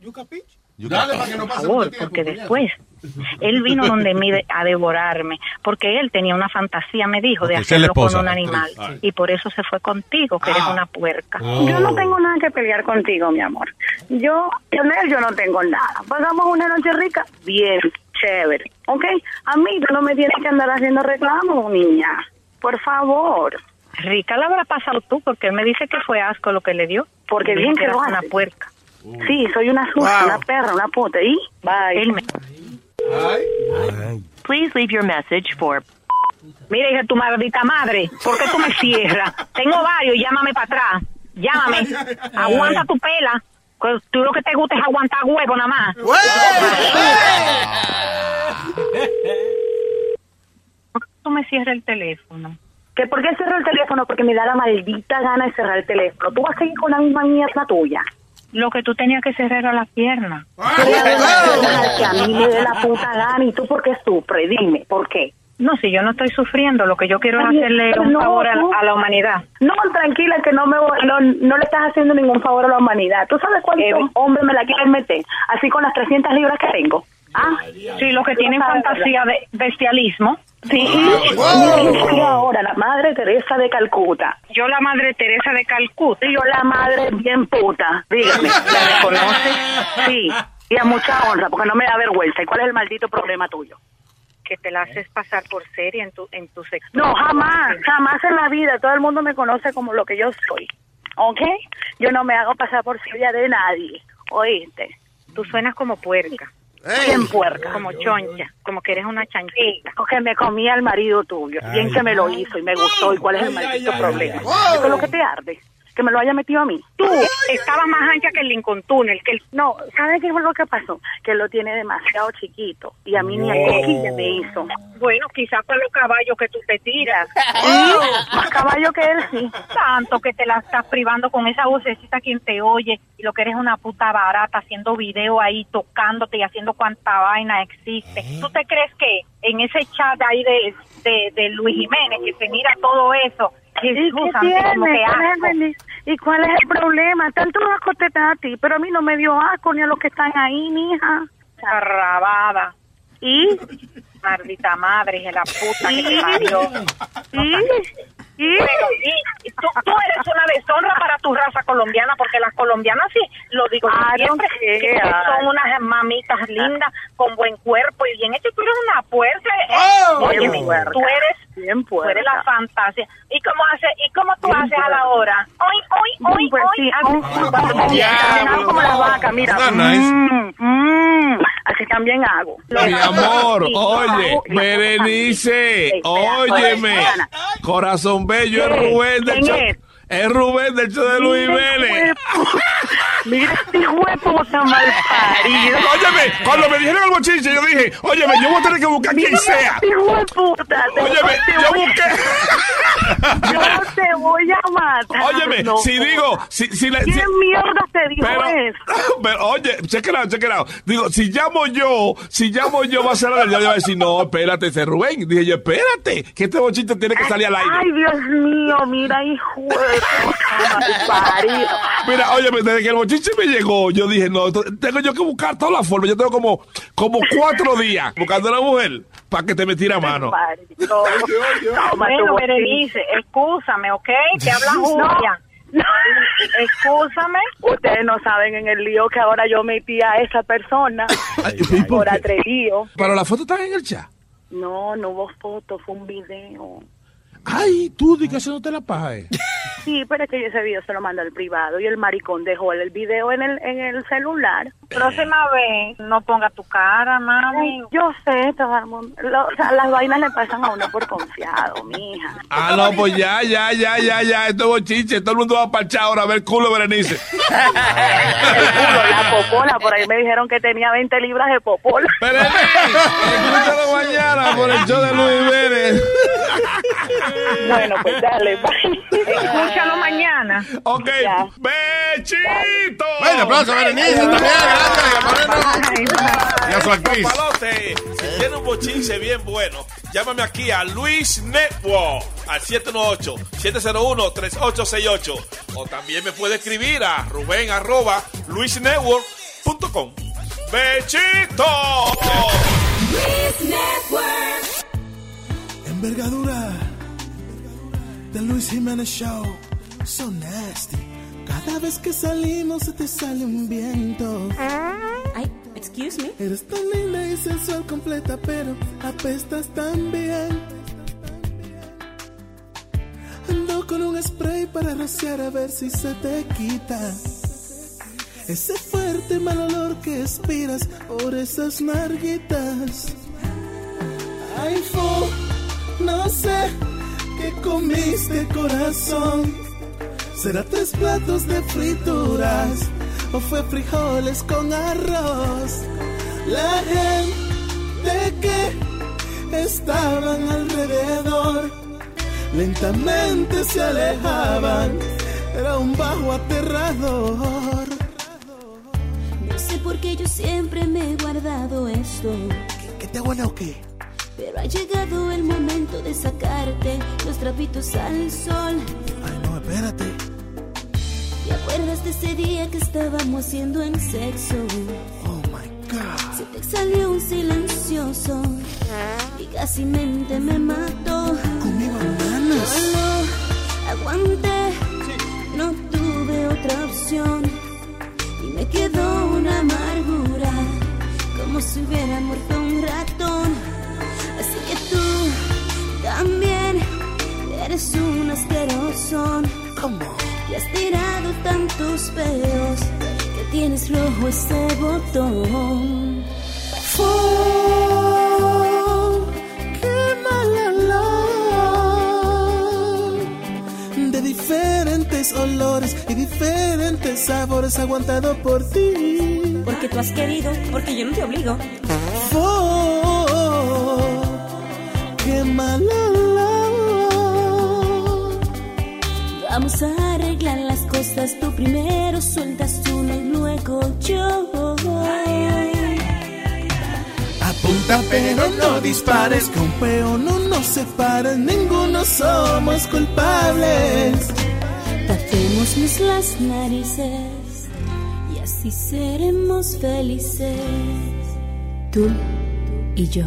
Speaker 8: ¿You capiche?
Speaker 4: Dale para que no
Speaker 3: Por
Speaker 4: pase
Speaker 3: favor,
Speaker 4: mucho tiempo, pues,
Speaker 3: porque
Speaker 4: coñazo.
Speaker 3: después él vino donde me de- a devorarme, porque él tenía una fantasía, me dijo, de
Speaker 4: Ok, esa es la
Speaker 3: hacerlo con
Speaker 4: esposa,
Speaker 3: un
Speaker 4: la
Speaker 3: animal.
Speaker 4: actriz. Ah.
Speaker 3: Y por eso se fue contigo, que eres una puerca.
Speaker 4: Oh.
Speaker 22: Yo no tengo nada que pelear contigo, mi amor. Yo, con él yo no tengo nada. Pagamos una noche rica, bien, chévere, ¿ok? A mí tú no me tienes que andar haciendo reclamos, niña. Por favor.
Speaker 3: Rica la habrá pasado tú, porque él me dice que fue asco lo que le dio.
Speaker 22: Porque
Speaker 3: Dijo
Speaker 22: bien que
Speaker 3: eras
Speaker 22: lo
Speaker 3: una
Speaker 22: haces.
Speaker 3: puerca.
Speaker 22: Sí, soy una sucia, una perra, una puta. Y bye.
Speaker 3: Please leave your message for... Mira, hija, tu maldita madre, ¿por qué tú me cierras? Tengo varios, llámame para atrás. Llámame. Aguanta tu pela. que
Speaker 22: Pues,
Speaker 3: Tú lo que te gusta es aguantar huevo nada más. ¿Por qué tú me cierras el teléfono?
Speaker 22: ¿Que ¿Por qué cerró el teléfono? Porque me da la maldita gana de cerrar el teléfono. Tú vas a seguir con la misma mierda tuya.
Speaker 3: Lo que tú tenías que cerrar era las piernas.
Speaker 22: Que a mí me dé la puta gana. ¿Y tú por qué sufres? Dime, ¿por qué?
Speaker 3: No, si yo no estoy sufriendo, lo que yo quiero es
Speaker 22: Ay,
Speaker 3: hacerle
Speaker 22: pero
Speaker 3: un
Speaker 22: no,
Speaker 3: favor a,
Speaker 22: tú.
Speaker 3: a la humanidad.
Speaker 22: No, tranquila, que no, me, voy- no, no le estás haciendo ningún favor a la humanidad. ¿Tú sabes cuántos hombres me la quieren meter? Así con las 300 libras que tengo. ¿Ah?
Speaker 3: Sí, los que tienen fantasía de bestialismo.
Speaker 22: Sí, yo soy ahora la madre Teresa de Calcuta.
Speaker 3: Yo la madre Teresa de Calcuta.
Speaker 22: Yo la madre bien puta, dígame. ¿La reconoces? Sí, y a mucha honra, porque no me da vergüenza. ¿Y cuál es el maldito problema tuyo?
Speaker 3: que te la haces pasar por seria en tu en tu sector.
Speaker 22: No, jamás, jamás en la vida. Todo el mundo me conoce como lo que yo soy. ¿Ok? Yo no me hago pasar por Silvia de nadie. ¿Oíste?
Speaker 3: Tú suenas como puerca.
Speaker 22: Bien puerca.
Speaker 3: Como choncha, como que eres una chanchita.
Speaker 22: Que me comía el marido tuyo. Bien que me lo hizo y me gustó. ¿Y cuál es el maldito problema? ¿Eso es lo que te arde? Que me lo haya metido a mí.
Speaker 3: Tú estabas más ancha que el Lincoln Tunnel, que el...
Speaker 22: No, ¿sabes qué es lo que pasó? Que lo tiene demasiado chiquito y a mí ni
Speaker 3: No.
Speaker 22: a cosquilla me hizo.
Speaker 3: Bueno, quizás con los caballos que tú te tiras.
Speaker 22: Más caballo que él, sí.
Speaker 3: Tanto que te la estás privando con esa vocecita quien te oye y lo que eres una puta barata haciendo video ahí, tocándote y haciendo cuanta vaina existe. ¿Tú te crees que en ese chat ahí de, de, de Luis Jiménez que se mira todo eso?
Speaker 22: ¿Y qué
Speaker 3: Jesús,
Speaker 22: tiene?
Speaker 3: santo, como que
Speaker 22: ¿Cuál es el
Speaker 3: asco.
Speaker 22: beni- ¿Y cuál es el problema? Tanto asco te da a ti, pero a mí no me dio asco ni a los que están ahí, mija.
Speaker 3: Carrabada.
Speaker 22: ¿Y?
Speaker 3: Mm, Maldita madre, hija de la puta que te parió.
Speaker 22: ¿Y?
Speaker 5: Y, y tú, tú eres una deshonra para tu raza colombiana, porque las colombianas sí, lo digo yo
Speaker 3: I don't
Speaker 5: siempre, que
Speaker 3: care.
Speaker 5: son unas mamitas lindas, con buen cuerpo y bien hecho. Tú eres una puerca. eh.
Speaker 3: Oh.
Speaker 5: Óyeme,
Speaker 3: Bien puerca.
Speaker 5: tú eres,
Speaker 3: Bien
Speaker 5: tú eres
Speaker 3: puerca.
Speaker 5: la fantasía. ¿Y cómo, hace, y cómo tú
Speaker 3: Bien
Speaker 5: haces a la
Speaker 3: puerca.
Speaker 5: hora? Hoy, hoy, hoy, hoy. haces-
Speaker 3: Cuando me vienen caminando como la vaca, mira.
Speaker 5: That's
Speaker 3: Oh, Mm, mm, así también hago.
Speaker 21: Mi amor, oye, Berenice, óyeme, corazón bello, es Rubén del
Speaker 3: ¿Quién
Speaker 21: show,
Speaker 3: es?
Speaker 21: es Rubén del show de Luis Vélez.
Speaker 3: Mira este huevo tan mal parido.
Speaker 21: Óyeme, cuando me dijeron el bochinche, yo dije, óyeme, yo voy a tener que buscar quien sea. Óyeme, yo busqué.
Speaker 3: Yo te voy a matar.
Speaker 21: Óyeme,
Speaker 3: Ah, no.
Speaker 21: si digo, si, si la-
Speaker 3: ¿Qué
Speaker 21: si-
Speaker 3: mierda te dijo
Speaker 21: pero, pero, oye, check it out, check it out. Digo, si llamo yo, si llamo yo, va a ser la verdad. Yo voy a decir, no, espérate, ese Rubén. Dije yo, espérate, que este bochito tiene que salir al aire.
Speaker 3: Ay, Dios mío, mira, hijo de puta madre, parido.
Speaker 21: Mira, oye, desde que el bochiche me llegó, yo dije, no, esto- tengo yo que buscar todas las formas. Yo tengo como, como cuatro días buscando a una mujer para que te me tire a mano.
Speaker 3: Parido. Toma tu
Speaker 5: Bueno,
Speaker 3: botín.
Speaker 5: Berenice, excúsame, ¿ok? Te habla Julia.
Speaker 3: No. Excúsame. Ustedes no saben en el lío que ahora yo metí a esa persona por atrevido.
Speaker 21: Pero la foto está en el chat.
Speaker 3: No, no hubo foto, fue un video.
Speaker 21: Ay, tú, di que eso no te la paja, eh.
Speaker 3: Sí, pero es que yo ese video se lo mandó al privado y el maricón dejó el video en el, en el celular.
Speaker 5: Próxima vez, no ponga tu cara, mami.
Speaker 3: Ay, yo sé, todo el mundo. lo- o sea, las vainas le pasan a uno por confiado, mija.
Speaker 21: Ah, no, pues ya, ya, ya, ya, ya. Esto es bochiche. Todo el mundo va a parchar ahora a ver el culo de Berenice.
Speaker 3: La popola, por ahí me dijeron que tenía 20 libras de popola.
Speaker 21: Escúchalo mañana por el show de Luis Vélez.
Speaker 3: Bueno, pues dale,
Speaker 5: Escúchalo mañana.
Speaker 21: Ok, Bechito.
Speaker 2: Bueno, aplauso a Berenice también, Y a su actriz.
Speaker 23: Papalote, si tiene un bochinche bien bueno, llámame aquí a Luis Network al 718-701-3868. O también me puede escribir a Rubén arroba luisnetwork.com. ¡Bechito!
Speaker 13: Envergadura del Luis Jiménez Show. So nasty. Cada vez que salimos se te sale un viento. Ay, excuse me. Eres tan linda y sensual completa, pero apestas tan bien. Ando con un spray para rociar a ver si se te quita. Ese fuerte mal olor que expiras por esas narguitas. Ay, fo, no sé qué comiste, corazón. Será tres platos de frituras o fue frijoles con arroz. La gente que estaban alrededor lentamente se alejaban. Era un bajo aterrador.
Speaker 7: No sé por qué yo siempre me he guardado esto.
Speaker 13: ¿Qué te huele o qué?
Speaker 7: Pero ha llegado el momento de sacarte los trapitos al sol.
Speaker 13: Ay, no, espérate.
Speaker 7: ¿Te acuerdas de ese día que estábamos haciendo en sexo?
Speaker 13: Oh my god.
Speaker 7: Se te salió un silencioso y casi mente me mató.
Speaker 13: Conmigo
Speaker 7: Yo no aguanté, no tuve otra opción y me quedó una amargura como si hubiera muerto un ratón. Así que tú también eres un asqueroso. Y has tirado tantos pelos que tienes rojo ese botón.
Speaker 13: Oh, qué mal olor. De diferentes olores y diferentes sabores aguantado por ti. Porque tú has querido, porque yo no te obligo. Oh, qué mal olor.
Speaker 7: Vamos a arreglar las cosas. Tú primero sueltas uno y luego yo.
Speaker 13: Apunta pero no dispares, que un peón no nos separes, ninguno somos culpables.
Speaker 7: Tapémonos las narices y así seremos felices. Tú y yo.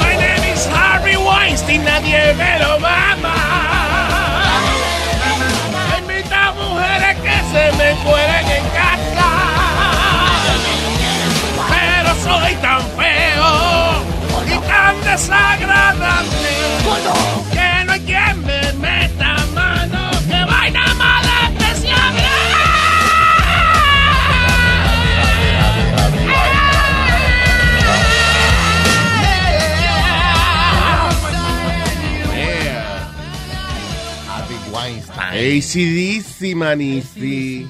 Speaker 2: My name is Harvey Weinstein, nadie me lo mama. Invito a mujeres que se me cueren en casa. Pero soy tan feo y tan desagradable que no hay quien me meta mano. ¡Qué vaina más despreciable!
Speaker 4: ACDC, manici.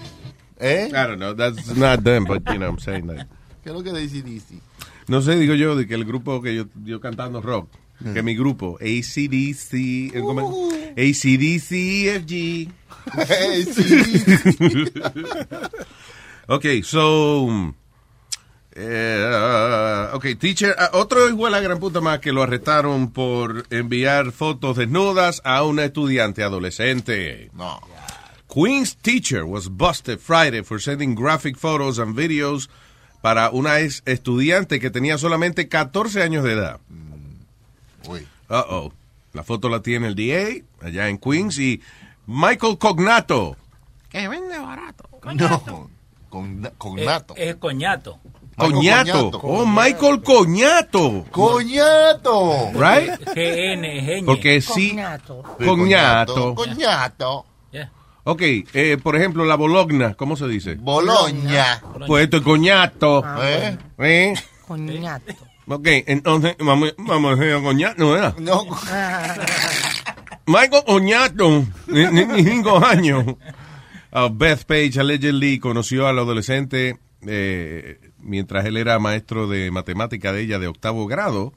Speaker 4: ¿Eh? I don't know, that's not them, but you know, I'm saying that.
Speaker 9: ¿Qué es lo que dice DC?
Speaker 4: No sé, digo yo, de que el grupo que yo, yo cantando rock, que mi grupo, ACDC, eh, ¿cómo es? ACDC, EFG. ok, so. mm, eh, uh, ok, teacher, ah, otro hijo de la gran puta más que lo arrestaron por enviar fotos desnudas a una estudiante adolescente. No. Queen's teacher was busted Friday for sending graphic photos and videos para una ex estudiante que tenía solamente 14 años de edad.
Speaker 9: Mm,
Speaker 4: Uh oh. La foto la tiene el DA allá en Queens y Michael Cognato.
Speaker 18: Que vende barato.
Speaker 4: No. Cognato.
Speaker 18: Es, es coñato.
Speaker 4: Coñato. Eh, Oh, Michael Coñato.
Speaker 9: Coñato.
Speaker 4: Right?
Speaker 18: GN, es ñ.
Speaker 4: Porque sí.
Speaker 18: Coñato.
Speaker 4: Coñato.
Speaker 9: Coñato.
Speaker 4: Ok, eh, por ejemplo, la Bologna, ¿cómo se dice?
Speaker 9: Bologna.
Speaker 4: Pues esto es coñato.
Speaker 9: Ah,
Speaker 4: ¿Eh? ¿Eh?
Speaker 5: Coñato.
Speaker 4: Ok, entonces vamos, vamos a decir coñato, ¿verdad?
Speaker 9: No.
Speaker 4: Michael Oñato, de 25 años. Ah, Beth Page allegedly conoció al adolescente eh, mientras él era maestro de matemática de ella de octavo grado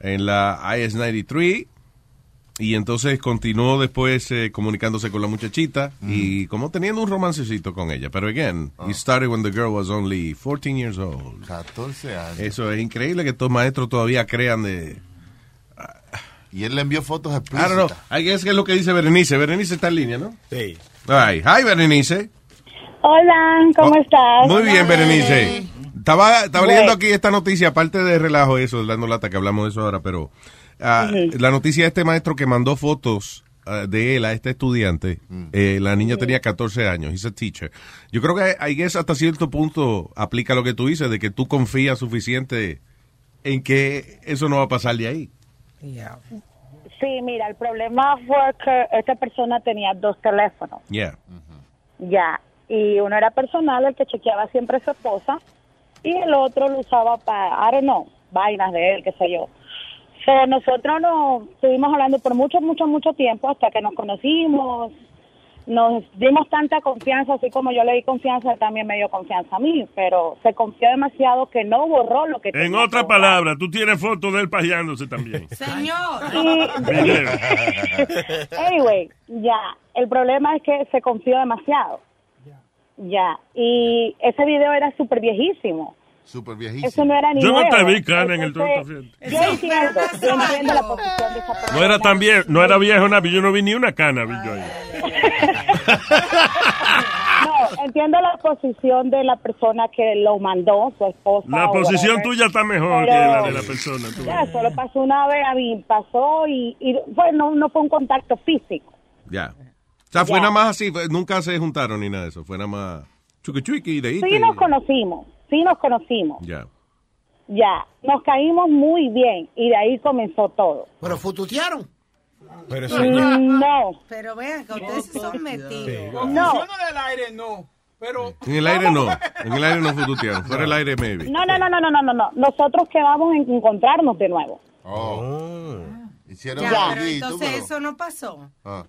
Speaker 4: en la IS-93 y entonces continuó después eh, comunicándose con la muchachita y como teniendo un romancecito con ella. Pero again, he started when the girl was only 14 years old.
Speaker 9: 14 años.
Speaker 4: Eso es increíble que estos maestros todavía crean de...
Speaker 9: Y él le envió fotos
Speaker 4: I don't
Speaker 9: explícitas.
Speaker 4: know. I guess que es lo que dice Berenice. Berenice está en línea, ¿no?
Speaker 9: Sí.
Speaker 4: Ay, hi Berenice.
Speaker 3: Hola, ¿cómo estás?
Speaker 4: Muy bien, Berenice. Estaba, estaba
Speaker 3: Bueno.
Speaker 4: leyendo aquí esta noticia, aparte de relajo eso, dando lata que hablamos de eso ahora, pero ah,
Speaker 3: Ujú.
Speaker 4: la noticia de este maestro que mandó fotos ah, de él a este estudiante,
Speaker 9: Mm.
Speaker 4: eh, la niña tenía 14 años, he's a teacher. Yo creo que ahí es hasta cierto punto aplica lo que tú dices, de que tú confías suficiente en que eso no va a pasar de ahí.
Speaker 3: Sí, mira, el problema fue que esta persona tenía dos teléfonos,
Speaker 4: Yeah.
Speaker 3: ya, y uno era personal, el que chequeaba siempre a su esposa, y el otro lo usaba para, I don't know, vainas de él, qué sé yo. So, nosotros nos estuvimos hablando por mucho, mucho, mucho tiempo hasta que nos conocimos, nos dimos tanta confianza, así como yo le di confianza, él también me dio confianza a mí, pero se confió demasiado que no borró lo que
Speaker 12: En
Speaker 3: tenía
Speaker 12: otras palabras, tú tienes fotos de él pajeándose también.
Speaker 3: Y- anyway, ya, el problema es que se confió demasiado. Ya, y ese video era súper viejísimo.
Speaker 9: Súper
Speaker 3: Eso
Speaker 9: viejísimo.
Speaker 3: no era ni
Speaker 12: Yo no te
Speaker 3: nuevo.
Speaker 12: vi, cara, en el
Speaker 3: Entonces, Yo entiendo, yo entiendo la posición de esa persona.
Speaker 12: No era tan viejo, no era viejo nada, yo no vi ni una cana, vi yo ahí.
Speaker 3: No, entiendo la posición de la persona que lo mandó, su esposa.
Speaker 12: La
Speaker 3: o
Speaker 12: posición
Speaker 3: whatever.
Speaker 12: tuya está mejor que
Speaker 3: eh, Pero-
Speaker 12: la de la persona. tú.
Speaker 3: Ya, solo pasó una vez, a mí pasó y, y bueno, no fue un contacto físico.
Speaker 4: Ya.
Speaker 3: Eh.
Speaker 4: O sea, fue nada más así, fue- nunca se juntaron ni nada de eso, fue nada más chuki chuki de ahí.
Speaker 3: Sí
Speaker 4: te-
Speaker 3: nos conocimos, sí nos conocimos.
Speaker 4: Ya.
Speaker 3: Ya, nos caímos muy bien y de ahí comenzó todo.
Speaker 11: Pero fututearon.
Speaker 24: Pero
Speaker 3: Mm, No,
Speaker 5: Pero vean que ustedes se son metidos.
Speaker 3: No.
Speaker 13: Funciona del aire, no. Pero.
Speaker 4: En el aire no, en el aire no fututearon, fuera el aire maybe.
Speaker 3: no, no, no, no, no, no, no, no. Nosotros quedamos en encontrarnos de nuevo.
Speaker 9: Oh. Hicieron
Speaker 5: Ah. Ya, pero
Speaker 9: algo y tú,
Speaker 5: entonces
Speaker 9: pero-
Speaker 5: eso no pasó.
Speaker 9: Ah.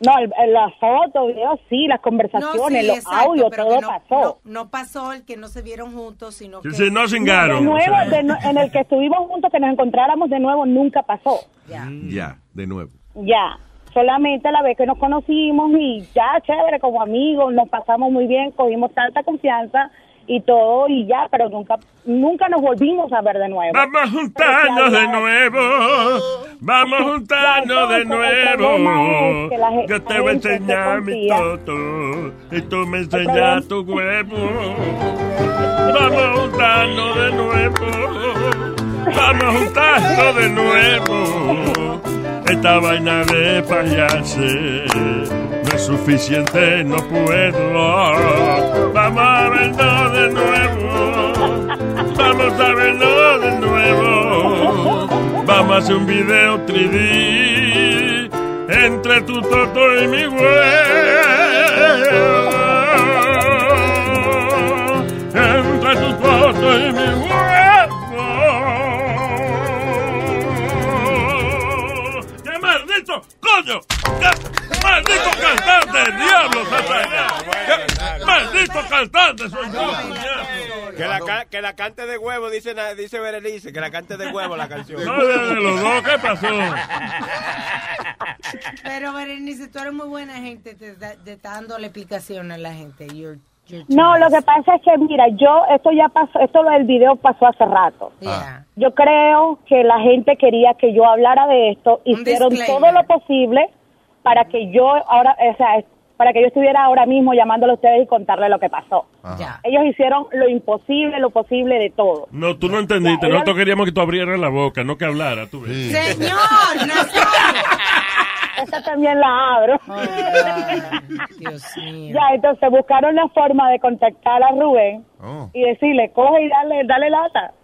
Speaker 3: No, el- el- las fotos, videos, sí, las conversaciones,
Speaker 5: sí,
Speaker 3: los
Speaker 5: exacto,
Speaker 3: audios,
Speaker 5: pero
Speaker 3: todo
Speaker 5: que no-
Speaker 3: pasó.
Speaker 5: No pasó el que no se vieron juntos, sino que...
Speaker 12: Sí, sí, no se
Speaker 3: De
Speaker 12: engaron.
Speaker 3: nuevo,
Speaker 12: Sí.
Speaker 3: de nu- en el que estuvimos juntos, que nos encontráramos de nuevo, nunca pasó.
Speaker 4: Ya, de nuevo.
Speaker 3: Ya, solamente la vez que nos conocimos y ya, chévere, como amigos, nos pasamos muy bien, cogimos tanta confianza y todo y ya, pero nunca nunca nos volvimos a ver de nuevo.
Speaker 12: Vamos a juntarnos de nuevo. Vamos a juntarnos de nuevo. Yo te voy a enseñar mi toto. Y tú me enseñas tu huevo. Vamos a juntarnos de nuevo. Vamos a juntarnos de nuevo. Esta vaina de payase no es suficiente, no puedo. Vamos a vernos de nuevo. Vamos a vernos de nuevo. Vamos a hacer un video 3D entre tu toto y mi huevo. Entre tu toto y mi huevo. ¡Qué maldito coño! ¡Qué maldito cantante, diablo, Satanás! ¡Qué maldito cantante soy yo, coñazo!
Speaker 10: Que la, ca- que la cante de huevo, dice, na- dice Berenice, que la cante de huevo la canción.
Speaker 12: No, de, de los dos, ¿qué pasó?
Speaker 5: Pero Berenice, tú eres muy buena gente, te, da- te está dando la explicación a la gente. You're- you're
Speaker 3: No, lo que pasa es que, mira, yo, esto ya pasó, esto lo del video pasó hace rato. Yo creo que la gente quería que yo hablara de esto, hicieron todo lo posible para que yo ahora, o sea, es- para que yo estuviera ahora mismo llamándole a ustedes y contarle lo que pasó.
Speaker 12: Ah.
Speaker 3: Ellos hicieron lo imposible, lo posible de todo.
Speaker 12: No, tú no entendiste. Nosotros queríamos que tú abrieras la boca, no que hablara, tú ves.
Speaker 5: Señor,
Speaker 3: Esta también la abro.
Speaker 5: Dios mío.
Speaker 3: Ya, entonces buscaron la forma de contactar a Rubén y decirle, coge y dale, dale lata.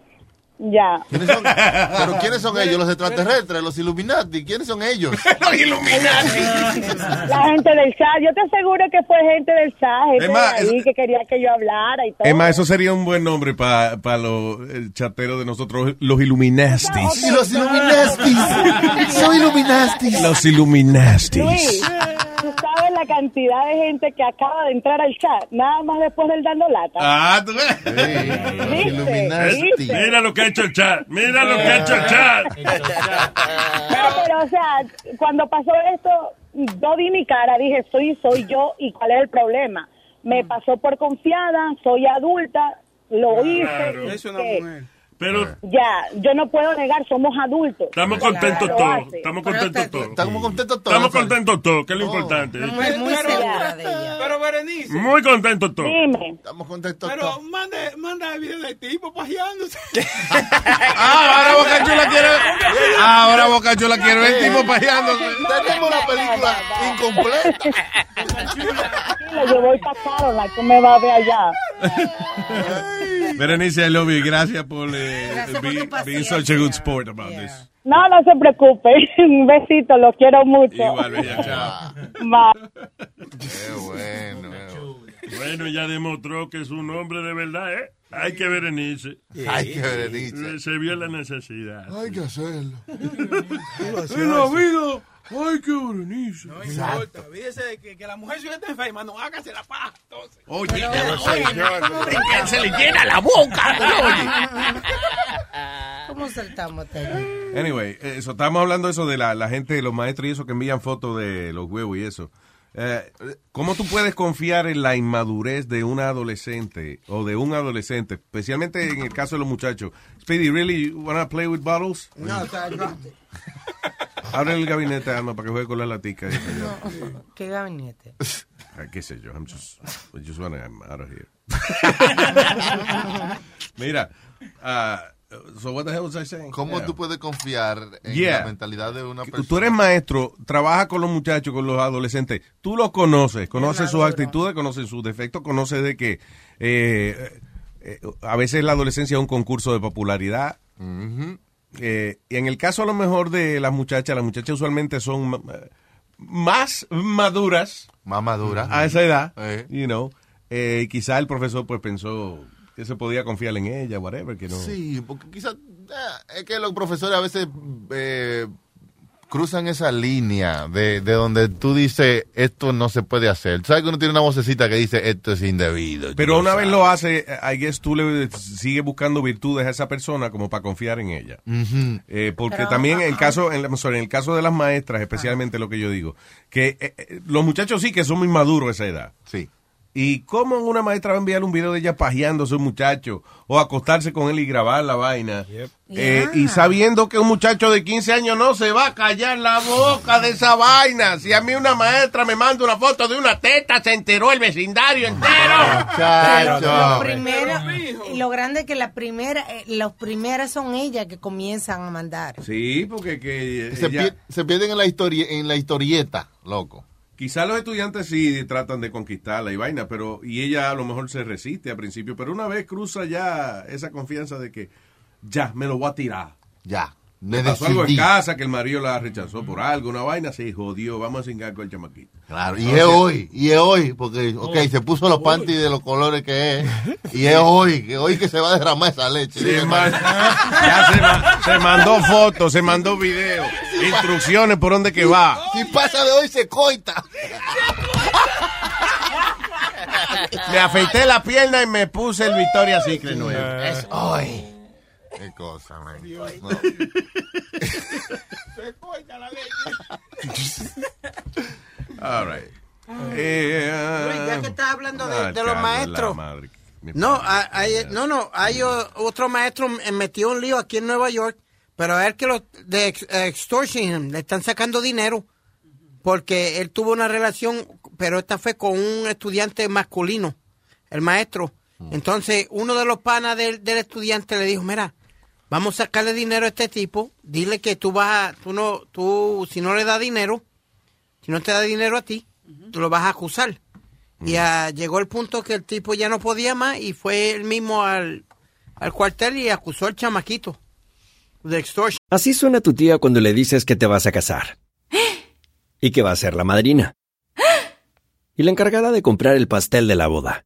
Speaker 3: Ya.
Speaker 9: Pero ¿quiénes son ellos? Los extraterrestres, los Illuminati. ¿Quiénes son ellos? los
Speaker 3: La gente del chat, yo te aseguro que fue gente del chat, gente
Speaker 4: Es más,
Speaker 3: de ahí que quería que yo hablara y todo.
Speaker 4: Es más, eso sería un buen nombre para los eh, chateros de nosotros, los Illuminastis.
Speaker 9: Y los Illuminastis. Soy Illuminastis.
Speaker 4: Los Illuminastis.
Speaker 3: Luis, tú sabes la cantidad de gente que acaba de entrar al chat, nada más después del dando lata.
Speaker 4: Ah, tú ves.
Speaker 12: Es- Mira lo que ha hecho el chat. Mira lo que ha hecho el chat.
Speaker 3: No, pero o sea, cuando pasó esto, yo di mi cara, dije, soy, soy yo y cuál es el problema. Me pasó por confiada, soy adulta, lo hice.
Speaker 12: Claro.
Speaker 3: ¿y
Speaker 12: Es una
Speaker 3: qué?
Speaker 12: Pero
Speaker 3: Ya, yo no puedo negar, somos adultos.
Speaker 12: estamos contentos
Speaker 3: Lo
Speaker 12: todos.
Speaker 3: hace.
Speaker 12: Estamos contentos todos. Estamos contentos todos. Oh. Estamos contentos todos, que es lo importante.
Speaker 13: Pero Berenice.
Speaker 12: Muy contentos todos.
Speaker 9: Estamos contentos
Speaker 13: Pero manda, manda el video del tipo pajeándose.
Speaker 4: Ah, ahora Boca Chula quiere. Ah, Ahora Boca Chula quiere ver el tipo pajeándose.
Speaker 9: Tenemos la película incompleta.
Speaker 3: Tranquilo, yo voy pasado, la que me va a ver allá.
Speaker 4: Berenice, I love you. Gracias por eh,
Speaker 3: Gracias por tu
Speaker 4: being,
Speaker 3: paciencia.
Speaker 4: being such a good sport about this.
Speaker 3: No, no se preocupe. Un besito, los quiero mucho.
Speaker 4: Igual, bella, chao.
Speaker 3: Bye.
Speaker 12: Ah, Qué bueno. Bueno, ya demostró que es un hombre de verdad, ¿eh? Hay que Berenice.
Speaker 9: Sí. Hay que Berenice.
Speaker 12: Eh, Se vio la necesidad.
Speaker 9: Hay que hacerlo.
Speaker 13: vida, ay, qué bonito. No
Speaker 9: Exacto.
Speaker 13: importa, olvídese de que, que la mujer suya está enferma, no hágase la paja. Entonces.
Speaker 2: Oye,
Speaker 13: Pero,
Speaker 2: pero,
Speaker 13: oye,
Speaker 2: señor,
Speaker 13: ¿cómo
Speaker 2: ¿de
Speaker 13: va?
Speaker 2: qué se le llena la boca?
Speaker 5: ¿Cómo saltamos?
Speaker 4: Anyway, eso, estábamos hablando eso de la, la gente, los maestros y eso que envían fotos de los huevos y eso. Eh, ¿Cómo tú puedes confiar en la inmadurez de una adolescente o de un adolescente, especialmente en el caso de los muchachos? Speedy, really, you wanna play with bottles?
Speaker 11: No, o sea, dropped it.
Speaker 4: Abre el gabinete, alma, para que juegue con la latica.
Speaker 5: No, qué gabinete.
Speaker 4: Ah, ¿Qué sé yo? I'm just, I just wanna, I'm out of here. Mira, ah, so what the hell was I saying?
Speaker 9: ¿Cómo
Speaker 4: Yeah.
Speaker 9: tú puedes confiar en
Speaker 4: Yeah.
Speaker 9: la mentalidad de una
Speaker 4: Tú
Speaker 9: persona?
Speaker 4: eres maestro, trabajas con los muchachos, con los adolescentes. Tú los conoces, conoces sus actitudes, conoces sus defectos, conoces de que eh, eh, a veces la adolescencia es un concurso de popularidad. Eh, y en el caso a lo mejor de las muchachas, las muchachas usualmente son ma- eh, más maduras.
Speaker 9: Más maduras.
Speaker 4: A esa edad, you know. Eh, quizá el profesor pues pensó que se podía confiar en ella, whatever, que no.
Speaker 9: Sí, porque quizás eh, es que los profesores a veces eh, cruzan esa línea de, de donde tú dices, esto no se puede hacer. ¿Sabes que uno tiene una vocecita que dice, esto es indebido?
Speaker 4: Pero una vez lo hace, eh, I guess tú le sigues buscando virtudes a esa persona como para confiar en ella.
Speaker 9: Ujú.
Speaker 4: Eh, porque
Speaker 9: Pero-
Speaker 4: también en el caso en, la- sorry, en el caso de las maestras, especialmente lo que yo digo, que eh, eh, los muchachos sí que son muy maduros a esa edad.
Speaker 9: Sí.
Speaker 4: ¿Y cómo una maestra va a enviar un video de ella pajeándose a un muchacho o acostarse con él y grabar la vaina? Eh, Y sabiendo que un muchacho de 15 años no se va a callar la boca de esa vaina. Si a mí una maestra me manda una foto de una teta, se enteró el vecindario entero.
Speaker 5: Lo
Speaker 4: Muchacho.
Speaker 5: primero, y lo grande es que la primera, eh, las primeras son ellas que comienzan a mandar.
Speaker 4: Sí, porque que
Speaker 9: Se,
Speaker 4: ella-
Speaker 9: pier- se pierden en la, historia, en la historieta, loco.
Speaker 4: Quizá los estudiantes sí tratan de conquistarla y vaina, pero y ella a lo mejor se resiste al principio, pero una vez cruza ya esa confianza de que ya me lo voy a tirar.
Speaker 9: Ya.
Speaker 4: Le
Speaker 9: me
Speaker 4: pasó algo en
Speaker 9: decidí.
Speaker 4: casa que el marido la rechazó por algo, una vaina se jodió, vamos a cingar con el chamaquito.
Speaker 9: Claro, y es hoy, y es hoy, porque, ok, se puso los panties de los colores que es, y es hoy, que hoy que se va a derramar esa leche. Dije,
Speaker 4: Ya se, ma- se mandó fotos, se mandó video, instrucciones por dónde que va.
Speaker 9: Si pasa de hoy, se coita.
Speaker 4: Me afeité la pierna y me puse el Victoria Secret nuevo.
Speaker 9: Es hoy. Qué cosa, man. No.
Speaker 20: Se corta la ley.
Speaker 4: All right.
Speaker 11: Ah.
Speaker 4: Eh,
Speaker 11: Luis, ya que estás hablando de-
Speaker 4: ah,
Speaker 11: de los
Speaker 4: chale, la
Speaker 11: maestros.
Speaker 4: madre que me
Speaker 11: No, ah, hay, no, no, hay o- otro maestro eh, metido un lío aquí en Nueva York, pero a él que lo de ex- extortion, le están sacando dinero porque él tuvo una relación, pero esta fue con un estudiante masculino, el maestro.
Speaker 4: Mm.
Speaker 11: Entonces, uno de los panas del, del estudiante le dijo, mira, vamos a sacarle dinero a este tipo, dile que tú vas a, tú no, tú, si no le das dinero, si no te da dinero a ti, tú lo vas a acusar.
Speaker 4: Mm.
Speaker 11: Y ah, llegó el punto que el tipo ya no podía más y fue él mismo al, al cuartel y acusó al chamaquito de extorsión.
Speaker 25: Así suena tu tía cuando le dices que te vas a casar. Y que va a ser la madrina. Y la encargada de comprar el pastel de la boda.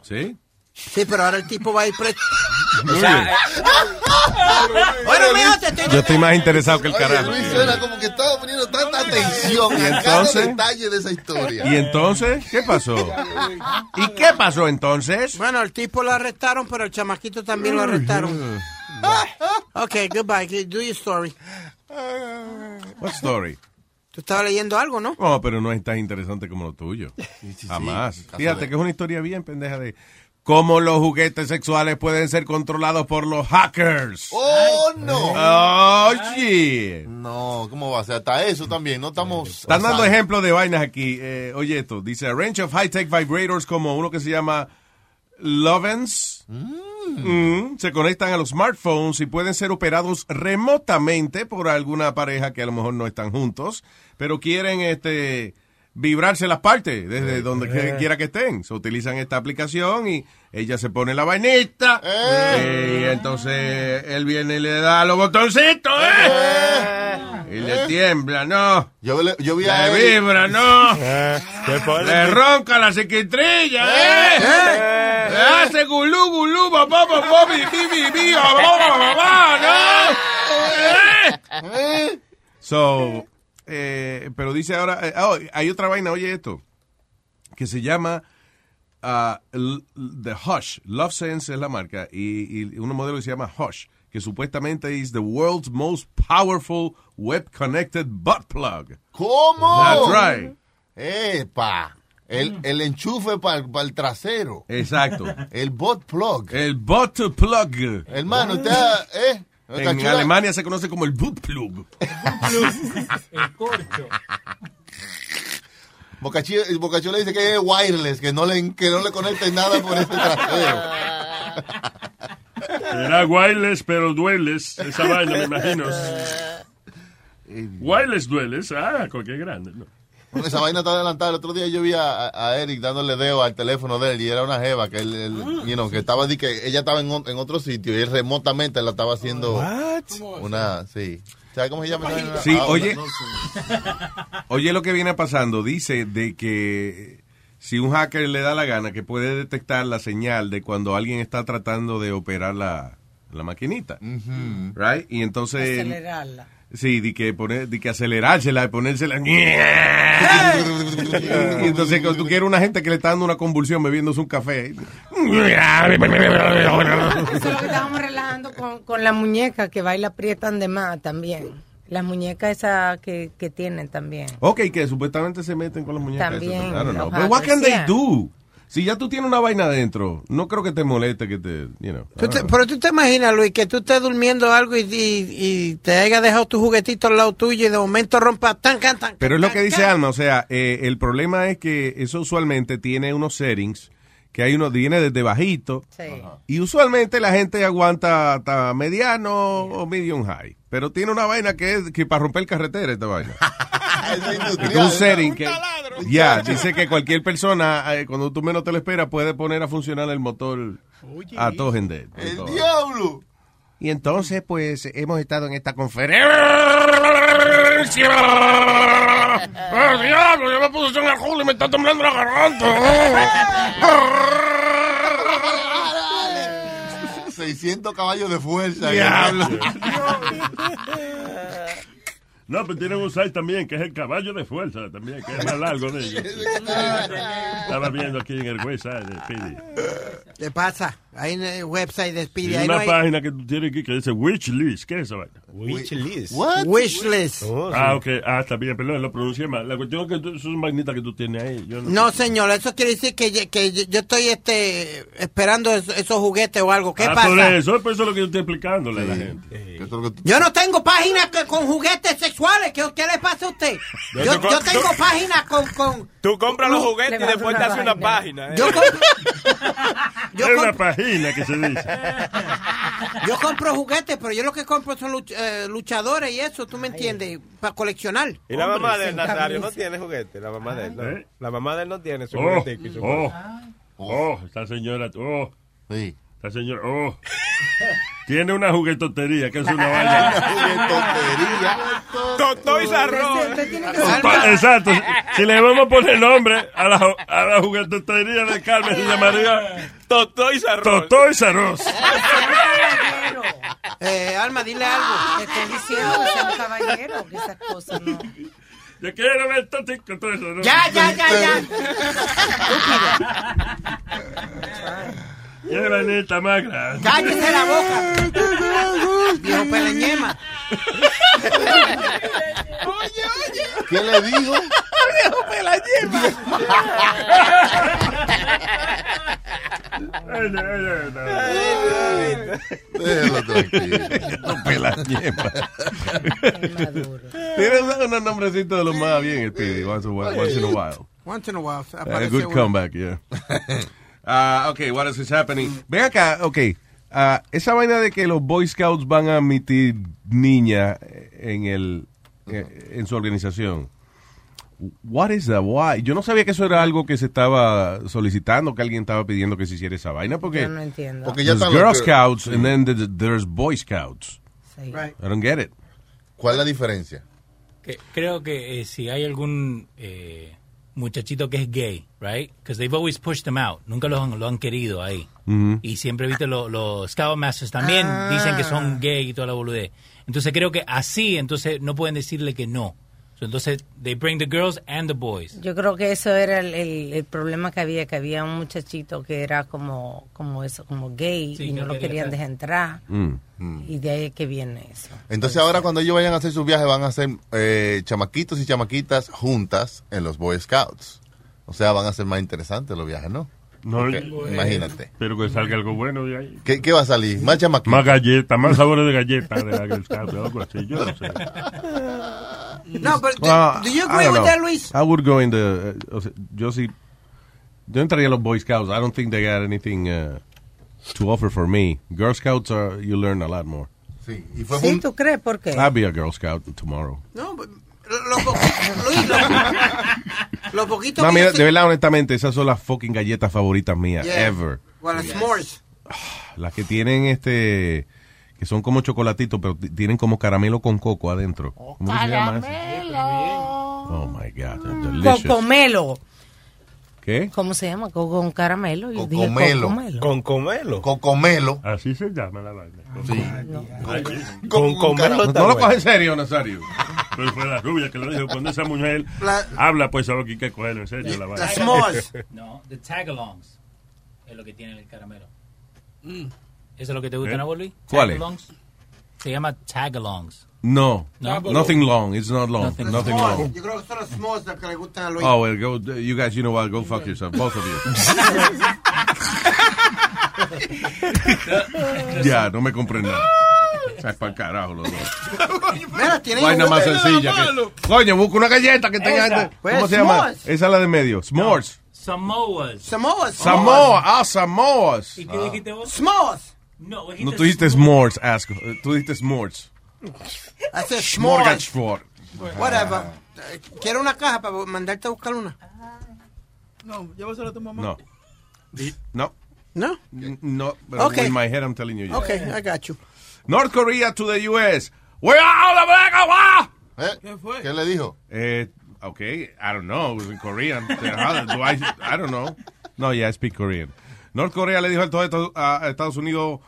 Speaker 4: ¿Sí?
Speaker 11: Sí, pero ahora el tipo va a ir preso. eh,
Speaker 4: Muy bien.
Speaker 11: bueno, mijo, te estoy
Speaker 4: Yo estoy más interesado que el carajo.
Speaker 9: Luis era como que estaba poniendo tanta atención
Speaker 4: ¿Y
Speaker 9: a cada
Speaker 4: entonces?
Speaker 9: detalle de esa historia.
Speaker 4: ¿Y entonces? ¿Qué pasó? ¿Y qué pasó entonces?
Speaker 11: Bueno, el tipo lo arrestaron, pero el chamaquito también lo arrestaron. ok, goodbye. Do your story.
Speaker 4: What story?
Speaker 11: Tú estabas leyendo algo, ¿no?
Speaker 4: No, pero no es tan interesante como lo tuyo.
Speaker 11: sí.
Speaker 4: Jamás.
Speaker 11: Caso
Speaker 4: Fíjate
Speaker 11: de-
Speaker 4: que es una historia bien pendeja de cómo los juguetes sexuales pueden ser controlados por los hackers.
Speaker 9: ¡Oh, no!
Speaker 4: Oye.
Speaker 9: No, ¿cómo va a ser? Hasta eso también, no
Speaker 12: Eh,
Speaker 9: estamos...
Speaker 4: Están dando ejemplos de vainas aquí. Eh, oye esto, dice a range of high-tech vibrators como uno que se llama Lovens. Mm, se conectan a los smartphones y pueden ser operados remotamente por alguna pareja que a lo mejor no están juntos, pero quieren este vibrarse las partes
Speaker 9: Eh,
Speaker 4: desde donde que- quiera que estén. Se utilizan esta aplicación y ella se pone la vainita
Speaker 9: Eh.
Speaker 4: Eh, y entonces él viene y le da los botoncitos. ¿eh? Y le tiembla, no.
Speaker 9: Yo, le- yo vi
Speaker 4: Le
Speaker 9: a Eric-
Speaker 4: vibra, no. Le
Speaker 9: que-
Speaker 4: ronca la sequitrilla, ¿eh? ¿Eh? Le hace gulú, gulú, papá, papá, bi, bi, bi, bi, papá, papá, ¿no? ¿Eh? So, eh, pero dice ahora, eh, oh, hay otra vaina, oye esto, que se llama ah, L- The Hush. Love Sense es la marca y, y un modelo que se llama Hush, que supuestamente es the world's most powerful web-connected butt plug.
Speaker 9: ¿Cómo?
Speaker 4: That's right.
Speaker 9: Epa. El, el enchufe para el trasero.
Speaker 4: Exacto.
Speaker 9: El bot plug.
Speaker 4: El bot plug.
Speaker 9: Hermano, usted ha- ¿eh?
Speaker 4: En
Speaker 9: Cachula-
Speaker 4: Alemania se conoce como el boot plug.
Speaker 9: Bocachi- el Bocachula dice que es wireless, que no le, que no le conecten nada por este trasero.
Speaker 12: Era wireless, pero dueles. Esa vaina, me imagino. Wireless dueles. Ah, cualquier grande. ¿no?
Speaker 9: Bueno, esa vaina está adelantada. El otro día yo vi a, a Eric dándole dedo al teléfono de él y era una jeva que él, él, you know, que estaba di que ella estaba en, o- en otro sitio y él remotamente la estaba haciendo una, sí. ¿Sabes cómo se llama? esa vaina?
Speaker 4: Sí,
Speaker 9: Ah,
Speaker 4: oye.
Speaker 9: no sé.
Speaker 4: Oye lo que viene pasando. Dice de que si un hacker le da la gana que puede detectar la señal de cuando alguien está tratando de operar la, la maquinita. Right? Y entonces...
Speaker 5: Acelerarla.
Speaker 4: Sí, de que, poner, de que acelerársela y ponérsela... y entonces cuando tú quieres una gente que le está dando una convulsión bebiéndose un café...
Speaker 5: Eso es lo que estábamos relajando con, con la muñeca que baila aprietan de más también. Las muñecas esas que, que tienen también.
Speaker 4: Ok, que supuestamente se meten con las muñecas.
Speaker 5: También,
Speaker 4: esas. I don't know.
Speaker 5: los
Speaker 4: But what can they
Speaker 5: hackers, yeah.
Speaker 4: do? Si ya tú tienes una vaina adentro, no creo que te moleste que te, you know. I
Speaker 11: Tú
Speaker 4: don't
Speaker 11: te-
Speaker 4: know.
Speaker 11: pero tú te imaginas, Luis, que tú estés durmiendo algo y, y- y te haya dejado tu juguetito al lado tuyo y de momento rompa tan, tan, tan.
Speaker 4: Pero es lo que dice Alma, o sea, eh, el problema es que eso usualmente tiene unos settings que hay uno viene desde bajito y usualmente la gente aguanta hasta mediano o medium high, pero tiene una vaina que es que para romper carretera esta vaina. Es un setting que ya dice que cualquier persona eh, cuando tú menos te lo esperas puede poner a funcionar el motor a todo gente.
Speaker 9: ¡El diablo!
Speaker 4: Y entonces pues hemos estado en esta
Speaker 20: ¡Ah, diablo! Yo me puse en el culo y me está temblando la garganta.
Speaker 9: 600 caballos de fuerza.
Speaker 12: Diablo.
Speaker 9: Diablo.
Speaker 12: No, pero tienen un site también, que es el caballo de fuerza también, que es más largo de ellos. Estaba viendo aquí en el website de Speedy.
Speaker 11: ¿Qué pasa? Hay un eh, website de Speedy.
Speaker 12: Y
Speaker 11: Ah. Ahí no
Speaker 12: una
Speaker 11: hay-
Speaker 12: página que tú tienes aquí que dice Wish List. ¿Qué es esa vaina?
Speaker 11: Wish list. What? Wish list. Oh, sí.
Speaker 12: ah, ok. Ah, está bien, perdón, lo pronuncié mal. La cuestión es que tú, eso es magnita que tú tienes ahí. Yo no,
Speaker 11: No, señor, eso quiere decir que, ye- que ye- yo estoy este, esperando es- esos juguetes o algo. ¿Qué
Speaker 12: ah,
Speaker 11: pasa?
Speaker 12: Por eso, por eso es lo que yo estoy explicándole a la gente.
Speaker 11: Yo no tengo páginas que- con juguetes sexuales. ¿Qué, qué le pasa a usted?
Speaker 12: Yo
Speaker 11: Yo,
Speaker 12: te co-
Speaker 11: yo tengo páginas con... con
Speaker 10: Tú compras los juguetes
Speaker 11: Le
Speaker 10: y
Speaker 11: vas a
Speaker 10: después
Speaker 11: una
Speaker 10: te haces una
Speaker 11: vaina.
Speaker 10: página. ¿eh?
Speaker 11: Yo
Speaker 12: es una página que se dice.
Speaker 11: Yo compro juguetes, pero yo lo que compro son luch- eh, luchadores y eso, ¿tú me entiendes? Para coleccionar.
Speaker 10: Y la mamá
Speaker 11: Hombre,
Speaker 10: del
Speaker 11: sin
Speaker 10: Nazario no
Speaker 11: camisa.
Speaker 10: tiene juguete, la mamá de él. no.
Speaker 12: ¿Eh?
Speaker 10: La mamá de él no tiene su
Speaker 12: Oh,
Speaker 10: juguete. y su
Speaker 12: oh,
Speaker 10: cosa.
Speaker 12: oh, esta señora, oh. Esta señora, oh. Tiene una juguetotería, que es una vaina.
Speaker 10: Totó y Sarrón.
Speaker 12: Opa, Exacto. si- Si le vamos a poner nombre a la, ju- a la juguetotería de Carmen, se llamaría
Speaker 10: Totó y Sarrón.
Speaker 12: Totó y Sarros.
Speaker 11: Eh, Alma, dile algo.
Speaker 5: Te estoy diciendo que sea un caballero, que esas cosas no.
Speaker 12: Yo quiero ver Totico, todo eso. ¿no?
Speaker 5: Ya, ya, ya,
Speaker 12: ya. Qué vainita más grande.
Speaker 11: ¡Cállese la boca! Viejo peleñema.
Speaker 9: ¿Qué le dijo?
Speaker 20: ¡Viejo la
Speaker 9: Déjalo tranquilo.
Speaker 4: No pela yema. Tiene un- unos nombrecitos de los más bien, Speedy, once, a while- once in a while.
Speaker 11: Once in a while.
Speaker 4: A
Speaker 11: aparece
Speaker 4: good
Speaker 11: uno.
Speaker 4: comeback, yeah. Ah, ok, what else is happening? Ven acá, ok. ah, esa vaina de que los Boy Scouts van a admitir niñas en el eh, en su organización. What is that? Why? Yo no sabía que eso era algo que se estaba solicitando, que alguien estaba pidiendo que se hiciera esa vaina, porque
Speaker 5: Yo no entiendo.
Speaker 9: Porque ya
Speaker 4: there's
Speaker 9: están
Speaker 4: Girl
Speaker 9: los que-
Speaker 4: Scouts
Speaker 9: Sí.
Speaker 4: and then there's- there's Boy Scouts.
Speaker 5: Sí.
Speaker 4: I don't get it.
Speaker 9: ¿Cuál es la diferencia?
Speaker 18: Que- creo que eh, si hay algún eh, muchachito que es gay, right? Because they've always pushed them out. Nunca los han, lo han querido ahí.
Speaker 4: Ujú.
Speaker 18: Y siempre, viste, lo- los Scoutmasters también
Speaker 1: Ah.
Speaker 18: dicen que son gay y toda la boludez. Entonces creo que así, entonces no pueden decirle que no. So, entonces, they bring the girls and the boys.
Speaker 5: Yo creo que eso era el, el- el problema que había, que había un muchachito que era como, como eso, como gay
Speaker 18: Sí,
Speaker 5: y
Speaker 18: que
Speaker 5: no lo querían
Speaker 18: quería estar.
Speaker 5: dejar entrar.
Speaker 9: Mm.
Speaker 5: Y de ahí es que viene eso.
Speaker 9: Entonces ahora cuando ellos vayan a hacer sus viajes van a ser eh, chamaquitos y chamaquitas juntas en los Boy Scouts. O sea, van a ser más interesantes los viajes, ¿no?
Speaker 12: No,
Speaker 9: Porque,
Speaker 12: eh,
Speaker 9: imagínate.
Speaker 12: Pero que salga algo bueno de ahí.
Speaker 9: ¿Qué, qué va a salir? Más chamaquitos.
Speaker 12: Más galletas, más sabores de galletas, de la- de algo así, yo no sé.
Speaker 11: No, pero
Speaker 4: Well,
Speaker 11: do, do you
Speaker 4: I
Speaker 11: agree
Speaker 4: don't
Speaker 11: with
Speaker 4: know.
Speaker 11: that, Luis?
Speaker 4: I would go in the. eh, o sea, yo sí. Yo entraría a los Boy Scouts. I don't think they got anything uh, to offer for me. Girl Scouts are. You learn a lot more.
Speaker 9: Sí,
Speaker 5: ¿Sí tú crees? ¿Por qué?
Speaker 4: I'll be a Girl Scout tomorrow.
Speaker 11: No, but- lo, lo poquito, Luis, lo, lo poquito
Speaker 4: No,
Speaker 11: que
Speaker 4: mira,
Speaker 11: yo sé-
Speaker 4: de verdad, honestamente, esas son las fucking galletas favoritas mías.
Speaker 11: Yeah.
Speaker 4: Ever.
Speaker 11: Well, las s'mores.
Speaker 4: Las que tienen este. Que son como chocolatitos, pero t- tienen como caramelo con coco adentro. ¿Cómo que se llama eso? Oh my God. they're delicious.
Speaker 5: Cocomelo.
Speaker 4: ¿Qué?
Speaker 5: ¿Cómo se llama? Co- Con caramelo. Yo dije cocomelo.
Speaker 10: Con comelo.
Speaker 9: Con comelo.
Speaker 12: Así se llama la vaina. Sí.
Speaker 10: Con comelo
Speaker 4: No
Speaker 10: está
Speaker 4: lo
Speaker 10: bueno.
Speaker 4: coge en serio, Nazario.
Speaker 12: Pero fue la rubia que lo dijo. Cuando esa mujer habla, pues algo que hay que cogerlo en serio. La vaina.
Speaker 18: No, the tagalongs es lo que tiene el caramelo.
Speaker 11: Mm.
Speaker 18: ¿Eso es lo que te gusta,
Speaker 4: ¿Eh?
Speaker 18: ¿no, Luis?
Speaker 4: ¿Cuál es?
Speaker 18: Tagalongs. Se llama tagalongs.
Speaker 4: No.
Speaker 18: No.
Speaker 4: Nothing long. It's not long. Nothing,
Speaker 11: S'mores.
Speaker 4: long.
Speaker 11: Yo creo que son las s'mores las que le gustan a Luis.
Speaker 4: Oh, well, go, you guys, you know what? Go fuck yourself, both of you. ya, no me compren nada. O sea, es para el carajo los dos.
Speaker 11: Mira, tiene
Speaker 4: Vaina más sencilla. que- Coño, busca una galleta que tenga.
Speaker 11: Esa.
Speaker 4: ¿Cómo
Speaker 11: Pues,
Speaker 4: se llama?
Speaker 11: s'mores.
Speaker 4: Esa es la de medio. S'mores.
Speaker 18: Samoas.
Speaker 11: Samoas.
Speaker 4: Samoa. Ah, Samoas.
Speaker 18: ¿Y qué
Speaker 4: Ah.
Speaker 18: dijiste vos?
Speaker 11: S'mores.
Speaker 18: No, vos
Speaker 4: No, tú dijiste s'mores, asco. Eh, Tú dijiste s'mores.
Speaker 11: I said s'mores.
Speaker 4: Smorgasbord.
Speaker 11: Whatever. Eh, Quiero una caja para mandarte a buscar una.
Speaker 13: No, llévaselo a tu mamá.
Speaker 4: No. No.
Speaker 11: No?
Speaker 4: No, but
Speaker 11: Okay.
Speaker 4: in my head I'm telling you yes.
Speaker 11: Okay, I got you.
Speaker 4: North Korea to the US. We are all the black and white.
Speaker 11: ¿Qué fue?
Speaker 9: ¿Qué le dijo?
Speaker 4: Eh, okay, I don't know. It was in Korean. How do I, I don't know. No, yeah, I speak Korean. North Korea le dijo a, todo esto- a a Estados Unidos,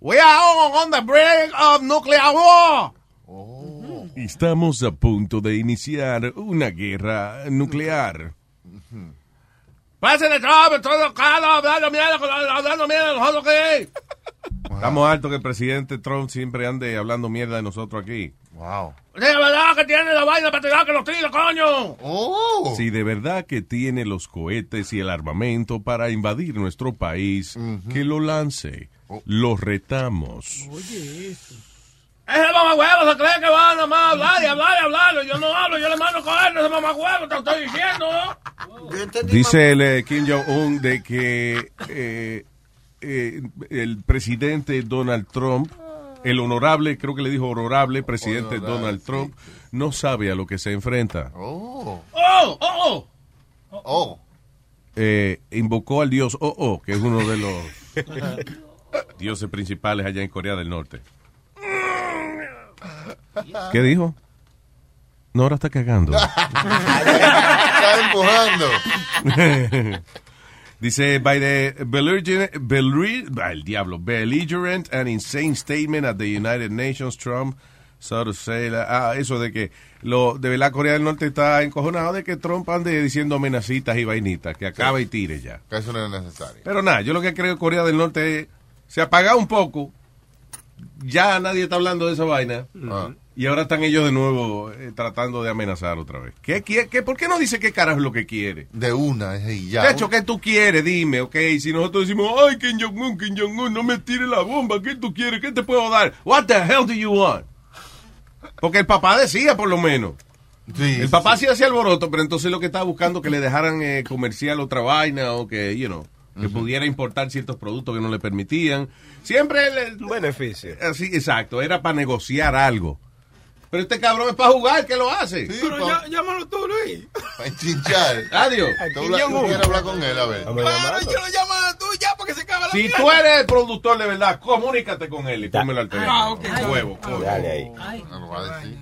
Speaker 4: we are all on the brink of nuclear war. Estamos a punto de iniciar una guerra nuclear. Pasen de todo, todo calo, hablando mierda, hablando mierda, nosotros qué. Estamos hartos que el presidente Trump siempre ande hablando mierda de nosotros aquí.
Speaker 9: Wow.
Speaker 4: De verdad que tiene la vaina para tirar que los tiros, coño.
Speaker 9: Oh.
Speaker 4: Si de verdad que tiene los cohetes y el armamento para invadir nuestro país, que lo lance.
Speaker 9: Oh.
Speaker 4: Lo retamos.
Speaker 13: Oye, eso.
Speaker 2: Ese mamahuevo se cree que va nada más a hablar y hablar y hablar. Yo no hablo, yo le mando cogerlo ese mamahuevo, te lo estoy diciendo.
Speaker 4: Dice el eh, Kim Jong-un de que eh, eh, el presidente Donald Trump, el honorable, creo que le dijo honorable presidente
Speaker 9: Honorable,
Speaker 4: Donald Trump, no sabe a lo que se enfrenta.
Speaker 9: Oh.
Speaker 2: Oh, oh,
Speaker 9: oh. Oh.
Speaker 4: Eh, invocó al dios Oh Oh, que es uno de los dioses principales allá en Corea del Norte. ¿Qué dijo? No, ahora está cagando.
Speaker 9: Está empujando.
Speaker 4: Dice, by the belligerent, belli- ah, el diablo, belligerent and insane statement at the United Nations, Trump sort of say, la- ah, eso de que lo, de la Corea del Norte está encojonado de que Trump ande diciendo amenazitas y vainitas, que acaba y tire ya.
Speaker 9: Que eso no es necesario.
Speaker 4: Pero nada, yo lo que creo que Corea del Norte es, se apaga un poco, ya nadie está hablando de esa vaina,
Speaker 9: Ah.
Speaker 4: y ahora están ellos de nuevo eh, tratando de amenazar otra vez. ¿Qué, qué, qué, por qué no dice qué carajo es lo que quiere?
Speaker 9: De una, es y ya.
Speaker 4: De hecho, ¿qué tú quieres? Dime, ok. Si nosotros decimos, ay, Kim Jong-un, Kim Jong-un, no me tire la bomba, ¿qué tú quieres? ¿Qué te puedo dar? What the hell do you want? Porque el papá decía, por lo menos. el papá sí, hacía alboroto, pero entonces lo que estaba buscando que le dejaran eh, comercial otra vaina o que, you know, que pudiera importar ciertos productos que no le permitían. Siempre le... eh,
Speaker 10: Beneficio.
Speaker 4: Así, exacto, era para negociar algo. Pero este cabrón es para jugar, ¿qué lo hace?
Speaker 8: Pero ya, llámalo tú, Luis.
Speaker 9: Para enchinchar.
Speaker 4: Adiós.
Speaker 9: Tú habla- tú quieres hablar con él, a ver.
Speaker 8: Claro, yo lo llamo a tú ya porque se acaba la
Speaker 4: Si
Speaker 8: mierda.
Speaker 4: tú eres el productor de verdad, comunícate con él y pónmelo al teléfono.
Speaker 8: Ah, ok.
Speaker 4: Huevo, coño.
Speaker 8: Dale ahí.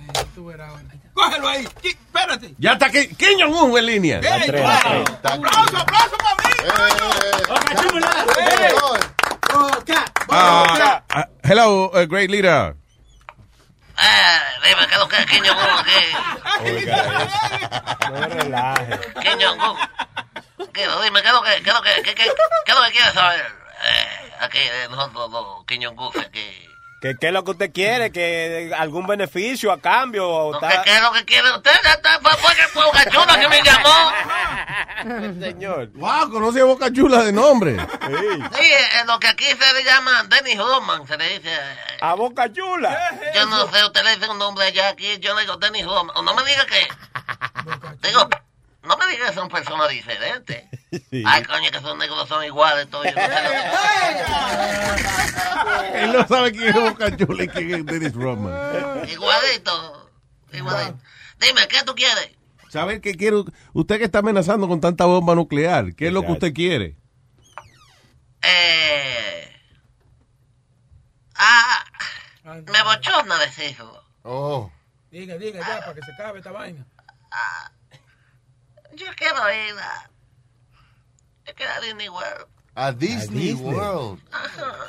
Speaker 8: Cógelo ahí. Qui- Espérate.
Speaker 4: Ya está que Kim Jong-un en línea.
Speaker 8: Ey, claro. Aplauso, aplauso para mí.
Speaker 20: eh.
Speaker 4: Ah, ah, hello, uh, great leader.
Speaker 20: Ah, Dime, ¿qué es lo que es Kim Jong-un aquí?
Speaker 10: No relaje.
Speaker 20: Kim Jong-un. ¿Qué- Dime, ¿qué es lo que, qué es lo que, qué, qué, qué es lo que quieres saber? Eh, aquí, eh, nosotros los Kim Jong-un aquí.
Speaker 10: ¿Qué, ¿Qué es lo que usted quiere? ¿Que algún beneficio a cambio? O
Speaker 20: No, ¿Qué,
Speaker 10: tal?
Speaker 20: qué es lo que quiere usted? Ya está, Fue, fue, que- fue Boca Chula que me llamó.
Speaker 10: Señor.
Speaker 4: Wow, conoce a Boca Chula de nombre.
Speaker 20: Sí, eh, lo que aquí se le llama Dennis Rodman, se le dice. eh,
Speaker 10: A Boca Chula.
Speaker 20: Yo no sé, usted le dice un nombre allá aquí, yo le digo Dennis Rodman. O No me diga que... Digo, no me diga que son personas diferentes. Ay, coño, que esos negros son iguales todos. Yo no sé lo que-
Speaker 4: Él no sabe quién es Boca Chula y quién es Dennis Rodman.
Speaker 20: Igualito, igualito. Dime, ¿qué tú quieres?
Speaker 4: ¿Sabe qué quiere? Usted que está amenazando con tanta bomba nuclear, ¿qué es lo que usted quiere?
Speaker 20: Eh... Ah, me bochorna decirlo.
Speaker 9: Oh.
Speaker 8: Diga, diga ya para que se acabe esta vaina.
Speaker 20: Yo quiero ir a... Yo quiero ir a Disney World.
Speaker 9: A Disney, World.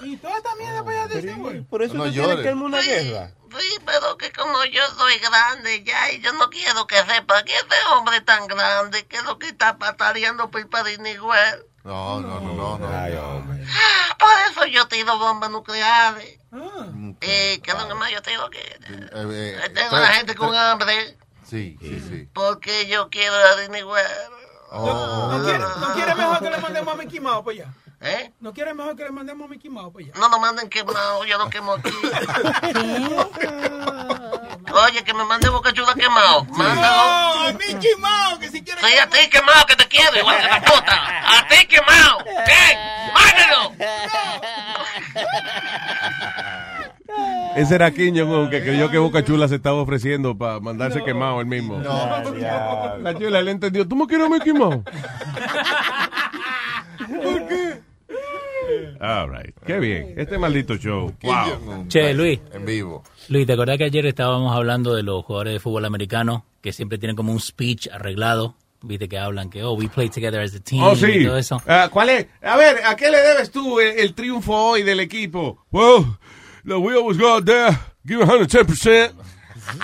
Speaker 8: Y toda esta mierda para allá de Disney World.
Speaker 10: Por eso
Speaker 9: No
Speaker 10: no
Speaker 9: llores.
Speaker 10: tiene que irme a una guerra.
Speaker 20: Sí, pero que como yo soy grande ya y yo no quiero que sepa que este hombre tan grande que es lo que está pataleando por ir para Disney World.
Speaker 9: No, no, no, no. no.
Speaker 20: Ah, Por eso yo tiro bombas nucleares.
Speaker 8: Ah.
Speaker 20: Eh, que es lo que más yo tiro que...
Speaker 9: Eh, eh,
Speaker 20: eh, Tengo
Speaker 9: tres-
Speaker 20: la gente con
Speaker 9: tres-
Speaker 20: hambre
Speaker 9: Sí, sí, sí.
Speaker 20: porque yo quiero ir a Disney World.
Speaker 9: Oh.
Speaker 8: ¿No quiere, no quiere mejor que le mandemos a Mickey Mouse
Speaker 2: pues,
Speaker 8: para allá?
Speaker 20: ¿Eh?
Speaker 8: ¿No quiere mejor que le mandemos a Mickey Mouse para allá?
Speaker 20: No lo manden quemado, yo lo quemo aquí. Oye, que me mande boca chula quemado. Mándalo.
Speaker 8: ¡No! ¡Mickey Mouse! Que si quiere.
Speaker 20: Sí, a ti quemado que te quiero, igual que la puta. A ti quemado. ¡Ey! ¡Mándalo!
Speaker 4: Ese era Kim Jong-un que creyó que Boca Chula se estaba ofreciendo para mandarse quemado él mismo. La chula le entendió. ¿Tú me quieres me quemado?
Speaker 8: ¿Por qué?
Speaker 4: All right. Qué bien. Este maldito show.
Speaker 9: Kim
Speaker 4: Wow.
Speaker 9: Jong-un.
Speaker 18: Che, Luis.
Speaker 9: En vivo.
Speaker 18: Luis, ¿te acordás que ayer estábamos hablando de los jugadores de fútbol americano que siempre tienen como un speech arreglado? Viste que hablan que, oh, we play together as a team
Speaker 4: Oh, sí.
Speaker 18: y todo eso.
Speaker 4: Ah, ¿Cuál es? A ver, ¿a qué le debes tú el, el triunfo hoy del equipo? Well, the wheel was got there. Give 110%. Eh,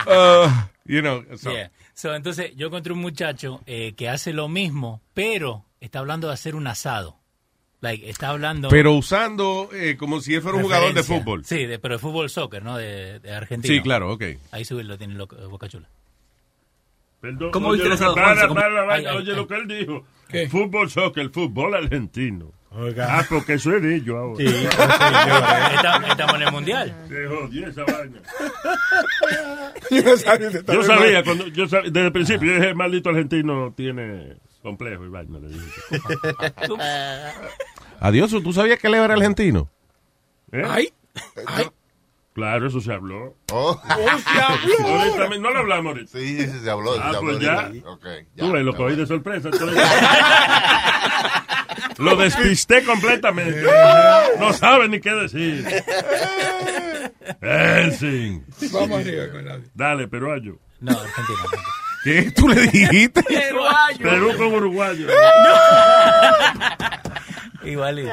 Speaker 4: Uh, you know. so-
Speaker 18: Yeah. So, entonces, yo encontré un muchacho eh, que hace lo mismo, pero está hablando de hacer un asado. Like, está hablando...
Speaker 4: Pero usando eh, como si él fuera un jugador de
Speaker 18: Referencia.
Speaker 4: fútbol.
Speaker 18: Sí, de- pero de fútbol soccer, ¿no? De, de Argentina.
Speaker 4: Sí, claro, ok.
Speaker 18: Ahí subirlo tiene lo- Boca Chula.
Speaker 12: Perdón,
Speaker 18: ¿Cómo
Speaker 12: oye,
Speaker 18: viste
Speaker 12: lo
Speaker 18: los
Speaker 12: que-
Speaker 18: dos,
Speaker 12: para,
Speaker 18: Juanse?
Speaker 12: para la
Speaker 18: ¿Cómo-
Speaker 12: vaina,
Speaker 18: Ay, ay,
Speaker 12: oye
Speaker 18: ay.
Speaker 12: lo que él dijo. El fútbol soccer, el fútbol argentino. Ah, porque eso es de ellos ahora.
Speaker 18: Sí, sí, señores. Estamos- estamos en el Mundial.
Speaker 12: Se jodió esa vaina.
Speaker 1: Yo no sabía que estaba
Speaker 12: Yo
Speaker 1: en
Speaker 12: sabía,
Speaker 1: Mar-
Speaker 12: cuando, yo sab- desde el principio, yo dije, el maldito argentino no tiene complejo y vaina. le dije.
Speaker 4: Adiós, ¿tú sabías que él era argentino?
Speaker 12: ¿Eh?
Speaker 4: Ay.
Speaker 12: Claro, eso se habló.
Speaker 9: Oh.
Speaker 12: se habló. Ahorita mi- no lo hablamos ahorita.
Speaker 9: Sí, sí, se habló.
Speaker 12: Ah,
Speaker 9: se habló
Speaker 12: pues ya.
Speaker 9: ahorita. Ok, ya.
Speaker 12: Tú ves, lo cogí de sorpresa. entonces- lo despisté completamente. No sabe ni qué decir. Helsing.
Speaker 1: Vamos arriba con la-
Speaker 12: Dale, peruayo.
Speaker 18: No, Argentina.
Speaker 4: ¿Qué tú le dijiste?
Speaker 12: Peruayo. Perú con uruguayo.
Speaker 18: Igualito.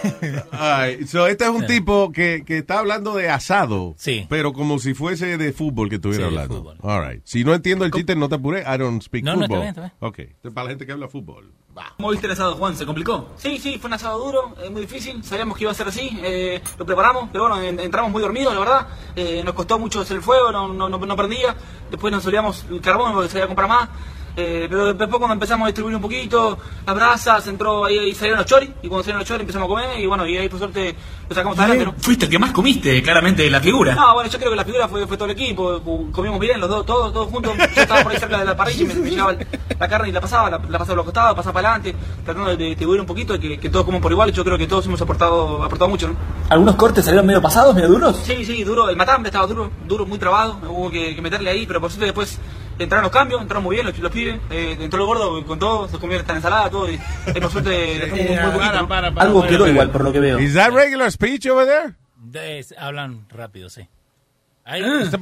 Speaker 4: Ay, so este es un tipo que, que está hablando de asado, pero como si fuese de fútbol que estuviera
Speaker 18: Sí, de
Speaker 4: hablando. All right. Si no entiendo el chiste, no te apures. I don't speak
Speaker 18: No, no,
Speaker 4: football.
Speaker 18: está bien, está bien.
Speaker 4: Ok. Este es para la gente que habla fútbol.
Speaker 19: ¿Cómo viste el asado, Juan? ¿Se complicó? Sí, sí, fue un asado duro, eh, muy difícil, sabíamos que iba a ser así, eh, lo preparamos, pero bueno, en- entramos muy dormidos, la verdad, eh, nos costó mucho hacer el fuego, no, no, no, no prendía, después nos olvidamos el carbón porque se iba a comprar más, Eh, pero después cuando empezamos a distribuir un poquito, las brasas, entró ahí, ahí salieron los choris, y cuando salieron los choris empezamos a comer, y bueno, y ahí por suerte lo sacamos adelante, ¿no?
Speaker 21: Fuiste el que más comiste, claramente, la figura.
Speaker 19: No, bueno, yo creo que la figura fue, fue todo el equipo, cu- comimos bien los dos, todos, todos juntos, yo estaba por ahí cerca de la parrilla y me, me llegaba el- la carne y la pasaba, la, la pasaba a los costados, pasaba para adelante, tratando de, de distribuir un poquito, que, que todos coman por igual, yo creo que todos hemos aportado, aportado mucho, ¿no?
Speaker 21: Algunos cortes salieron medio pasados, medio duros.
Speaker 19: Sí, sí, duro. El matambre estaba duro, duro, muy trabado. Hubo que, que meterle ahí, pero por suerte después entraron los cambios, entraron muy bien los, los pibes. Eh, entró el gordo con todo, se comió esta ensalada, todo. Y, eh, por suerte dejamos muy, muy poquito. ¿no?
Speaker 21: Algo quedó igual, por lo que veo.
Speaker 4: Is that regular speech over there?
Speaker 18: De- hablan rápido, sí. Hay-
Speaker 4: Ah,
Speaker 18: Dep-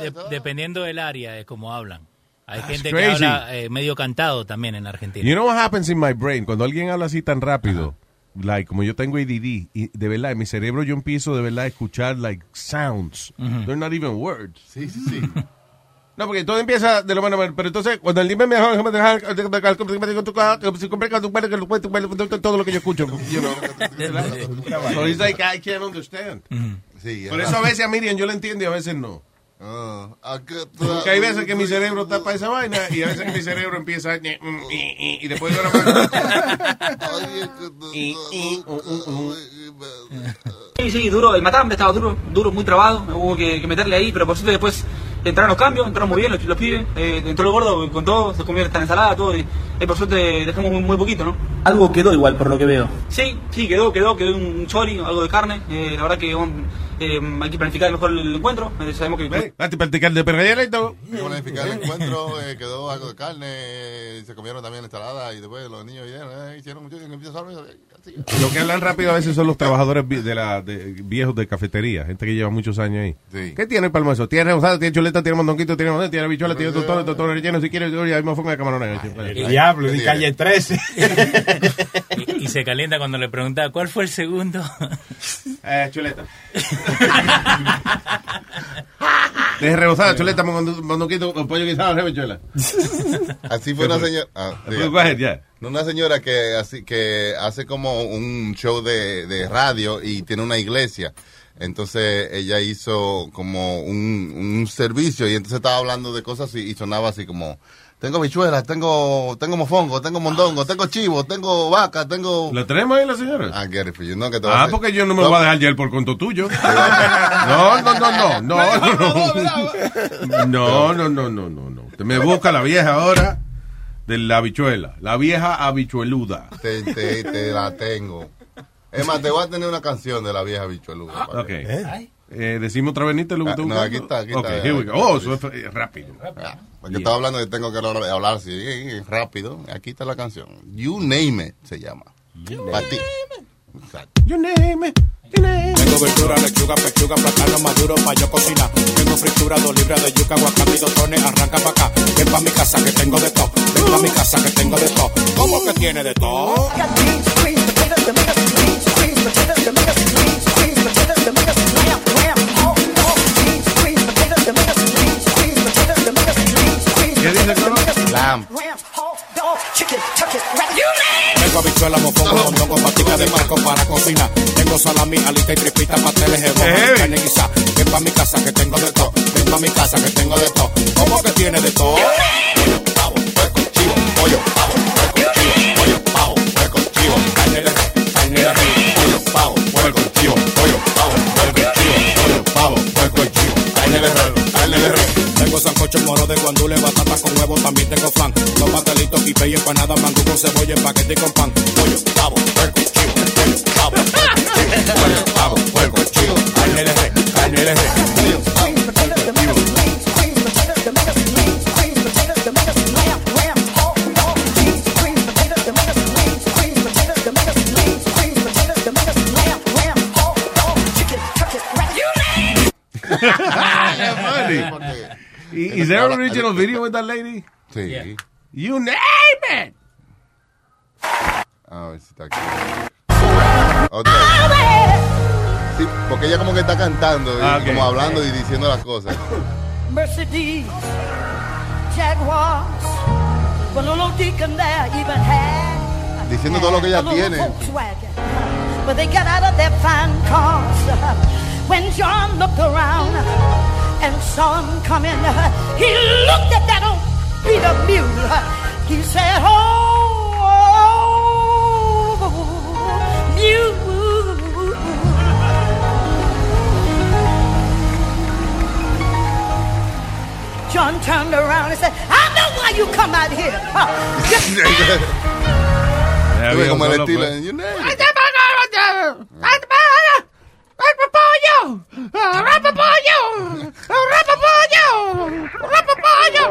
Speaker 18: de- dependiendo del área es como hablan. Hay
Speaker 4: That's
Speaker 18: gente
Speaker 4: crazy.
Speaker 18: que habla eh, medio cantado también en Argentina.
Speaker 4: You know what happens in my brain? Cuando alguien habla así tan rápido, like, como yo tengo ADD, y de verdad, en mi cerebro yo empiezo de verdad a escuchar, like, sounds. They're not even words.
Speaker 9: Sí, sí, sí.
Speaker 4: No, porque todo empieza de lo bueno, pero entonces, cuando el libro me dejó, todo lo que yo escucho, you know. So it's like, I can't understand.
Speaker 9: Sí, Ah,
Speaker 4: Por eso a veces a Miriam yo le entiendo y a veces no. Porque hay veces que mi cerebro está para esa vaina y a veces que mi cerebro empieza a- y después yo la
Speaker 19: Sí, sí, duro. El matambre estaba duro, duro, muy trabado. Hubo que, que meterle ahí, pero por suerte después entraron los cambios, entraron muy bien los, los pibes. Eh, entró el gordo con todo, se comió esta ensalada, todo. Y eh, por suerte dejamos muy, muy poquito, ¿no?
Speaker 21: Algo quedó igual, por lo que veo.
Speaker 19: Sí, sí, quedó, quedó, quedó un chori, algo de carne. Eh, la verdad que um, eh, hay que planificar mejor el encuentro. Eh, sabemos que
Speaker 9: Planificar el encuentro, eh, quedó algo de carne, eh, se comieron también ensalada y después los niños vinieron, eh, hicieron mucho, empezaron eh, así.
Speaker 4: Lo que hablan rápido a veces son los trabajadores vi- de la, de- viejos de cafetería, gente que lleva muchos años ahí. ¿Qué tiene el palmazo? Tiene rosado, tiene chuleta, tiene mondonquito, tiene mondonquito, tiene bichuela, tiene totón, totón relleno, si quiere, y ahí me de camarones.
Speaker 18: el diablo, di calle
Speaker 4: 13.
Speaker 18: Y, y se calienta cuando le preguntaba cuál fue el segundo.
Speaker 4: Eh. chuleta. Deje rebozada, chuleta, mondo- mondonquito, eh, pollo guisado, rebechuela.
Speaker 9: Así fue una señora. ah,
Speaker 4: Go
Speaker 9: diga.
Speaker 4: ahead, yeah.
Speaker 9: Una señora que así que hace como un show de, de radio y tiene una iglesia. Entonces ella hizo como un, un servicio y entonces estaba hablando de cosas y, y sonaba así como tengo bichuelas, tengo tengo mofongo, tengo mondongo, tengo chivo, tengo vaca, tengo
Speaker 4: ¿Lo tenemos ahí la señora?
Speaker 9: Ah, get it for you. No, que te va a
Speaker 4: Ah,
Speaker 9: hacer-
Speaker 4: porque yo no me voy a dejar llevar por conto tuyo. No, no, no, no, no. No, no, no, no, no, no. Te me busca la vieja ahora de la habichuela. La vieja habichueluda.
Speaker 9: Te, te- te la tengo. Es más, te voy a tener una canción de la vieja bichueluda. para
Speaker 4: Ok.
Speaker 9: que-
Speaker 4: Eh, decimos otra vez, Nita, lo que
Speaker 9: Ah,
Speaker 4: tú
Speaker 9: no, aquí está, aquí
Speaker 4: Ok,
Speaker 9: está.
Speaker 4: here we go. Oh, eso es eh, rápido.
Speaker 9: Ah, Porque estaba hablando que tengo que hablar hablar así eh, eh, rápido. Aquí está la canción. You Name It se llama. Para ti.
Speaker 4: You name it, you name it.
Speaker 2: Tengo verdura, lechuga, pechuga, plátano maduro pa' yo cocinar. Tengo fritura, dos libras de yuca, aguacate y dos tones, arranca pa' acá. Ven pa' mi casa que tengo de todo, ven pa' mi casa que tengo de todo. ¿Cómo que tiene de todo?
Speaker 9: Lamb.
Speaker 2: Tengo habichuela, mofongo, mondongo, patica de marco para cocina. Tengo salami, alita y tripita, pasteles, jebón, carne guisa. Ven pa' mi casa que tengo de todo, ven pa' mi casa que tengo de todo. ¿Cómo que tiene de todo? Tengo sancocho moro de guandule, batata con huevo, también tengo flan. Los pastelitos, quipe y empanada, mangú con cebolla, en paquete y con pan. Pollo, pavo, puerco, chivo, pollo, pavo, puerco, chivo, pollo, pavo, puerco, chivo, carne de res, carne de res.
Speaker 4: Y- Is there an original video with that lady?
Speaker 9: Sí.
Speaker 4: You name it.
Speaker 9: A ver si está aquí. Otra. Sí, porque ella como que está cantando, y
Speaker 17: Ah, ok.
Speaker 9: como hablando y diciendo las cosas.
Speaker 22: Mercedes, Jaguars, but no deacon there even had
Speaker 9: Diciendo todo lo que
Speaker 22: a
Speaker 9: ella
Speaker 22: little
Speaker 9: tiene.
Speaker 22: Volkswagen. But uh, they got out of their fine cars. When John looked around and saw him coming. uh, He looked at that old Peter mule. uh, He said, Oh, mule. John turned around and said, I know why you come out here.
Speaker 9: Tuve como el estilo. you know.
Speaker 20: ¡Rapapollo! ¡Rapapollo! ¡Rapapollo! ¡Rapapollo!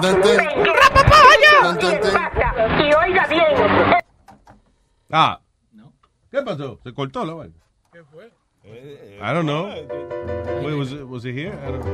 Speaker 20: ¡Rapapollo! ¡Rapapollo! Y oiga bien.
Speaker 4: Ah. ¿Qué pasó? Se cortó la vaina. I don't know. Wait, was it, was it here? I don't-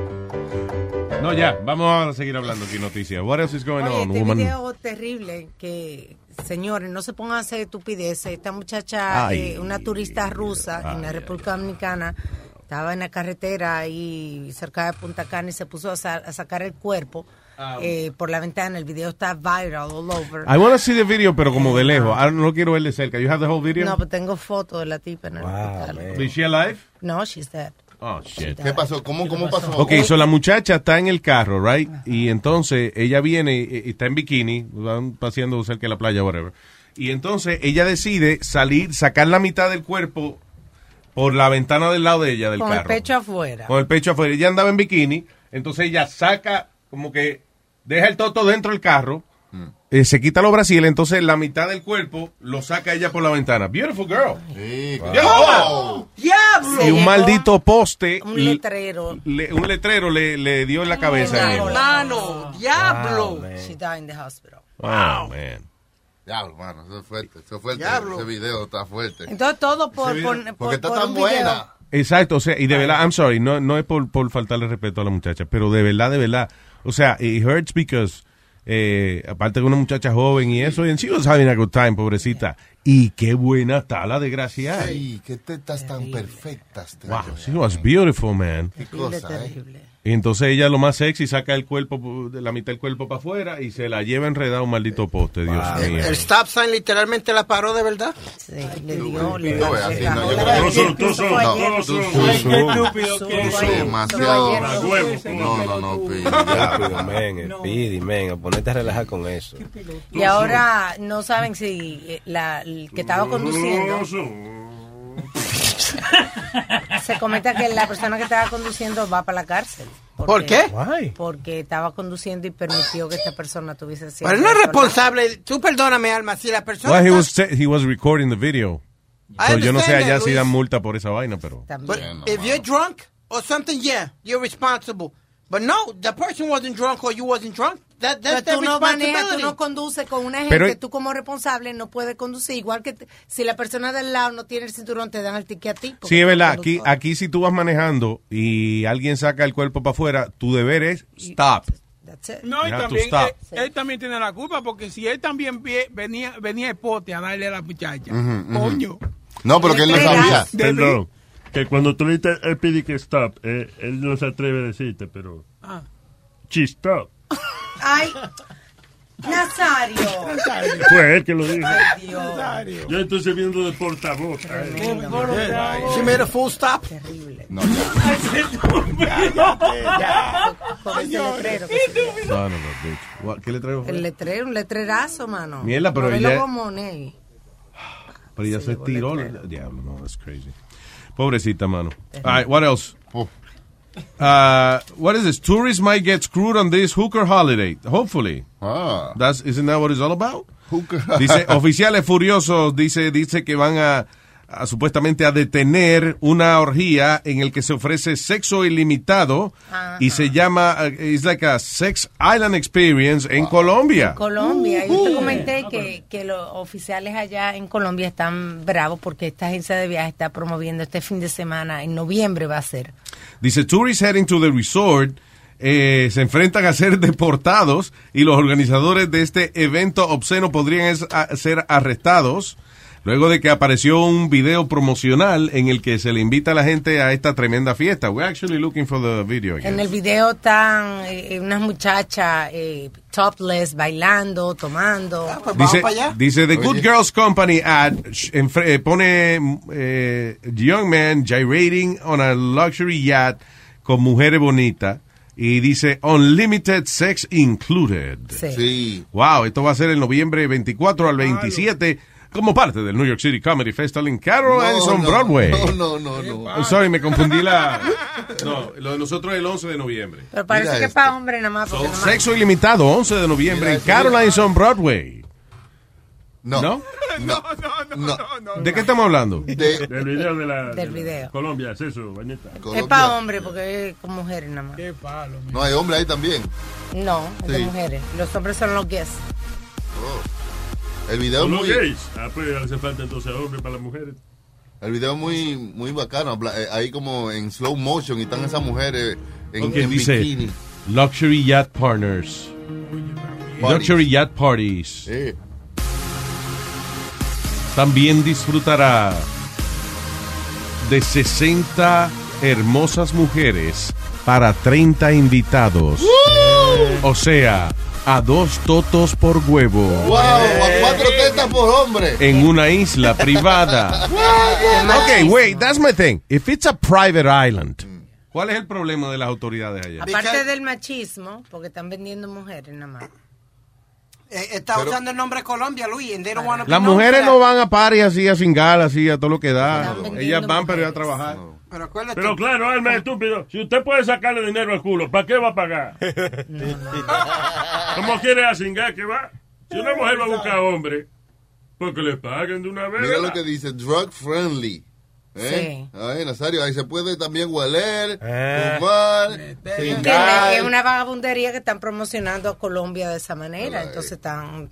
Speaker 4: No, ya. Vamos a seguir hablando aquí noticias. What else is going
Speaker 5: Oye,
Speaker 4: on,
Speaker 5: este
Speaker 4: woman?
Speaker 5: video terrible que, señores, no se pongan a hacer estupideces. Esta muchacha,
Speaker 4: Ay.
Speaker 5: eh, una turista rusa en la República Dominicana, estaba en la carretera ahí cerca de Punta Cana y se puso a, sa- a sacar el cuerpo
Speaker 4: Ah.
Speaker 5: eh, por la ventana. El video está viral all over.
Speaker 4: I want to see the video, pero como de lejos. I don't- no quiero ver de cerca. You have the whole video?
Speaker 5: No, pero tengo foto de la tipa en el hospital.
Speaker 4: Is she alive?
Speaker 5: No, she's dead.
Speaker 4: Oh, shit.
Speaker 9: ¿Qué pasó? ¿Cómo, cómo pasó?
Speaker 4: Ok, so la muchacha está en el carro, right? Y entonces ella viene, eh, está en bikini, van paseando cerca de la playa, whatever. Y entonces ella decide salir, sacar la mitad del cuerpo por la ventana del lado de ella del
Speaker 5: Con el
Speaker 4: carro.
Speaker 5: pecho afuera.
Speaker 4: Con el pecho afuera. Ella andaba en bikini, entonces ella saca, como que deja el toto dentro del carro, eh, se quita los brasiles, entonces la mitad del cuerpo lo saca ella por la ventana. Beautiful girl.
Speaker 20: ¡Diablo! ¡Diablo!
Speaker 4: Y un maldito poste,
Speaker 5: Un letrero.
Speaker 4: le- un letrero le, le dio en la cabeza. a ella.
Speaker 5: Mano,
Speaker 9: diablo. Wow, man.
Speaker 5: She died in the hospital.
Speaker 4: Wow, man.
Speaker 9: Diablo, mano, eso es fuerte, eso es fuerte.
Speaker 5: Diablo.
Speaker 9: Ese video está fuerte.
Speaker 5: Entonces todo por,
Speaker 9: Ese
Speaker 5: por,
Speaker 9: video-
Speaker 5: por-
Speaker 9: porque está
Speaker 5: por
Speaker 9: tan
Speaker 5: un video.
Speaker 9: buena.
Speaker 4: Exacto, o sea, y de verdad, I'm sorry, no, no es por, por faltarle respeto a la muchacha, pero de verdad, de verdad, o sea, it hurts because, eh, aparte que una muchacha joven y eso, y she was having a good time, pobrecita, y qué buena está la desgracia.
Speaker 9: Ay, qué tetas tan perfectas. te
Speaker 4: Wow, she was beautiful, man.
Speaker 9: Qué cosa, eh.
Speaker 4: Y entonces ella lo más sexy saca el cuerpo, de la mitad del cuerpo para afuera y se la lleva enredada a un maldito poste, Dios mío.
Speaker 11: Eh, El stop sign literalmente la paró de verdad.
Speaker 5: Sí, le dio,
Speaker 9: le dio.
Speaker 10: Demasiado.
Speaker 9: No, no, no,
Speaker 10: Rápido, men, el Pidi, men, ponete a relajar con eso.
Speaker 5: Y ahora no saben si eh, la, el que estaba conduciendo se comenta que la persona que estaba conduciendo va para la cárcel.
Speaker 11: ¿Por qué?
Speaker 5: Porque estaba conduciendo y permitió que esta persona tuviese así.
Speaker 11: Pero él no es responsable. Tú perdóname, Alma, si la persona...
Speaker 4: Well, he
Speaker 11: está-
Speaker 4: was, he was recording the video.
Speaker 11: I
Speaker 4: So yo no sé
Speaker 11: understand that,
Speaker 4: allá si
Speaker 11: Luis.
Speaker 4: dan multa por esa vaina, pero...
Speaker 11: But if you're drunk or something, yeah, you're responsible. But no, the person wasn't drunk or you wasn't drunk. That, that's
Speaker 5: Pero tú
Speaker 11: their
Speaker 5: no manejas, tú
Speaker 11: responsibility.
Speaker 5: no conduces con una gente,
Speaker 4: Pero-
Speaker 5: tú como responsable no puedes conducir. Igual que te- si la persona del lado no tiene el cinturón, te dan el ticket a ti. porque
Speaker 4: Sí, es verdad.
Speaker 5: tú
Speaker 4: Aquí, aquí si tú vas manejando y alguien saca el cuerpo para afuera, tu deber es stop.
Speaker 6: No, y
Speaker 4: You have to
Speaker 6: también,
Speaker 4: stop.
Speaker 6: él, él también tiene la culpa porque si él también vie- venía venía el pote a darle a la muchacha.
Speaker 9: Ujú, ujú.
Speaker 6: Coño.
Speaker 9: No, pero que él no sabía.
Speaker 7: Perdón. Que cuando tú le dices él pide que stop, eh, él no se atreve a decirte, pero.
Speaker 6: Ah.
Speaker 7: She stop.
Speaker 5: Ay, Nazario.
Speaker 7: Fue él que lo dijo.
Speaker 5: Ay, Dios.
Speaker 7: Yo estoy sirviendo de portavoz.
Speaker 11: She made a full stop.
Speaker 5: Con ese letrero.
Speaker 4: No, no, no, bitch. What, ¿Qué le traigo?
Speaker 5: El letrero, un letrerazo, mano.
Speaker 4: Mierda, pero
Speaker 5: Modelo
Speaker 4: ella-
Speaker 5: como Ney.
Speaker 4: Pero ya se estiró. Diablo, no, that's crazy. Pobrecita, mano. All right, what else? Uh, what is this? Tourists might get screwed on this hooker holiday. Hopefully. That's, isn't that what it's all about? Dice, oficiales furiosos, dice, dice que van a, a supuestamente a detener una orgía en el que se ofrece sexo ilimitado y se llama, es like a sex island experience en Colombia.
Speaker 5: Colombia. Yo te comenté que, que los oficiales allá en Colombia están bravos porque esta agencia de viajes está promoviendo este fin de semana. En noviembre va a ser.
Speaker 4: Dice, tourists heading to the resort eh, se enfrentan a ser deportados y los organizadores de este evento obsceno podrían es- a- ser arrestados. Luego de que apareció un video promocional en el que se le invita a la gente a esta tremenda fiesta. We're actually looking for the video. again.
Speaker 5: En el video están eh, unas muchachas eh, topless bailando, tomando.
Speaker 4: Dice, dice The Good Girls Company ad sh- en fre- eh, pone eh, young man gyrating on a luxury yacht con mujeres bonitas y dice unlimited sex included.
Speaker 5: Sí.
Speaker 4: Wow, esto va a ser el noviembre 24 al 27 como parte del New York City Comedy Festival en Carolines on Broadway.
Speaker 9: No, no, no.
Speaker 4: I'm sorry, me confundí la. No, lo de nosotros es el 11 de noviembre.
Speaker 5: Pero parece que es
Speaker 4: este.
Speaker 5: para hombre nada más. porque nada más-
Speaker 4: Sexo ilimitado, 11 de noviembre en Carolines on Broadway. No. ¿No?
Speaker 9: No, no, no.
Speaker 4: ¿De qué estamos hablando?
Speaker 12: Del video de la.
Speaker 5: Del
Speaker 12: de la-
Speaker 5: video.
Speaker 12: Colombia, es eso, bañeta.
Speaker 5: Es para hombre porque es con mujeres nada más. Qué palo.
Speaker 9: No hay hombre ahí también.
Speaker 5: No, es de
Speaker 9: Sí.
Speaker 5: mujeres. Los hombres son los gays.
Speaker 9: El video es
Speaker 12: ¿Son
Speaker 9: muy.
Speaker 12: los gays? Ah, pues hace falta entonces hombre para las mujeres.
Speaker 9: El video es muy, muy bacano. habla- eh, Ahí como en slow motion y están esas mujeres en,
Speaker 4: Ok,
Speaker 9: en
Speaker 4: dice
Speaker 9: bikini.
Speaker 4: Luxury Yacht Partners.
Speaker 9: Parties.
Speaker 4: Luxury Yacht Parties. También disfrutará de 60 hermosas mujeres para 30 invitados. O sea, a dos totos por huevo.
Speaker 9: ¡Wow! A cuatro tetas por hombre.
Speaker 4: En una isla privada. Okay, wait, that's my thing. If it's a private island. ¿Cuál es el problema de las autoridades allá?
Speaker 5: Aparte del machismo, porque están vendiendo mujeres nada más.
Speaker 11: Eh, Está usando el nombre Colombia, Luis. and they don't wanna be
Speaker 4: Las
Speaker 11: known
Speaker 4: mujeres
Speaker 11: for
Speaker 4: no
Speaker 11: that.
Speaker 4: van a parir así, a cingar, así, a todo lo que da.
Speaker 11: vendiendo
Speaker 4: Ellas van, pero a trabajar.
Speaker 12: Pero claro, alma estúpido, si usted puede sacarle dinero al culo, ¿para qué va a pagar? ¿Cómo quiere asingar que va? Si una mujer va a buscar hombre, porque le paguen de una vez.
Speaker 9: Mira lo
Speaker 12: ¿verdad?
Speaker 9: que dice, drug friendly. ¿Eh? Ay, Nazario, ahí se puede también hueler,
Speaker 12: Eh.
Speaker 9: fumar,
Speaker 5: Entiende, Es
Speaker 9: cingar.
Speaker 5: una vagabundería que están promocionando a Colombia de esa manera.
Speaker 4: eh,
Speaker 5: Entonces están.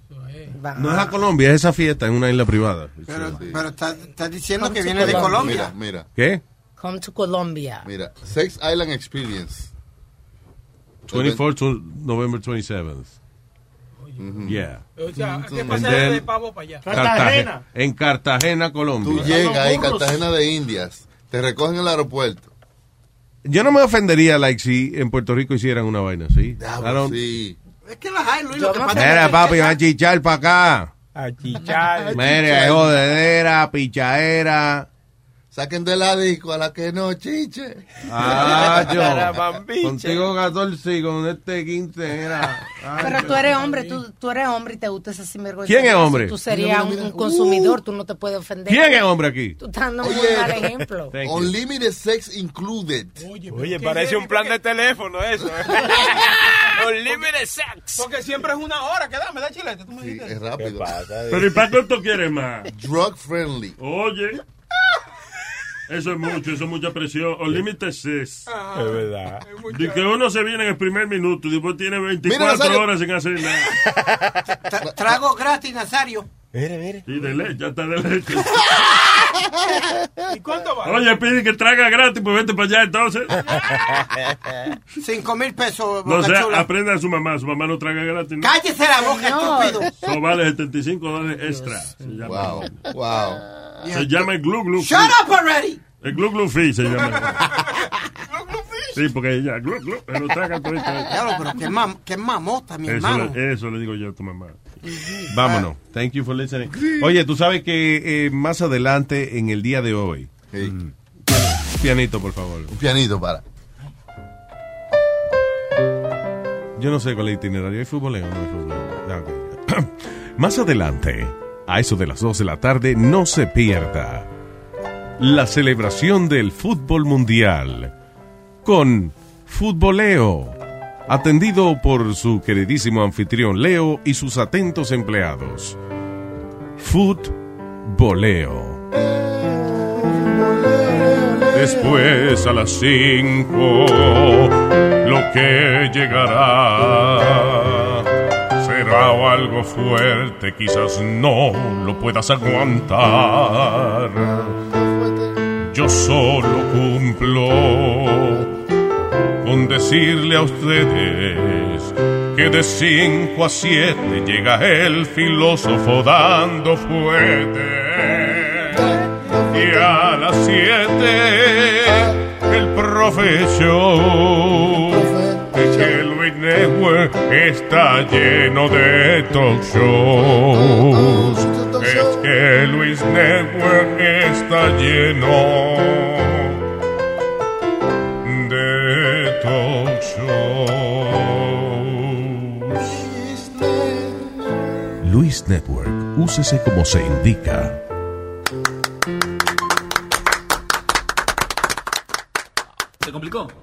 Speaker 5: van
Speaker 4: No es
Speaker 5: a-
Speaker 4: a Colombia, es esa fiesta en una isla privada.
Speaker 11: Pero, pero está, está diciendo
Speaker 5: Come
Speaker 11: que
Speaker 5: to
Speaker 11: viene de
Speaker 9: Mira,
Speaker 11: Colombia.
Speaker 9: mira,
Speaker 4: ¿Qué?
Speaker 5: Come to Colombia.
Speaker 9: mira. Sex Island Experience.
Speaker 4: 24 to November 27th. Yeah.
Speaker 13: O sea, hay que
Speaker 4: And
Speaker 13: pasar
Speaker 4: then-
Speaker 13: de pavo para allá.
Speaker 4: Cartagena. En Cartagena,
Speaker 9: Tú
Speaker 4: Colombia.
Speaker 5: Ah,
Speaker 9: llegas ahí, Cartagena de Indias, te recogen en el aeropuerto.
Speaker 4: Yo no me ofendería, like, si en Puerto Rico hicieran una vaina así. I don't-
Speaker 9: Sí.
Speaker 11: Es que las hay, Luis. Lo que pasa
Speaker 4: Mira,
Speaker 11: es
Speaker 4: papi, va a chichar para acá.
Speaker 11: A
Speaker 4: Mira, jodedera, pichadera.
Speaker 9: Saquen de la disco a la que no chiche.
Speaker 4: Ah, yo.
Speaker 9: Carabambiche.
Speaker 4: Contigo 14 y con este 15 era.
Speaker 5: Pero tú eres hombre, tú, tú eres hombre y te gusta esa sinvergüenza.
Speaker 4: ¿Quién es hombre?
Speaker 5: Tú serías
Speaker 4: Mira, mira,
Speaker 5: un
Speaker 4: mira.
Speaker 5: consumidor, tú no te puedes ofender.
Speaker 4: ¿Quién es hombre aquí?
Speaker 5: Tú estás dando un mal ejemplo.
Speaker 4: Thank you.
Speaker 9: Unlimited sex included.
Speaker 10: Oye, parece un plan de teléfono eso. Unlimited sex.
Speaker 13: Porque siempre es una hora que da, me da chilete. Tú me dijiste.
Speaker 9: Es rápido.
Speaker 12: Pero ¿y para cuánto quiere más?
Speaker 9: Drug friendly.
Speaker 12: Oye. Eso es mucho, eso es mucha presión. O límites es.
Speaker 13: Es
Speaker 12: verdad. De que uno se viene en el primer minuto y después tiene 24
Speaker 11: Nazario.
Speaker 12: horas sin hacer nada.
Speaker 11: Tra- Trago gratis, Nazario.
Speaker 12: Mire, mire. Y de leche, ya está de leche.
Speaker 13: ¿Y cuánto va?
Speaker 12: Oye, pide que traga gratis, pues vete para allá entonces.
Speaker 11: Cinco mil pesos,
Speaker 12: No
Speaker 11: Boca
Speaker 12: sea,
Speaker 11: Chula.
Speaker 12: aprenda a su mamá, su mamá no traga gratis. ¿no?
Speaker 11: Cállese la boca, estúpido.
Speaker 12: Eso vale 75 dólares extra. Se llama.
Speaker 9: Wow, wow.
Speaker 12: Se llama el Glu Glu
Speaker 11: Shut
Speaker 12: Fee.
Speaker 11: up already.
Speaker 12: El Glu Glu Fee se llama. Sí, porque ella, Glu Glu, pero traga todo esto.
Speaker 11: Diablo, pero qué, mam qué mamota, mi hermano.
Speaker 12: Eso, le- eso le digo yo a tu mamá.
Speaker 4: Vámonos. Thank you for listening. Oye, tú sabes que eh, más adelante, en el día de hoy.
Speaker 9: Mm.
Speaker 4: Pianito, por favor. Un
Speaker 9: pianito para.
Speaker 4: Yo no sé cuál es el itinerario. ¿Hay fútbol o no hay fútbol? Ah, ok. Más adelante, a eso de las 2 de la tarde, no se pierda la celebración del fútbol mundial con Futboleo, atendido por su queridísimo anfitrión Leo y sus atentos empleados. Futboleo.
Speaker 26: Después a las 5 lo que llegará será algo fuerte, quizás no lo puedas aguantar. Yo solo cumplo con decirle a ustedes que de 5 a 7 llega el filósofo dando fuerte. Y a las siete, el profesor. Es que el Luis Network está lleno de talk shows. Es que el Luis Network está lleno de talk shows.
Speaker 4: Luis Network, úsese como se indica.
Speaker 19: ¿Se complicó?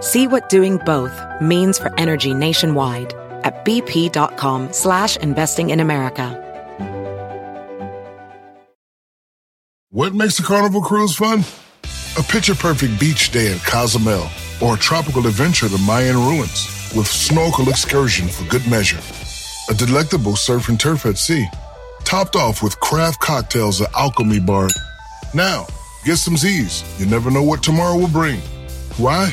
Speaker 27: See what doing both means for energy nationwide at bp.com slash investing in America.
Speaker 28: What makes the Carnival Cruise fun? A picture perfect beach day at Cozumel or a tropical adventure to Mayan ruins with snorkel excursion for good measure. A delectable surf and turf at sea, topped off with craft cocktails at Alchemy Bar. Now, get some Z's. You never know what tomorrow will bring. Why?